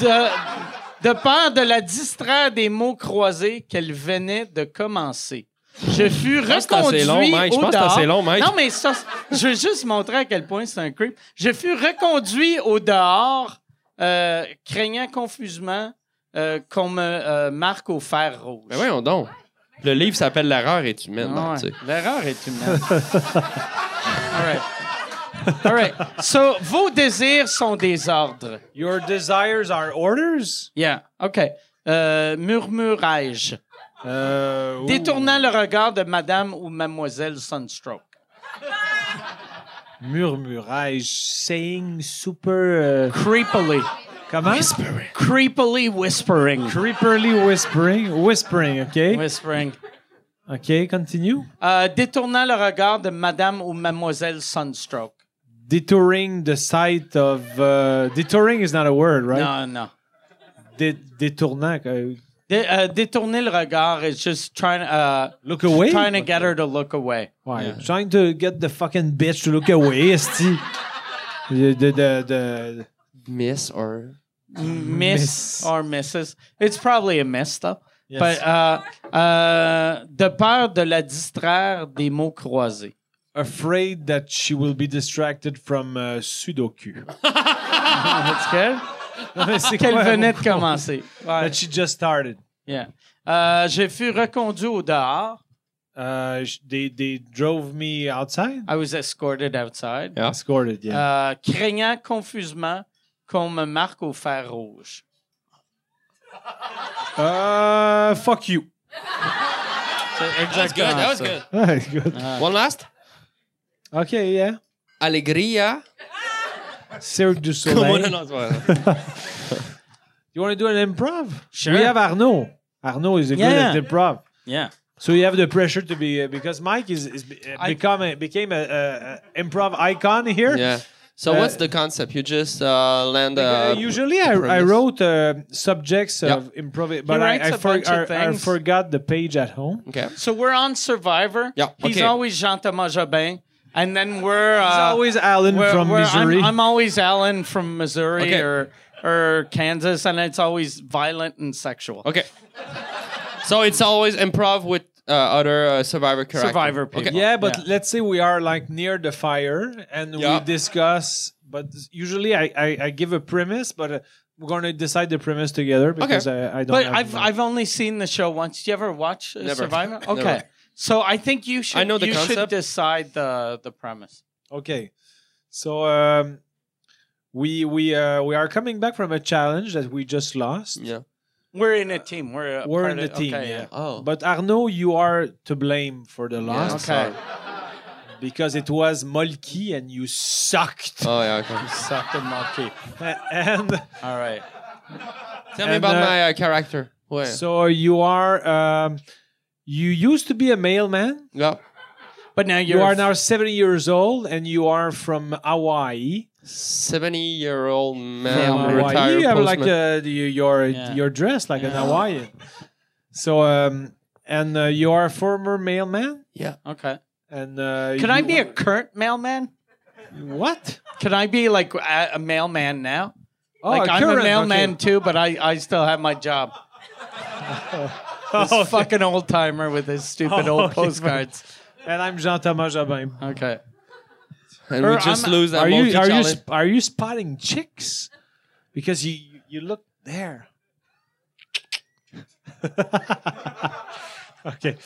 B: De, de peur de la distraire des mots croisés qu'elle venait de commencer. Je fus
C: pense que c'est assez
B: reconduit
C: long, Mike. Je
B: au
C: pense que c'est
B: dehors.
C: assez long, Mike.
B: Non, mais ça, c'est- je veux juste montrer à quel point c'est un creep. Je fus reconduit au dehors, euh, craignant confusément euh, qu'on me euh, marque au fer rouge.
C: Mais Ben voyons donc. Le livre s'appelle L'erreur est humaine.
B: Ah
C: non,
B: ouais.
C: tu sais.
B: L'erreur est humaine. (laughs) All right. All right. So, vos désirs sont des ordres.
A: Your desires are orders.
B: Yeah. OK. Euh, murmurai-je.
A: Uh, ooh.
B: Détournant le regard de Madame ou Mademoiselle Sunstroke.
A: Murmurais, saying super. Uh,
B: Creepily.
A: comment?
B: Creepily whispering.
A: Creeperly whispering. Whispering, okay?
B: Whispering.
A: Okay, continue.
B: Euh, détournant le regard de Madame ou Mademoiselle Sunstroke.
A: Detouring the sight of. Uh, detouring is not a word, right?
B: Non, non.
A: Dé- détournant. uh,
B: Dé- euh, détourner le regard is just trying, uh,
A: look away?
B: trying to get her to look away.
A: Why?
C: Yeah.
A: Trying to get the fucking (laughs) bitch to look away, esti. The, the, the, the
C: Miss or
B: miss,
A: Miss.
B: or misses. It's probably a miss, though.
A: Yes.
B: But, uh, uh, de peur de la distraire des mots croisés.
A: Afraid that she will be distracted from uh, Sudoku. (laughs)
B: Ah, That's good.
A: Non, mais c'est
B: Ah, Qu'elle
A: quoi,
B: venait
A: mon
B: de
A: con?
B: commencer. Ouais.
A: That she just started.
B: Yeah. Euh, je fus reconduit au dehors.
A: Uh, sh- they, they drove me outside.
B: I was escorted outside.
C: Yeah.
A: Escorted, yeah.
B: Euh, craignant confusement qu'on me marque au fer rouge. Ah.
A: Uh, fuck you.
B: C'est
C: That's good.
B: exactement
C: That was
B: ça.
A: (laughs)
C: good.
A: Good.
C: One last.
A: Uh, Okay, yeah.
C: Alegria.
A: Cirque du
C: Come on,
A: Soleil.
C: no, no, it's fine.
A: You want to do an improv?
B: Sure.
A: We have Arnaud. Arnaud is a
B: Yeah.
A: good at improv.
B: Yeah.
A: So you have the pressure to be uh, because Mike is, is be- uh,
B: I-
A: become a, became a, a, a improv icon here.
C: (laughs) Yeah. So
B: Euh,
A: Uh,
C: what's the concept? You just uh, land.
A: Uh,
C: Uh,
A: usually, I, I
C: premise.
A: wrote uh, subjects of improv, but I,
B: writes
A: I,
B: a
A: for,
B: bunch of
A: I, I
B: things.
A: forgot the page at home.
C: Okay.
B: So we're on Survivor.
C: Yeah,
B: He's
C: okay.
B: always Jean-Thomas Jobin. And then we're...
A: It's
B: Uh,
A: always Alan
B: we're-
A: from
B: we're- I'm-
A: Missouri.
B: I'm, always Alan from Missouri
C: Okay.
B: or, or Kansas, and it's always violent and sexual.
C: Okay. So it's always improv with uh, other uh, survivor characters.
B: Survivor people.
C: Okay.
A: yeah, but
B: Yeah.
A: let's say we are like near the fire and
C: Yeah.
A: we discuss. But usually, I, I, I give a premise, but uh, we're gonna decide the premise together because I, I don't.
B: But
A: have
B: I've
A: my-
B: I've only seen the show once. Did you ever watch uh,
C: Never.
B: Survivor?
C: Never.
B: Okay. So I think you should
C: I know the
B: you should
C: concept.
B: decide the the premise.
A: Okay, so um, we we uh, we are coming back from a challenge that we just lost.
C: Yeah.
B: We're in a team. We're a
A: We're
B: part
A: in
B: of-
A: the team,
B: okay,
A: yeah.
C: Oh.
A: But Arnaud, you are to blame for the
C: I'm
A: loss
B: Okay.
A: because it was Molki and you sucked.
C: Oh yeah. Okay.
B: Suck and monkey.
A: (laughs) and
B: All right.
C: Tell me
A: And,
C: about
A: uh,
C: my uh, character. Where?
A: so you are. Um, you used to be a mailman.
C: yeah.
B: But now
A: you
B: you're
A: are now 70 years old and you are from Hawaii.
C: Seventy-year-old
B: From
C: man,
B: Hawaii.
C: retired
A: Um, You have like
C: postman.
A: uh, the- your
B: Yeah.
A: your dress like an
B: Yeah.
A: Hawaiian. So um, and uh, you are a former mailman.
C: yeah.
B: okay.
A: And uh,
B: Can I be a current mailman?
A: a what?
B: Can I be like a, a mailman now?
A: Oh,
B: (laughs) like
A: a
B: I'm
A: current,
B: a mailman
A: (laughs) okay.
B: too, but I, I still have my job. This
A: Oh, okay.
B: fucking old timer with his stupid
A: Oh,
B: old
A: okay.
B: postcards.
A: And I'm Jean Thomas Jobin.
B: Okay.
C: And
B: Or
C: we just
B: I'm-
C: lose that
A: Are
C: monkey
A: you are you
C: challenge.
A: sp- are you spotting chicks? Because you you- you look there. (laughs) okay.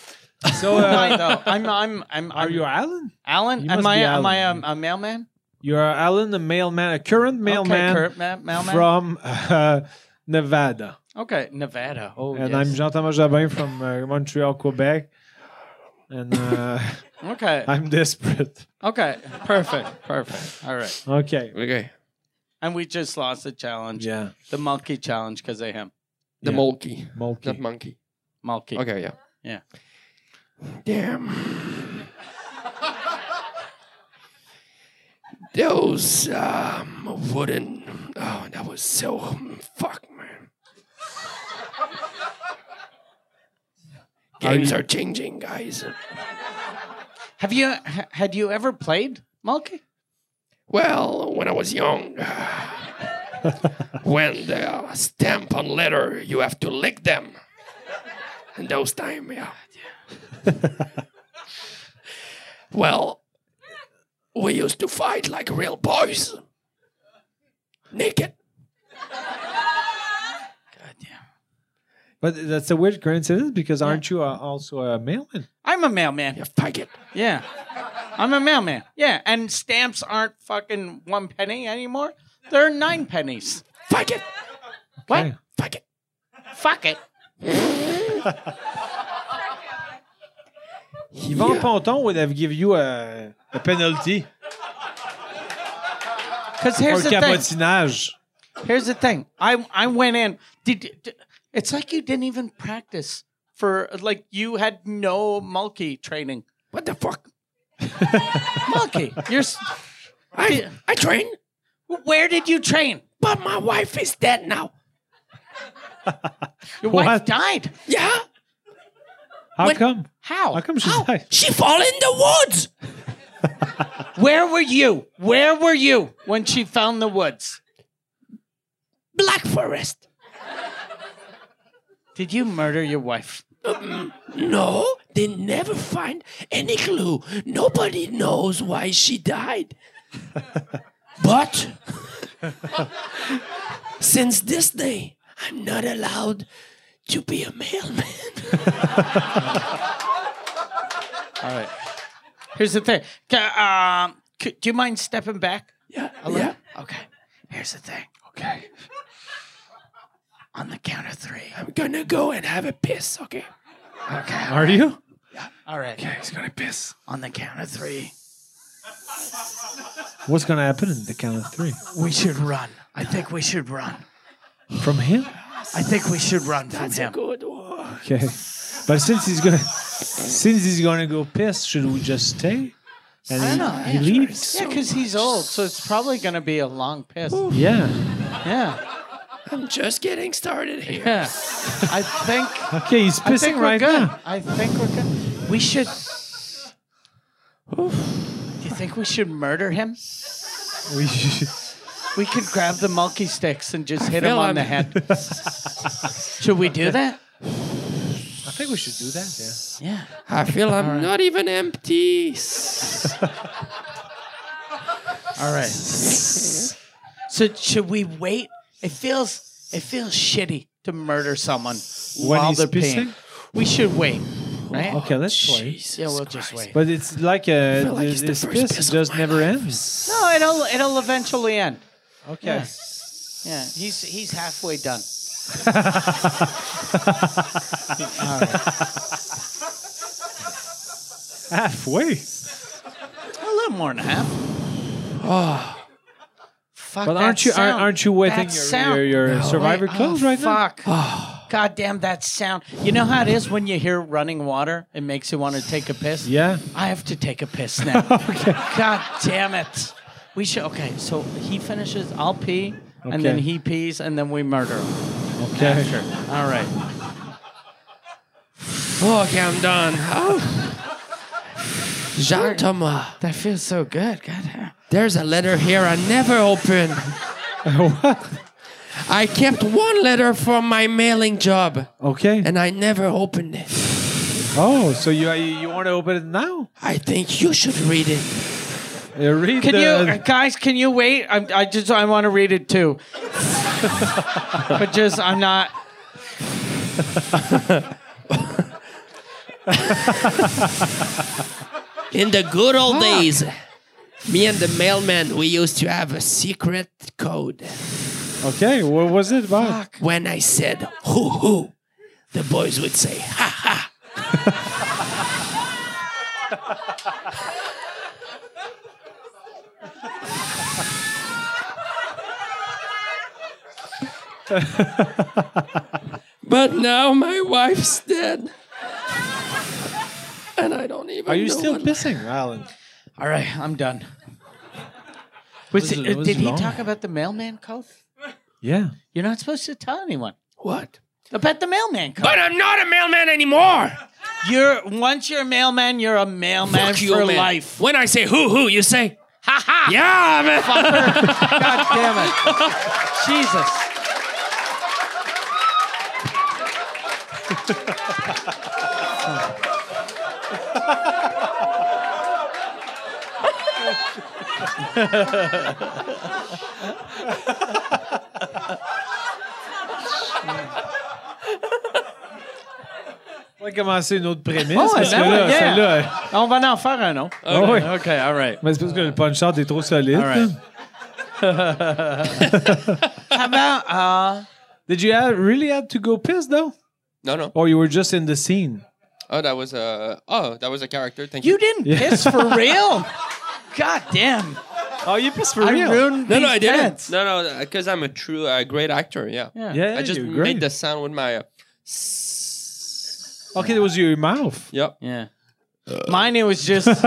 A: So
B: I
A: uh,
B: know. I'm I'm I'm
A: are
B: I'm-
A: you Alan?
B: Alan?
A: You
B: Am
A: must
B: I
A: be
B: am I
A: Alan.
B: a, a mailman?
A: You're Alan, the mailman, a current mailman.
B: Okay, Kurt, ma- mailman.
A: from uh, Nevada.
B: okay, Nevada. Oh,
A: And
B: yes.
A: I'm Jean Thomas Jabin from uh, Montreal, Quebec. And uh, (laughs)
B: Okay.
A: I'm desperate.
B: Okay. Perfect. Perfect. All right.
A: Okay.
C: Okay.
B: And we just lost the challenge,
A: Yeah.
B: the monkey challenge, because of him.
C: The
A: Yeah.
C: monkey, not
A: Multi.
C: monkey.
B: Monkey.
C: Okay. Yeah.
B: Yeah.
C: Damn. Those um, wooden. Oh, that was so. Fuck, man. Games are changing, guys.
B: Have you ha- had you ever played monkey?
C: Well, when I was young, when the stamp on letter, you have to lick them. In those time, yeah. well, we used to fight like real boys, naked.
B: Goddamn.
A: But that's a weird coincidence because aren't you uh, also a mailman?
B: I'm a mailman.
C: You faggot.
B: Yeah. I'm a mailman. Yeah. And stamps aren't fucking one penny anymore. They're nine pennies.
C: Faggot.
B: What?
A: Okay.
C: Faggot.
B: Fuck it.
A: Yvon Ponton would have give you a, a penalty
B: Because
A: for
B: here's the thing.
A: cabotinage.
B: Here's the thing. I I went in. Did, d- it's like you didn't even practice for like you had no mulkey training.
C: What the fuck?
A: (laughs)
B: Mulkey, you're. s-
C: I, I train,
B: Where did you train?
C: but my wife is dead now.
B: Your wife
A: What?
B: died.
C: Yeah?
A: How
C: When-
A: come?
B: How?
A: How come she's
B: How?
A: like
C: She fall in the woods.
B: Where were you? Where were you when she found the woods?
C: Black Forest.
B: Did you murder your wife?
C: No, Oh, they never find any clue. Nobody knows why she died. (laughs) but (laughs) since this day, I'm not allowed to be a mailman.
B: All right. Here's the thing. Ca- Um, c- do you mind stepping back?
C: yeah,
B: Yeah. Okay. Here's the thing. Okay. On the count of three.
C: I'm gonna go and have a piss, okay?
B: Okay.
A: Are you?
B: All right.
C: He's gonna piss.
B: On the count of three,
A: What's gonna happen in the count of three?
B: we should run. I think we should run.
A: From him?
B: I think we should run from him.
C: Good one.
A: Okay. But since he's gonna since he's gonna go piss, should we just stay? And
B: I
A: he,
B: don't
A: he leaves?
B: Yeah, because he's old, so it's probably going to be a long piss.
A: Yeah.
B: Yeah.
C: I'm just getting started here.
B: Yeah. I think.
A: Okay, he's
B: I think
A: pissing
B: we're
A: right
B: good.
A: now.
B: I think we're good. We should. Do you think we should murder him?
A: We should-
B: We could grab the monkey sticks and just hit him
C: feel
B: on
C: I'm-
B: the (laughs) head. should we do that?
A: (laughs) I think we should do that, yeah.
B: Yeah.
C: I feel I'm not even empty.
B: All right. so should we wait? It feels it feels shitty to murder someone
A: When
B: while
A: he's
B: they're peeing.
A: pissing?
B: We should wait, right?
A: Okay, let's try.
B: Yeah, we'll just wait.
A: But it's like uh,
C: feel like
A: th-
C: it's the
A: this
C: first
A: piss
C: piss of
A: just
C: my
A: never
C: life.
A: ends.
B: no, it'll it'll eventually end.
A: Okay.
B: Yeah. Yeah, he's he's halfway done. All right.
A: Halfway.
B: A little more than half. Oh. (sighs) Fuck
A: But
B: that
A: aren't you
B: sound.
A: aren't- aren't you waiting
B: That
A: your,
B: sound.
A: your, your survivor
B: Wait,
A: clothes
B: oh,
A: right now?
B: fuck. (sighs) God damn that sound. You know how it is when you hear running water, it makes you want to take a piss?
A: Yeah. (laughs)
B: I have to take a piss now. God damn it. We should okay, so he finishes, I'll pee,
A: Okay.
B: and then he pees, and then we murder him.
A: Okay.
B: All right.
C: Fuck, I'm done. Oh. Jean Thomas,
B: That feels so good. God damn.
C: there's a letter here I never
A: (laughs)
C: opened.
A: what?
C: I kept one letter from my mailing job
A: Okay.
C: and I never opened it.
A: oh, so you you, you want to open it now?
C: I think you should read it.
A: Uh, read
B: Can
A: the,
B: you uh, guys? Can you wait? I'm, I just I want to read it too, (laughs) but just I'm not.
C: In the good old days, me and the mailman, we used to have a secret code.
A: Okay, what was it about?
C: When I said hoo hoo, the boys would say ha ha. but now my wife's dead. And I don't even
A: Are you
C: know
A: still
C: what-
A: pissing, Alan?
B: All right, I'm done. Was
A: Was
B: it-
A: it-
B: uh,
A: was
B: did
A: it
B: he
A: long?
B: talk about the mailman code?
A: Yeah.
B: You're not supposed to tell anyone
C: what?
B: about the mailman code.
C: But I'm not a mailman anymore.
B: you're once you're a mailman, you're a mailman
C: Fuck
B: for
C: you, man.
B: life.
C: When I say hoo hoo, you say ha ha. Yeah, man.
B: (laughs) God damn it, Jesus!
A: On va commencer une autre prémisse.
B: Oh,
A: parce que
B: ben
A: là,
B: ouais, yeah.
A: celle-là, elle-
B: On va en faire un autre.
A: Ah oui.
B: Ok, all right.
A: Mais c'est parce que le punch-out est trop solide.
B: right.
A: là.
B: How about uh,
A: Did you have, really have to go piss, though?
C: No, no.
A: Or you were just in the scene?
C: Oh, that was a. Oh, that was a character. Thank
B: (laughs) you didn't
A: Yeah.
B: piss for real? (laughs) God damn.
A: Oh, you pissed for
B: I ruined
C: No,
B: these
C: no, I didn't.
B: pants.
C: No, no, because I'm a true uh, great actor. Yeah.
B: Yeah.
A: Yeah,
C: I just
A: you're
C: made
A: great.
C: the sound with my. Uh,
A: Okay, it was your mouth.
C: yep.
B: Yeah. Mine it was just (laughs)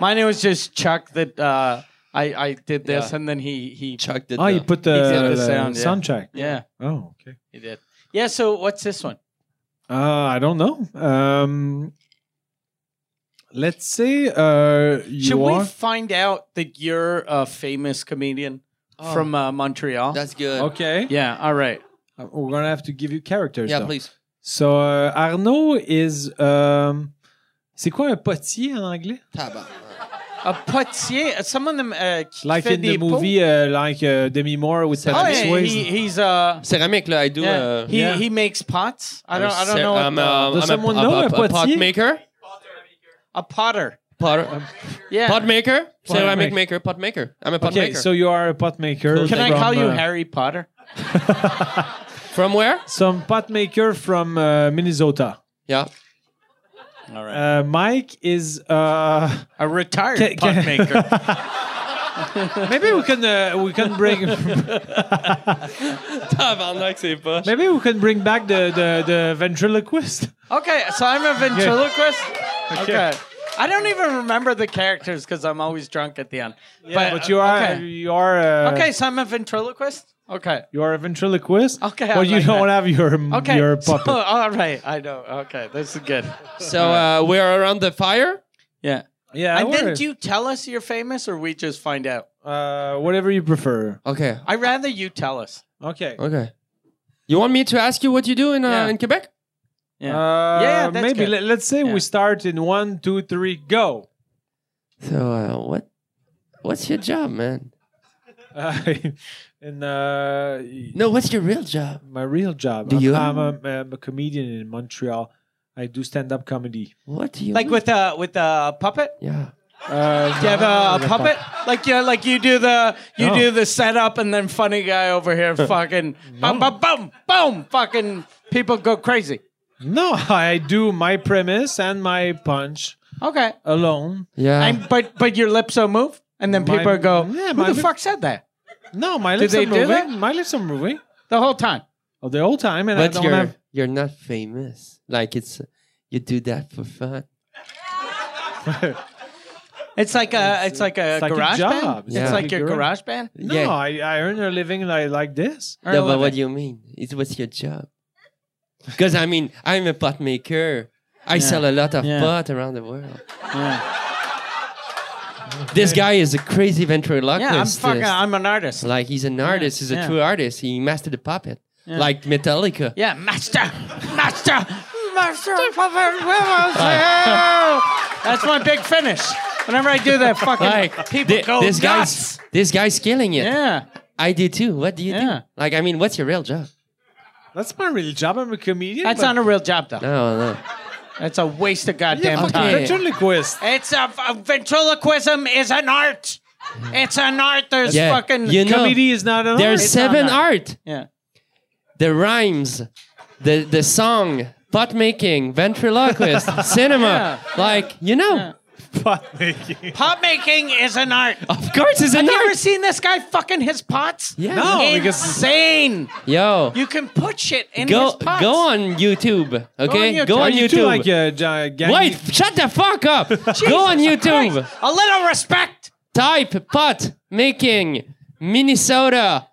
B: mine it was just Chuck that uh I I did this
C: Yeah.
B: and then he he
C: Chuck did.
A: Oh,
C: the-
A: you put the,
B: He did the
A: the
B: sound,
A: sound,
B: yeah.
A: check.
B: yeah,
A: Oh, okay.
B: he did. Yeah, so what's this one?
A: Uh, I don't know. Um, let's say uh, you
B: Should
A: are.
B: we find out that you're a famous comedian from uh, Montreal.
C: Oh. That's good.
A: Okay.
B: uh, yeah, all right.
A: Uh, We're gonna have to give you characters.
C: Yeah,
A: though.
C: please.
A: So uh, Arnaud is. um, c'est quoi un potier en anglais?
C: Tabac.
B: A potier, uh, someone them, uh, qui
A: Like
B: fait
A: in
B: des
A: the
B: pots.
A: movie, uh, like uh, Demi Moore with
C: Oh,
B: Oh,
A: Patrick
B: yeah,
A: Swayze.
B: he, he's uh,
C: Céramique, là, I do.
B: yeah,
C: uh,
B: he,
A: yeah.
B: he makes pots. I
C: I'm
B: don't I don't
C: cer-
B: know. What
C: I'm,
B: the-
C: um,
A: Does
C: I'm
A: someone
C: a,
A: know
C: a,
A: a
C: a, pot
A: potier?
C: maker?
B: a potter.
C: Potter.
B: Yeah.
C: Pot maker?
A: Pot
C: Ceramic
A: maker.
C: maker. Pot maker. I'm a pot
A: okay,
C: maker.
A: so you are a pot maker.
B: Can I
A: from,
B: call you
A: uh,
B: Harry Potter?
A: (laughs)
C: From where?
A: Some pot maker from uh, Minnesota.
C: Yeah.
B: All right.
A: Uh, Mike is. Uh,
B: a retired
A: Ca-
B: pot
A: ca-
B: maker.
A: (laughs) maybe we can uh, we can bring (laughs)
C: Tabarnak, c'est poche.
A: maybe we can bring back the the, the ventriloquist.
B: okay, so I'm a ventriloquist. Okay.
A: Okay.
B: I don't even remember the characters because I'm always drunk at the end.
A: but you are
B: Uh, okay.
A: you are uh,
B: Okay, so I'm a ventriloquist. Okay.
A: You are a ventriloquist.
B: Okay, I
A: Well, you
B: like
A: don't
B: that.
A: have your
B: Okay.
A: your
B: so,
A: puppet.
B: (laughs) all right. I know. Okay, this is good.
C: So uh, we're around the fire.
B: Yeah.
A: yeah.
B: And
A: or-
B: then do you tell us you're famous or we just find out?
A: uh, whatever you prefer.
C: Okay.
B: I'd rather you tell us.
A: Okay.
B: Oh,
C: Okay. You want me to ask you what you do in uh,
B: Yeah.
C: in Quebec?
A: Uh,
B: Yeah, that's
A: maybe
B: good.
A: Let, let's say
B: Yeah.
A: we start in one, two, three, go. (laughs)
C: So uh, what? What's your job, man?
A: Uh, and uh,
C: No, what's your real job?
A: my real job.
C: Do
A: I'm,
C: you-
A: I'm, a, I'm a comedian in Montreal. I do stand-up comedy.
C: What do you
B: Like with a with a puppet?
C: Yeah.
A: Uh,
B: Do you have a, puppet? Like you like you do the you
A: No.
B: do the setup and then funny guy over
A: (laughs)
B: here fucking boom boom boom boom fucking people go crazy.
A: No, (laughs) I do my premise and my punch
B: Okay.
A: alone.
C: Yeah.
B: And but but your lips don't move and then
A: Ah. My-
B: people go
A: yeah,
B: who
A: my
B: the
A: lip-
B: fuck said that?
A: No, my lips
B: they
A: are
B: do
A: moving.
B: that?
A: My lips are moving.
B: The whole time.
A: Oh, the whole time, and I
C: but
A: don't
C: you're
A: have.
C: you're not famous. Like it's you do that for fun.
B: It's like a it's like a
A: it's like a
B: garage
A: job.
B: band.
A: Yeah.
B: It's like your
A: Garage.
B: garage band.
A: No,
C: yeah.
A: I, I earn a living like, like this.
B: Or
C: no, but what
B: eleven.
C: do you mean? It's what's your job? Because I mean, I'm a pot maker. I sell a lot of
B: Yeah.
C: pot around the world.
B: yeah.
C: This guy is a crazy ventriloquist.
B: yeah, I'm fucking I'm an artist.
C: Like he's an artist. He's a
B: yeah.
C: true artist. He mastered the puppet, like Metallica.
B: Yeah, master, master, master of puppet wheels. That's my big finish. Whenever I do that, fucking
C: Like
B: people
C: thi-
B: go
C: this
B: nuts.
C: guy's this guy's killing it.
B: yeah,
C: I do too. What do you
B: Yeah.
C: do? Like I mean, what's your real job?
A: (laughs) That's my real job. I'm a comedian.
B: that's
A: but-
B: not a real job though.
C: No, no.
B: That's a waste of
A: Yeah,
B: goddamn
A: fucking
B: time.
C: Okay.
B: (laughs)
A: ventriloquist.
B: It's a, a ventriloquism is an art. It's an art. There's
C: Yeah,
B: fucking
C: you know-
A: Comedy is not an
C: There's
A: art.
B: not
C: seven
B: that.
C: art.
B: yeah.
C: The rhymes, the the song, pot making,
B: (laughs)
C: ventriloquist, cinema. Like you know,
A: (laughs) pot making.
B: Pot making is an art.
C: of course it's
B: Have
C: an
B: you ever
C: art.
B: seen this guy fucking his pots?
C: Yeah.
A: No, because-
B: insane.
C: Yo,
B: You can put shit in his
C: go
B: pots.
C: go on YouTube. Okay,
B: YouTube.
C: go
A: Are
C: on
A: you too
C: YouTube.
A: like a gi- gang?
C: Wait, shut the fuck
B: (laughs)
C: up. go on YouTube.
B: Christ, a little respect.
C: Type pot making Minnesota.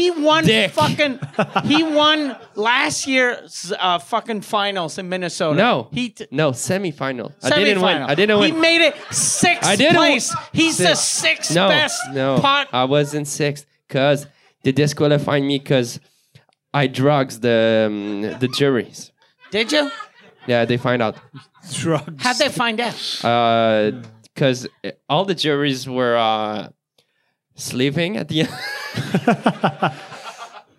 B: He won
C: Dick.
B: fucking.
C: (laughs)
B: he won last year's uh, fucking finals in Minnesota.
C: No,
B: he t-
C: no semifinal. I didn't win. I didn't
B: He
C: win.
B: made it sixth
C: I didn't
B: place.
C: win.
B: He's the
C: Sixth.
B: sixth
C: no,
B: best
C: no. Uh,
B: pot.
C: I was in sixth because they disqualified me because I drugs the um, the juries.
B: Did you?
C: Yeah, they find out
A: drugs.
B: How'd they find out?
C: because all the juries were uh, sleeping at the end. (laughs)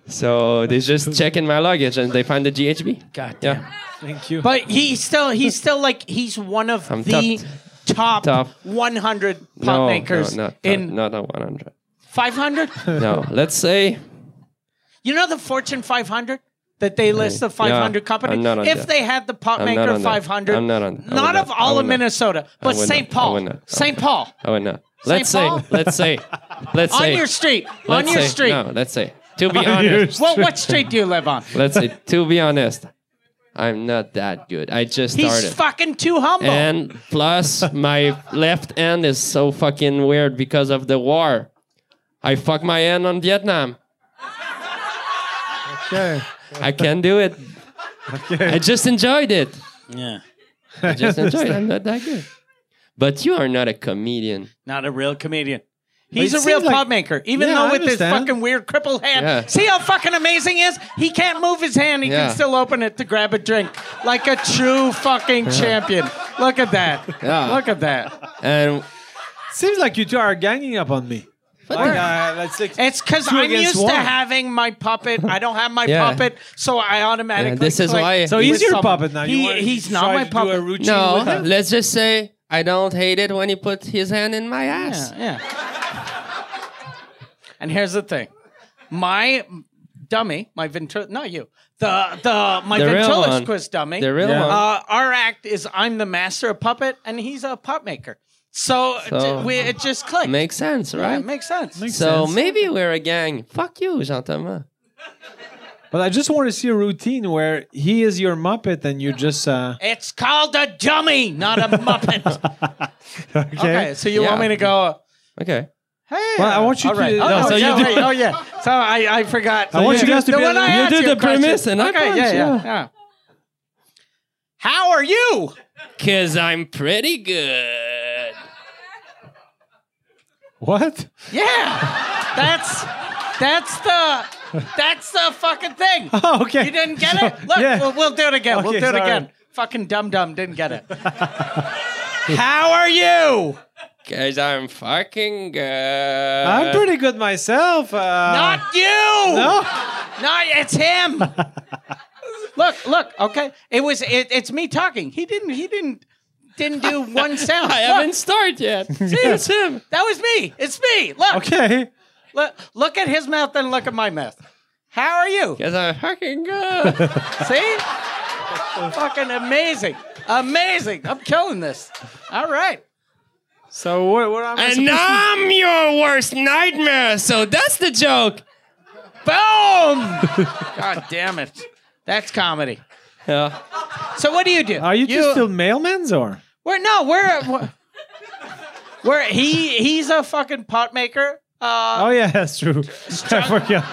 C: so they just check in my luggage and they find the GHB. God damn.
A: Thank you. (laughs)
B: But he still, he's still like he's one of
C: I'm
B: the top,
C: Top.
B: 100 pot
C: No,
B: makers
C: no, no,
B: in
C: no, no, 100.
B: 500.
C: No, let's say
B: You know the Fortune 500 that they list the 500
C: Yeah,
B: companies.
C: I'm not on
B: if
C: that.
B: they had the pot
C: I'm not
B: maker
C: on that.
B: 500,
C: I'm not on that. I would
B: of
C: not. I
B: all
C: would
B: of
C: not.
B: Minnesota, but
C: would not.
B: St.
C: I
B: Paul,
C: would not. I
B: St.
C: would
B: Paul,
C: Oh no.
B: Saint
C: Let's
B: Paul?
C: say. Let's say.
B: (laughs)
C: Let's
B: on
C: say.
B: your street, on
C: let's
B: your
C: say-
B: street.
C: No, let's say.
B: (laughs)
C: To be
A: On your
C: honest.
A: street.
B: Well, what street do you live on?
C: Let's say. To be honest, I'm not that good. I just
B: He's
C: started.
B: fucking too humble.
C: and plus, my left hand is so fucking weird because of the war. I fuck my hand on Vietnam.
A: okay.
C: I can do it. I just enjoyed it.
B: yeah,
C: I just enjoyed it. I'm not that good. But you are not a comedian.
B: not a real comedian. He's
A: But it
B: a real
A: seems like-
B: pop maker, even
A: Yeah,
B: though
A: I
B: with his
A: understand.
B: fucking weird crippled hand.
C: Yeah.
B: See how fucking amazing he is? He can't move his hand. He
C: Yeah.
B: can still open it to grab a drink, like a true fucking champion. Look at that.
C: Yeah.
B: Look at that.
C: And
A: Seems like you two are ganging up on me. Like, uh, that's like-
B: It's because
A: Two
B: I'm
A: against
B: used
A: one.
B: to having my puppet. I don't
A: (laughs)
B: have my
C: Yeah.
B: puppet, so I automatically.
C: Yeah, this is
B: click
C: why-
A: so
B: with
A: he's your
B: someone.
A: puppet now. You
B: He-
A: wanna
B: he's
A: try
B: not my
A: to do a
B: puppet.
A: routine
C: no,
A: with him?
C: let's just say I don't hate it when he puts his hand in my
B: Yeah,
C: ass.
B: yeah. and here's the thing, my dummy, my ventrilo, not you, the the my
C: The real
B: ventriloquist dummy.
C: The real
A: Yeah.
C: one.
B: uh, our act is I'm the master of puppet, and he's a pup maker. So,
C: So-
B: d- we, it just clicked.
C: Makes sense,
B: Yeah,
C: right?
B: it makes sense.
C: so
A: sense.
C: maybe we're a gang. Fuck you, Jean Thomas.
A: But I just want to see a routine where he is your Muppet and you just. Uh, (laughs)
B: it's called a dummy, not a (laughs) muppet.
A: okay.
B: okay, so you
C: Yeah.
B: want me to go? uh,
C: Okay.
B: Hey,
A: Well, I want you
B: all
A: to-
B: right. Oh,
A: no,
B: no,
C: so you
B: yeah,
C: do-
B: right. oh yeah. So I, I forgot.
A: I want you guys to
B: the
A: be-
B: one I
A: you
B: asked
C: did
B: a
C: the
B: question.
C: premise and I
B: okay,
C: punch,
B: yeah, yeah,
C: yeah.
B: yeah. How are you?
C: Cause I'm pretty good.
A: What?
B: Yeah, that's that's the that's the fucking thing.
A: (laughs) (laughs) Oh, okay.
B: You didn't get
A: (laughs)
B: it? Look,
A: yeah.
B: we'll, we'll do it again. we'll
A: Okay,
B: do it
A: sorry.
B: again. Fucking dum dum didn't get
A: (laughs)
B: it. How are you?
C: Cause I'm fucking good.
A: I'm pretty good myself. Uh,
B: Not you.
A: No? (laughs)
B: Not it's him. look, look. Okay, it was it, it's me talking. He didn't. He didn't. Didn't do one sound.
C: I
B: Look,
C: haven't
A: (laughs)
C: started yet. See, it's him.
B: that was me. It's me. Look,
A: Okay.
B: look, look at his mouth and look at my mouth. How are you?
C: Cause I'm fucking
A: (laughs)
C: good.
B: See? Fucking amazing. Amazing. I'm killing this. All right.
A: So what, what am I
C: and I'm your worst nightmare. So that's the joke.
B: Boom! God damn it. That's comedy.
C: Yeah.
B: So what do you do?
A: Are you, two still mailmans or?
B: We're no, we're we're, we're- he he's a fucking pot maker. Uh,
A: Oh yeah, that's true. (laughs) I forgot.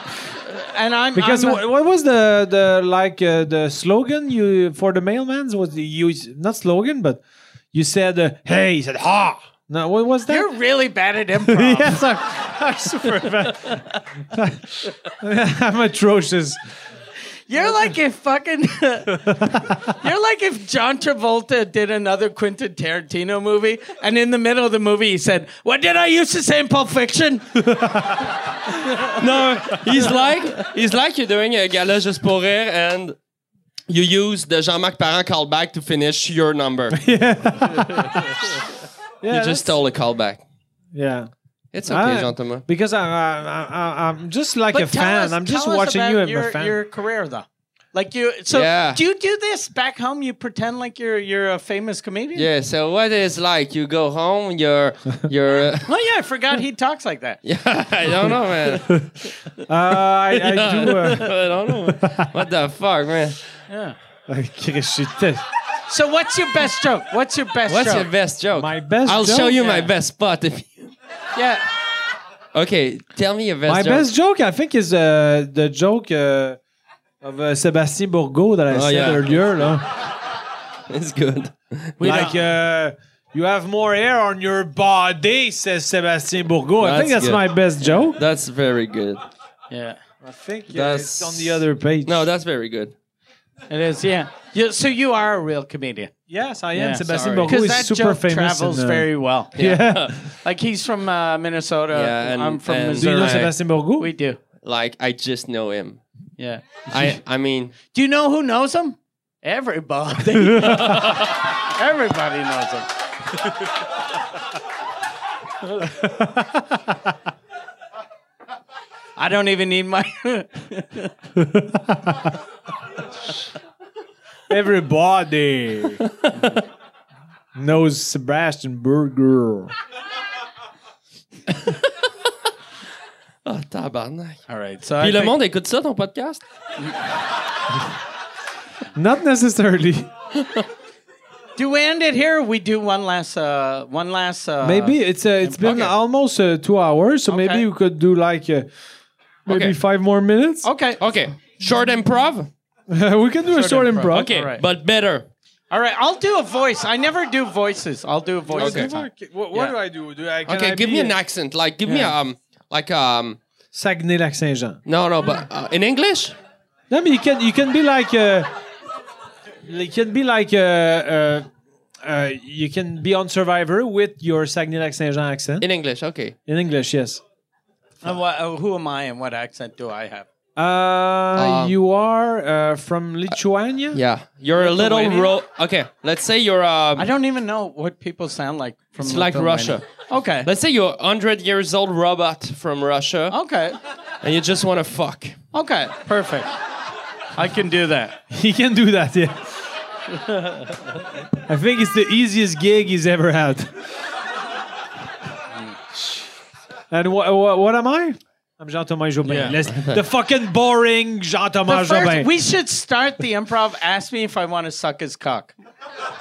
B: and I'm
A: Because
B: I'm,
A: wha- what was the the like uh, the slogan you for the mailmans was the you not slogan but you said uh, hey he said ha no what was that (laughs)
B: you're really bad at improv.
A: yes I'm, I'm super bad (laughs) I'm atrocious
B: You're like if fucking (laughs) You're like if John Travolta did another Quentin Tarantino movie and in the middle of the movie he said, "What did I used to say in Pulp
A: (laughs)
B: Fiction?"
C: No, he's like he's like you're doing a gala just pour rire and you use the Jean-Marc Parent callback to finish your
A: (laughs)
C: number.
A: yeah
C: You
A: that's-
C: just stole a callback.
A: yeah
C: It's
A: Ah,
C: okay, Jean Thomas.
A: because I, I, I, I'm just like a
B: tell
A: fan
B: us-
A: I'm just
B: tell us
A: watching
B: about
A: you and
B: your,
A: a fan
B: your career though. Like you, so
C: Yeah.
B: do you do this back home? You pretend like you're you're a famous comedian.
C: Yeah, so what is like you go home, you're
A: (laughs)
C: you're (laughs)
B: Oh yeah, I forgot he talks like that.
C: yeah, I don't know,
A: (laughs)
C: man. I
A: uh, I,
B: (laughs)
A: I do
C: (laughs)
A: uh, (laughs)
C: don't know. What the fuck, man?
A: okay, shit.
B: So what's your best joke? What's your best
C: What's
B: joke?
C: your best joke?
A: My best
C: I'll
A: joke?
C: show you my
B: Yeah.
C: best spot if you (laughs)
B: yeah.
C: Okay, tell me your best
A: My
C: joke.
A: best joke, I think, is uh, the joke uh, of uh, Sébastien Bourgault that I
C: Oh,
A: said
C: yeah.
A: earlier. là.
C: (laughs) It's good.
A: Like, uh, you have more hair on your body, says Sébastien Bourgault. I
C: That's
A: think that's
C: good.
A: my best joke.
C: That's very good.
B: Yeah.
A: I think uh,
C: That's-
A: it's on the other page.
C: No, that's very good.
B: It is, yeah. You, so you are a real comedian.
A: yes, I am.
B: Yeah,
A: Sébastien
C: sorry.
A: Bourgault
B: Because
A: is
B: that
A: super
B: joke
A: famous.
B: travels
A: in, uh,
B: very well.
A: (laughs) yeah.
B: Like he's from uh, Minnesota.
C: Yeah, and-
B: I'm from
C: and-
A: Do you
B: Missouri.
A: know
C: Right.
A: Sébastien Bourgault?
B: we do.
C: Like I just know him.
B: Yeah.
A: (laughs)
C: I I mean
B: Do you know who knows him? Everybody. (laughs) Everybody knows him. (laughs) I don't even need my. (laughs)
A: (laughs) Everybody knows Sébastien Bourgault.
C: Oh tabarnak.
B: All right. So
C: Puis
B: I
C: le
B: think-
C: monde écoute ça ton podcast?
A: Not necessarily.
B: Do we end it here? Or we do one last. Uh, one last. Uh,
A: Maybe it's uh, it's been
B: Okay.
A: almost uh, two hours, so
B: Okay.
A: maybe we could do like uh, maybe
C: Okay.
A: five more minutes.
B: Okay.
C: Okay. Short improv?
A: (laughs) we can do a short
B: improv.
A: improv.
C: Okay,
B: Alright.
C: but better.
B: All right, I'll do a voice. I never do voices. I'll do a voice.
C: Okay.
B: this time.
A: What, what
B: Yeah.
A: do I do? do I, can
C: Okay,
A: I
C: give
A: be
C: me an accent. Like, give me um, like um,
A: Saguenay-Lac-Saint-Jean.
C: no, no, but uh, in English.
A: No, but you can you can be like uh, you can be like uh, uh, uh, you can be on Survivor with your Saguenay-Lac-Saint-Jean accent
C: In English, okay.
A: in English. Yes.
B: Uh, wha- uh, who am I and what accent do I have?
A: Uh,
C: Um,
A: you are uh, from Lithuania.
C: Yeah, you're a little
B: Lithuania?
C: ro. Okay, let's say you're um.
B: I don't even know what people sound like from
C: It's like
B: Lithuania.
C: Russia.
B: Okay.
C: Let's say you're a hundred years old robot from Russia,
B: okay.
C: and you just want to fuck.
B: Okay. Perfect. I can do that.
A: He can do that. Yeah. I think it's the easiest gig he's ever had. and wha wha- what am I? I'm Jean-Thomas Jobin.
C: Yeah.
A: Let's-
B: (laughs)
A: the fucking boring
B: The
A: Jean-Thomas Jobin.
B: first, we should start the improv. Ask me if I want to suck his cock.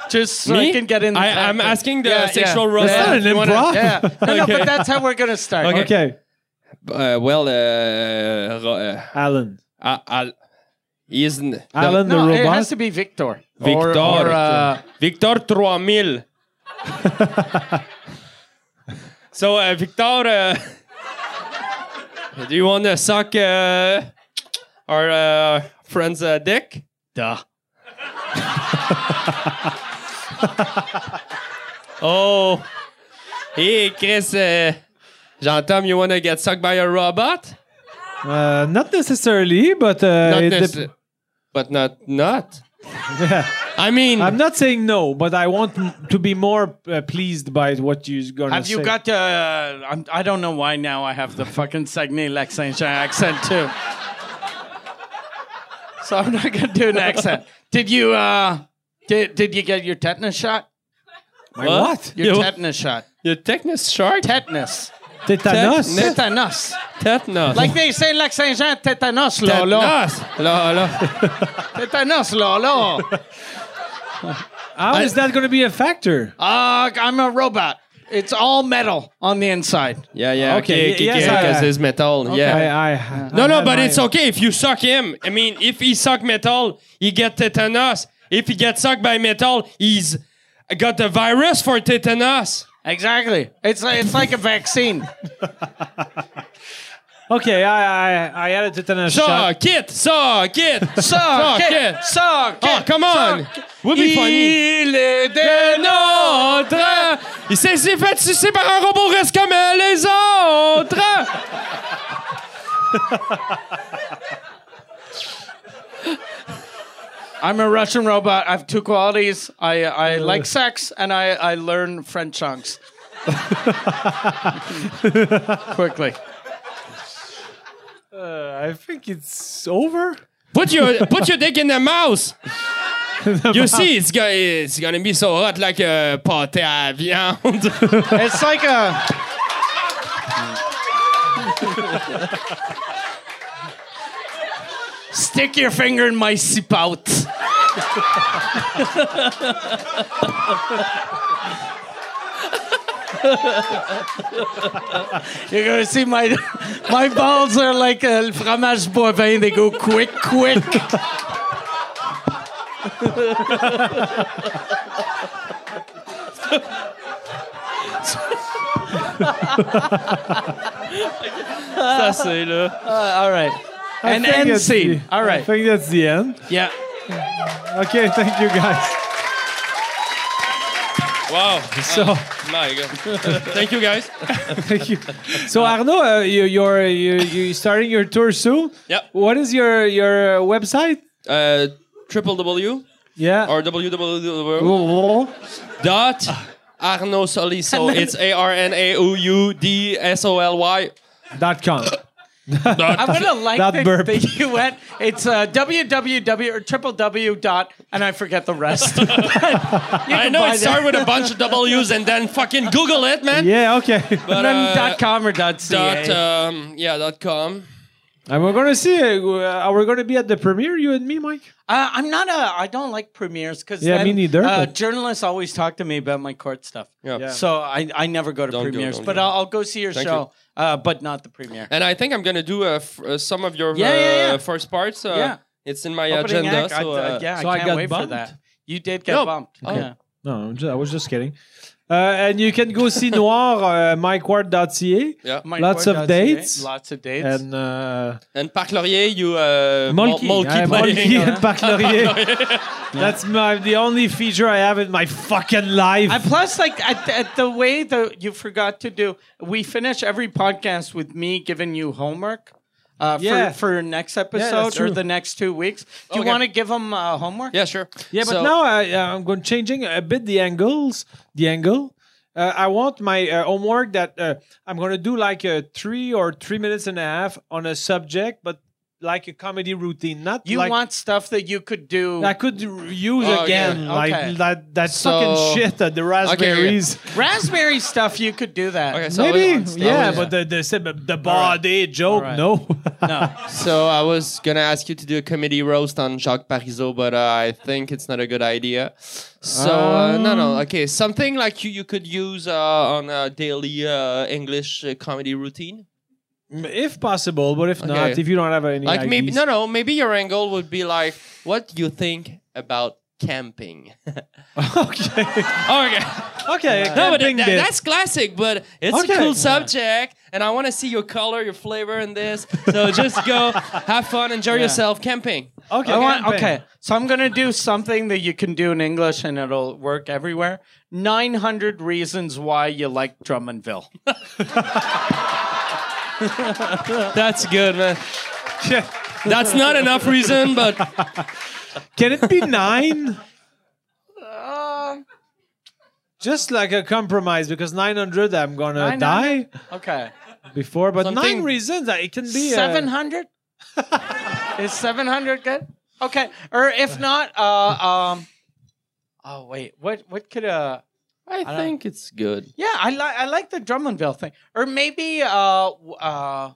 B: Just so I Oh, can get in. The
C: I, I'm
B: factor.
C: asking the
B: Yeah, yeah.
C: sexual
A: That's
C: robot.
A: not an
C: You wanna-
A: improv. (laughs)
B: Yeah. No, no,
C: Okay.
B: but that's how we're gonna start.
C: Okay.
A: okay,
C: Uh, well, uh, ro- uh,
A: Alan.
C: Al, Al, he isn't the-
A: Alan
B: No,
A: the
B: it
A: robot.
B: has to be Victor.
C: Victor,
B: Or, or, uh,
C: Victor 3000. so, uh, Victor, uh, do you want to suck uh, our uh, friend's uh, dick?
B: duh.
C: Oh, hey, Chris, uh, Jean-Tom, you want to get sucked by a robot?
A: Uh, not necessarily, but uh,
C: Not
A: it dep-
C: necessarily. But not, not. I mean,
A: I'm not saying no, but I want m- to be more uh, pleased by what you're gonna
B: Have
A: say.
B: you got? Uh, I'm, I don't know why now I have the fucking Saguenay Lac Saint Jean accent too. So I'm not gonna do an accent. Did you? Uh, did Did you get your tetanus shot?
A: what?
B: Your
C: Your,
B: tetanus shot.
C: your tetanus shark?
B: Tetanus.
A: Tetanus.
C: Tet-
B: Tetanus.
C: tetanus.
B: Like they say in Lac Saint Jean, tetanus, lolo.
C: tetanus. Là, là.
B: Tetanus, lolo. Uh,
A: How is that gonna be a factor?
B: I'm a robot. It's all metal on the inside.
C: Yeah, Ah, yeah.
A: Okay,
C: Okay,
A: y-
C: okay,
A: yes, I-
C: because it's metal. Yeah.
A: I, I,
C: no,
A: I
C: no,
A: had
C: but
A: my-
C: it's okay if you suck him. I mean, if he suck metal, he get tetanus. If he gets sucked by metal, he's got the virus for tetanus.
B: Exactly. It's like, it's like a vaccine.
A: Okay, I, I, I had a tetanus shot.
C: Suck it, suck it,
B: Suck it,
C: it.
B: Suck
C: Oh,
B: it,
C: come on.
B: suck it.
C: We'll be funny.
B: Il est
C: Les
B: des
C: nôtres. (laughs) Il s'est s'est fait sucer par un robot, reste comme les autres.
B: I'm a Russian robot. I have two qualities. I I
C: Uh.
B: like sex and I I learn French
C: (laughs)
B: chunks. Quickly.
A: Uh, I think it's over.
C: Put your put your dick in the mouse. you see, it's gonna it's gonna be so hot like a pâté à viande.
B: It's like a Stick your finger in my sipout. You're gonna see my (laughs) my balls are like a fromage bovin. They go quick, quick.
C: Ça c'est là.
B: Uh, all right,
A: I
B: an
A: think
B: end
A: that's
B: scene.
A: the-
B: All
A: I
B: right,
A: think that's the end.
B: yeah.
A: Okay, thank you guys.
C: (laughs) Wow.
A: So, (laughs)
C: My God. Thank you guys.
A: thank you. So Arnaud, uh, you, you're you, you starting your tour soon.
C: Yep.
A: What is your your uh, website?
C: Uh, triple W
A: Yeah.
C: or www dot Arnaud Soli. So it's A R N A O U D S O L Y.
A: dot com.
B: I'm gonna like
A: That
B: that,
A: burp.
B: that you went. It's uh, www or triple w dot, and I forget the
A: (laughs)
B: rest.
C: I know
B: buy that.
C: it started with a bunch of W's and then fucking Google it, man.
A: Yeah. Okay.
C: But,
B: Then
C: uh,
B: dot com or dot
A: uh,
B: ca.
C: dot um yeah dot com.
A: and we're gonna see. Uh, are we gonna be at the premiere? You and me, Mike.
B: Uh, I'm not a. I don't like premieres because
A: Yeah, me neither,
B: Uh,
A: but-
B: journalists always talk to me about my court stuff.
A: Yeah.
B: So I, I never go to
C: Don't go,
B: premieres,
C: don't
B: but
C: go.
B: I'll, I'll go see your
C: Thank
B: show, uh, but not the
C: (laughs)
B: premiere.
C: And I think I'm gonna do uh, f- uh, some of your
B: Yeah,
C: uh,
B: yeah, yeah.
C: first parts. Uh,
B: Yeah.
C: It's in my
B: Opening
C: agenda.
B: act, I-
C: so
B: I-
C: uh,
B: yeah,
A: so
B: I
A: I
B: can't
A: got
B: wait for
A: bumped?
B: that. You did get
C: No.
B: bumped.
C: Oh.
B: Yeah.
A: No, I'm ju- I was just kidding. Uh, and you can go see Noir, uh, MikeWard.ca.
C: Yeah.
B: My
A: Lots
B: board
A: of
B: does, yeah.
A: dates.
B: Lots of dates.
A: And uh,
C: And Parc Laurier, you uh,
A: Molky.
C: Mol- Molky
A: Uh,
C: playing.
A: Molky and Parc Laurier. That's my, the only feature I have in my fucking life.
B: And plus, like at, at the way that you forgot to do, we finish every podcast with me giving you homework uh,
A: Yeah.
B: for for your next episode
A: that's
B: or
A: true.
B: the next two weeks. Do
C: Okay.
B: you want to give them uh, homework?
C: (laughs) Yeah, sure.
A: Yeah, but
C: So-
A: now I, uh, I'm going changing a bit the angles. The angle. Uh, I want my uh, homework that uh, I'm going to do like uh, three or three minutes and a half on a subject, but like a comedy routine. Not
B: You
A: like
B: want stuff that you could do.
A: I could r- use
C: Oh,
A: again,
B: yeah, okay.
A: like that that
C: So-
A: fucking shit at the raspberries.
B: Raspberry stuff, you could do that.
C: Okay, so I
A: Maybe,
C: was,
A: yeah,
C: I was-
A: but the the, the, the body joke,
B: All right.
A: no.
B: No.
C: So I was gonna ask you to do a comedy roast on Jacques Parizeau, but uh, I think it's not a good idea. So uh, no, no, okay, something like you you could use uh, on a daily uh, English uh, comedy routine.
A: (laughs) if possible, but if not,
C: Okay.
A: if you don't have any,
C: Like maybe
A: ideas.
C: no, no, maybe your angle would be like, what do you think about camping? (laughs)
A: (laughs) okay,
C: okay,
A: okay,
C: no, but
A: camping
C: that-
A: bit.
C: that's classic, but it's
A: Okay.
C: a cool
A: Yeah.
C: subject, and I want to see your color, your flavor in this. So just (laughs) go, have fun, enjoy yourself camping.
A: okay.
B: I want,
A: camping. (laughs)
B: okay, so I'm gonna do something that you can do in English and it'll work everywhere. 900 reasons why you like Drummondville.
C: That's good, man.
A: Yeah.
C: That's not enough reason, but
A: Can it be nine?
C: Uh,
A: Just like a compromise, because 900 I'm gonna
B: Nine
A: die
B: hundred? Okay,
A: before, but nine
C: Something-
A: reasons uh, it can be. uh,
C: (laughs)
B: 700 is 700 good? Okay, or if not, uh, um, oh wait, what what could uh,
C: I, think it's good.
B: yeah, I like I like the Drummondville thing, or maybe uh, w- uh,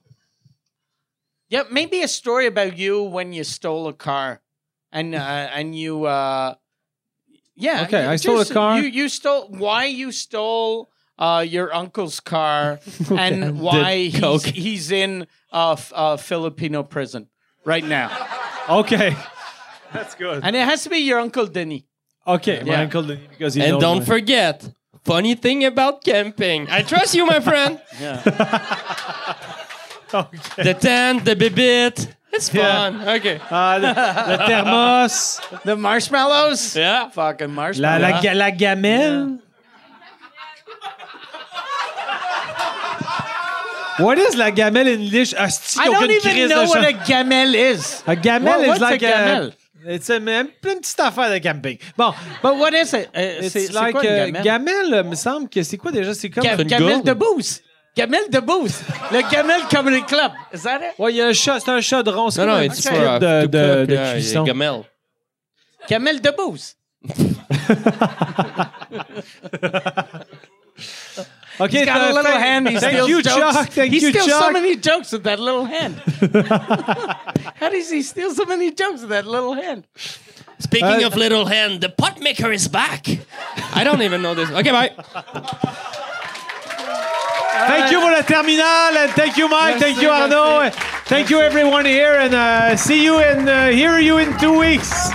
B: yeah, maybe a story about you when you stole a car, and uh, and you uh, yeah,
A: Okay,
B: you
A: I stole a
B: just-
A: car.
B: You you stole why you stole. Uh, your uncle's car
A: (laughs)
B: and why
C: Did
B: he's,
C: coke.
B: he's in a, f- a Filipino prison right now.
A: Okay. That's good.
B: And it has to be your uncle Denny.
A: Okay, my
B: Yeah.
A: uncle, Denis, because he
C: And
A: knows
C: don't
A: me.
C: forget, funny thing about camping. I trust you, my friend.
A: (laughs) Okay.
C: The tent, the bibit. It's
A: Yeah.
C: fun. Okay.
A: Ah, le, le thermos,
B: The marshmallows?
C: Yeah.
B: Fucking
A: la,
B: marshmallows.
A: la, ga- la gamelle. What is la gamelle in English? Ah, Asti,
B: I
A: aucune
B: don't even
A: crise de
B: know what
A: chance.
B: a gamel is.
A: A gamelle
B: What-
A: is
B: what's a
A: like euh,
B: gamelle?
A: It's a, mais plein de petites affaires de camping. Bon,
B: But what is it? Uh,
A: it's
B: c'est- c'est
A: like
B: quoi une
A: euh,
B: gamelle?
A: gamelle, euh, me semble que c'est quoi déjà? C'est comme.
B: Ga-
C: une
B: gamelle de
C: gourde.
B: bouse. Gamelle de bouse. Le gamelle comedy club. Is that it?
A: Ouais, il y a un chat, c'est un chaudron. C'est
C: No,
A: comme
C: no,
A: un
C: it's
A: petit
C: for
A: kit
C: uh,
A: de,
C: to
A: de,
C: cook,
A: de
C: yeah,
A: cuisson.
C: gamel.
B: Gamelle de bouse.
A: Ok,
B: He's got a
A: t'as-
B: little
A: thank-
B: hand. He
A: thank
B: steals
A: you,
B: jokes.
A: Chuck. Thank
B: he
A: you,
B: steals so
A: Chuck.
B: many jokes with that little hand.
A: (laughs)
B: How does he steal so many jokes with that little hand?
C: Speaking
A: Uh,
C: of little hand, the pot maker is back. I don't even know this. Okay, bye.
A: Thank you for the terminal, and thank you, Mike.
C: Merci,
A: thank you, Arnaud.
C: merci.
A: Thank you, everyone here, and uh, see you and uh, hear you in two weeks.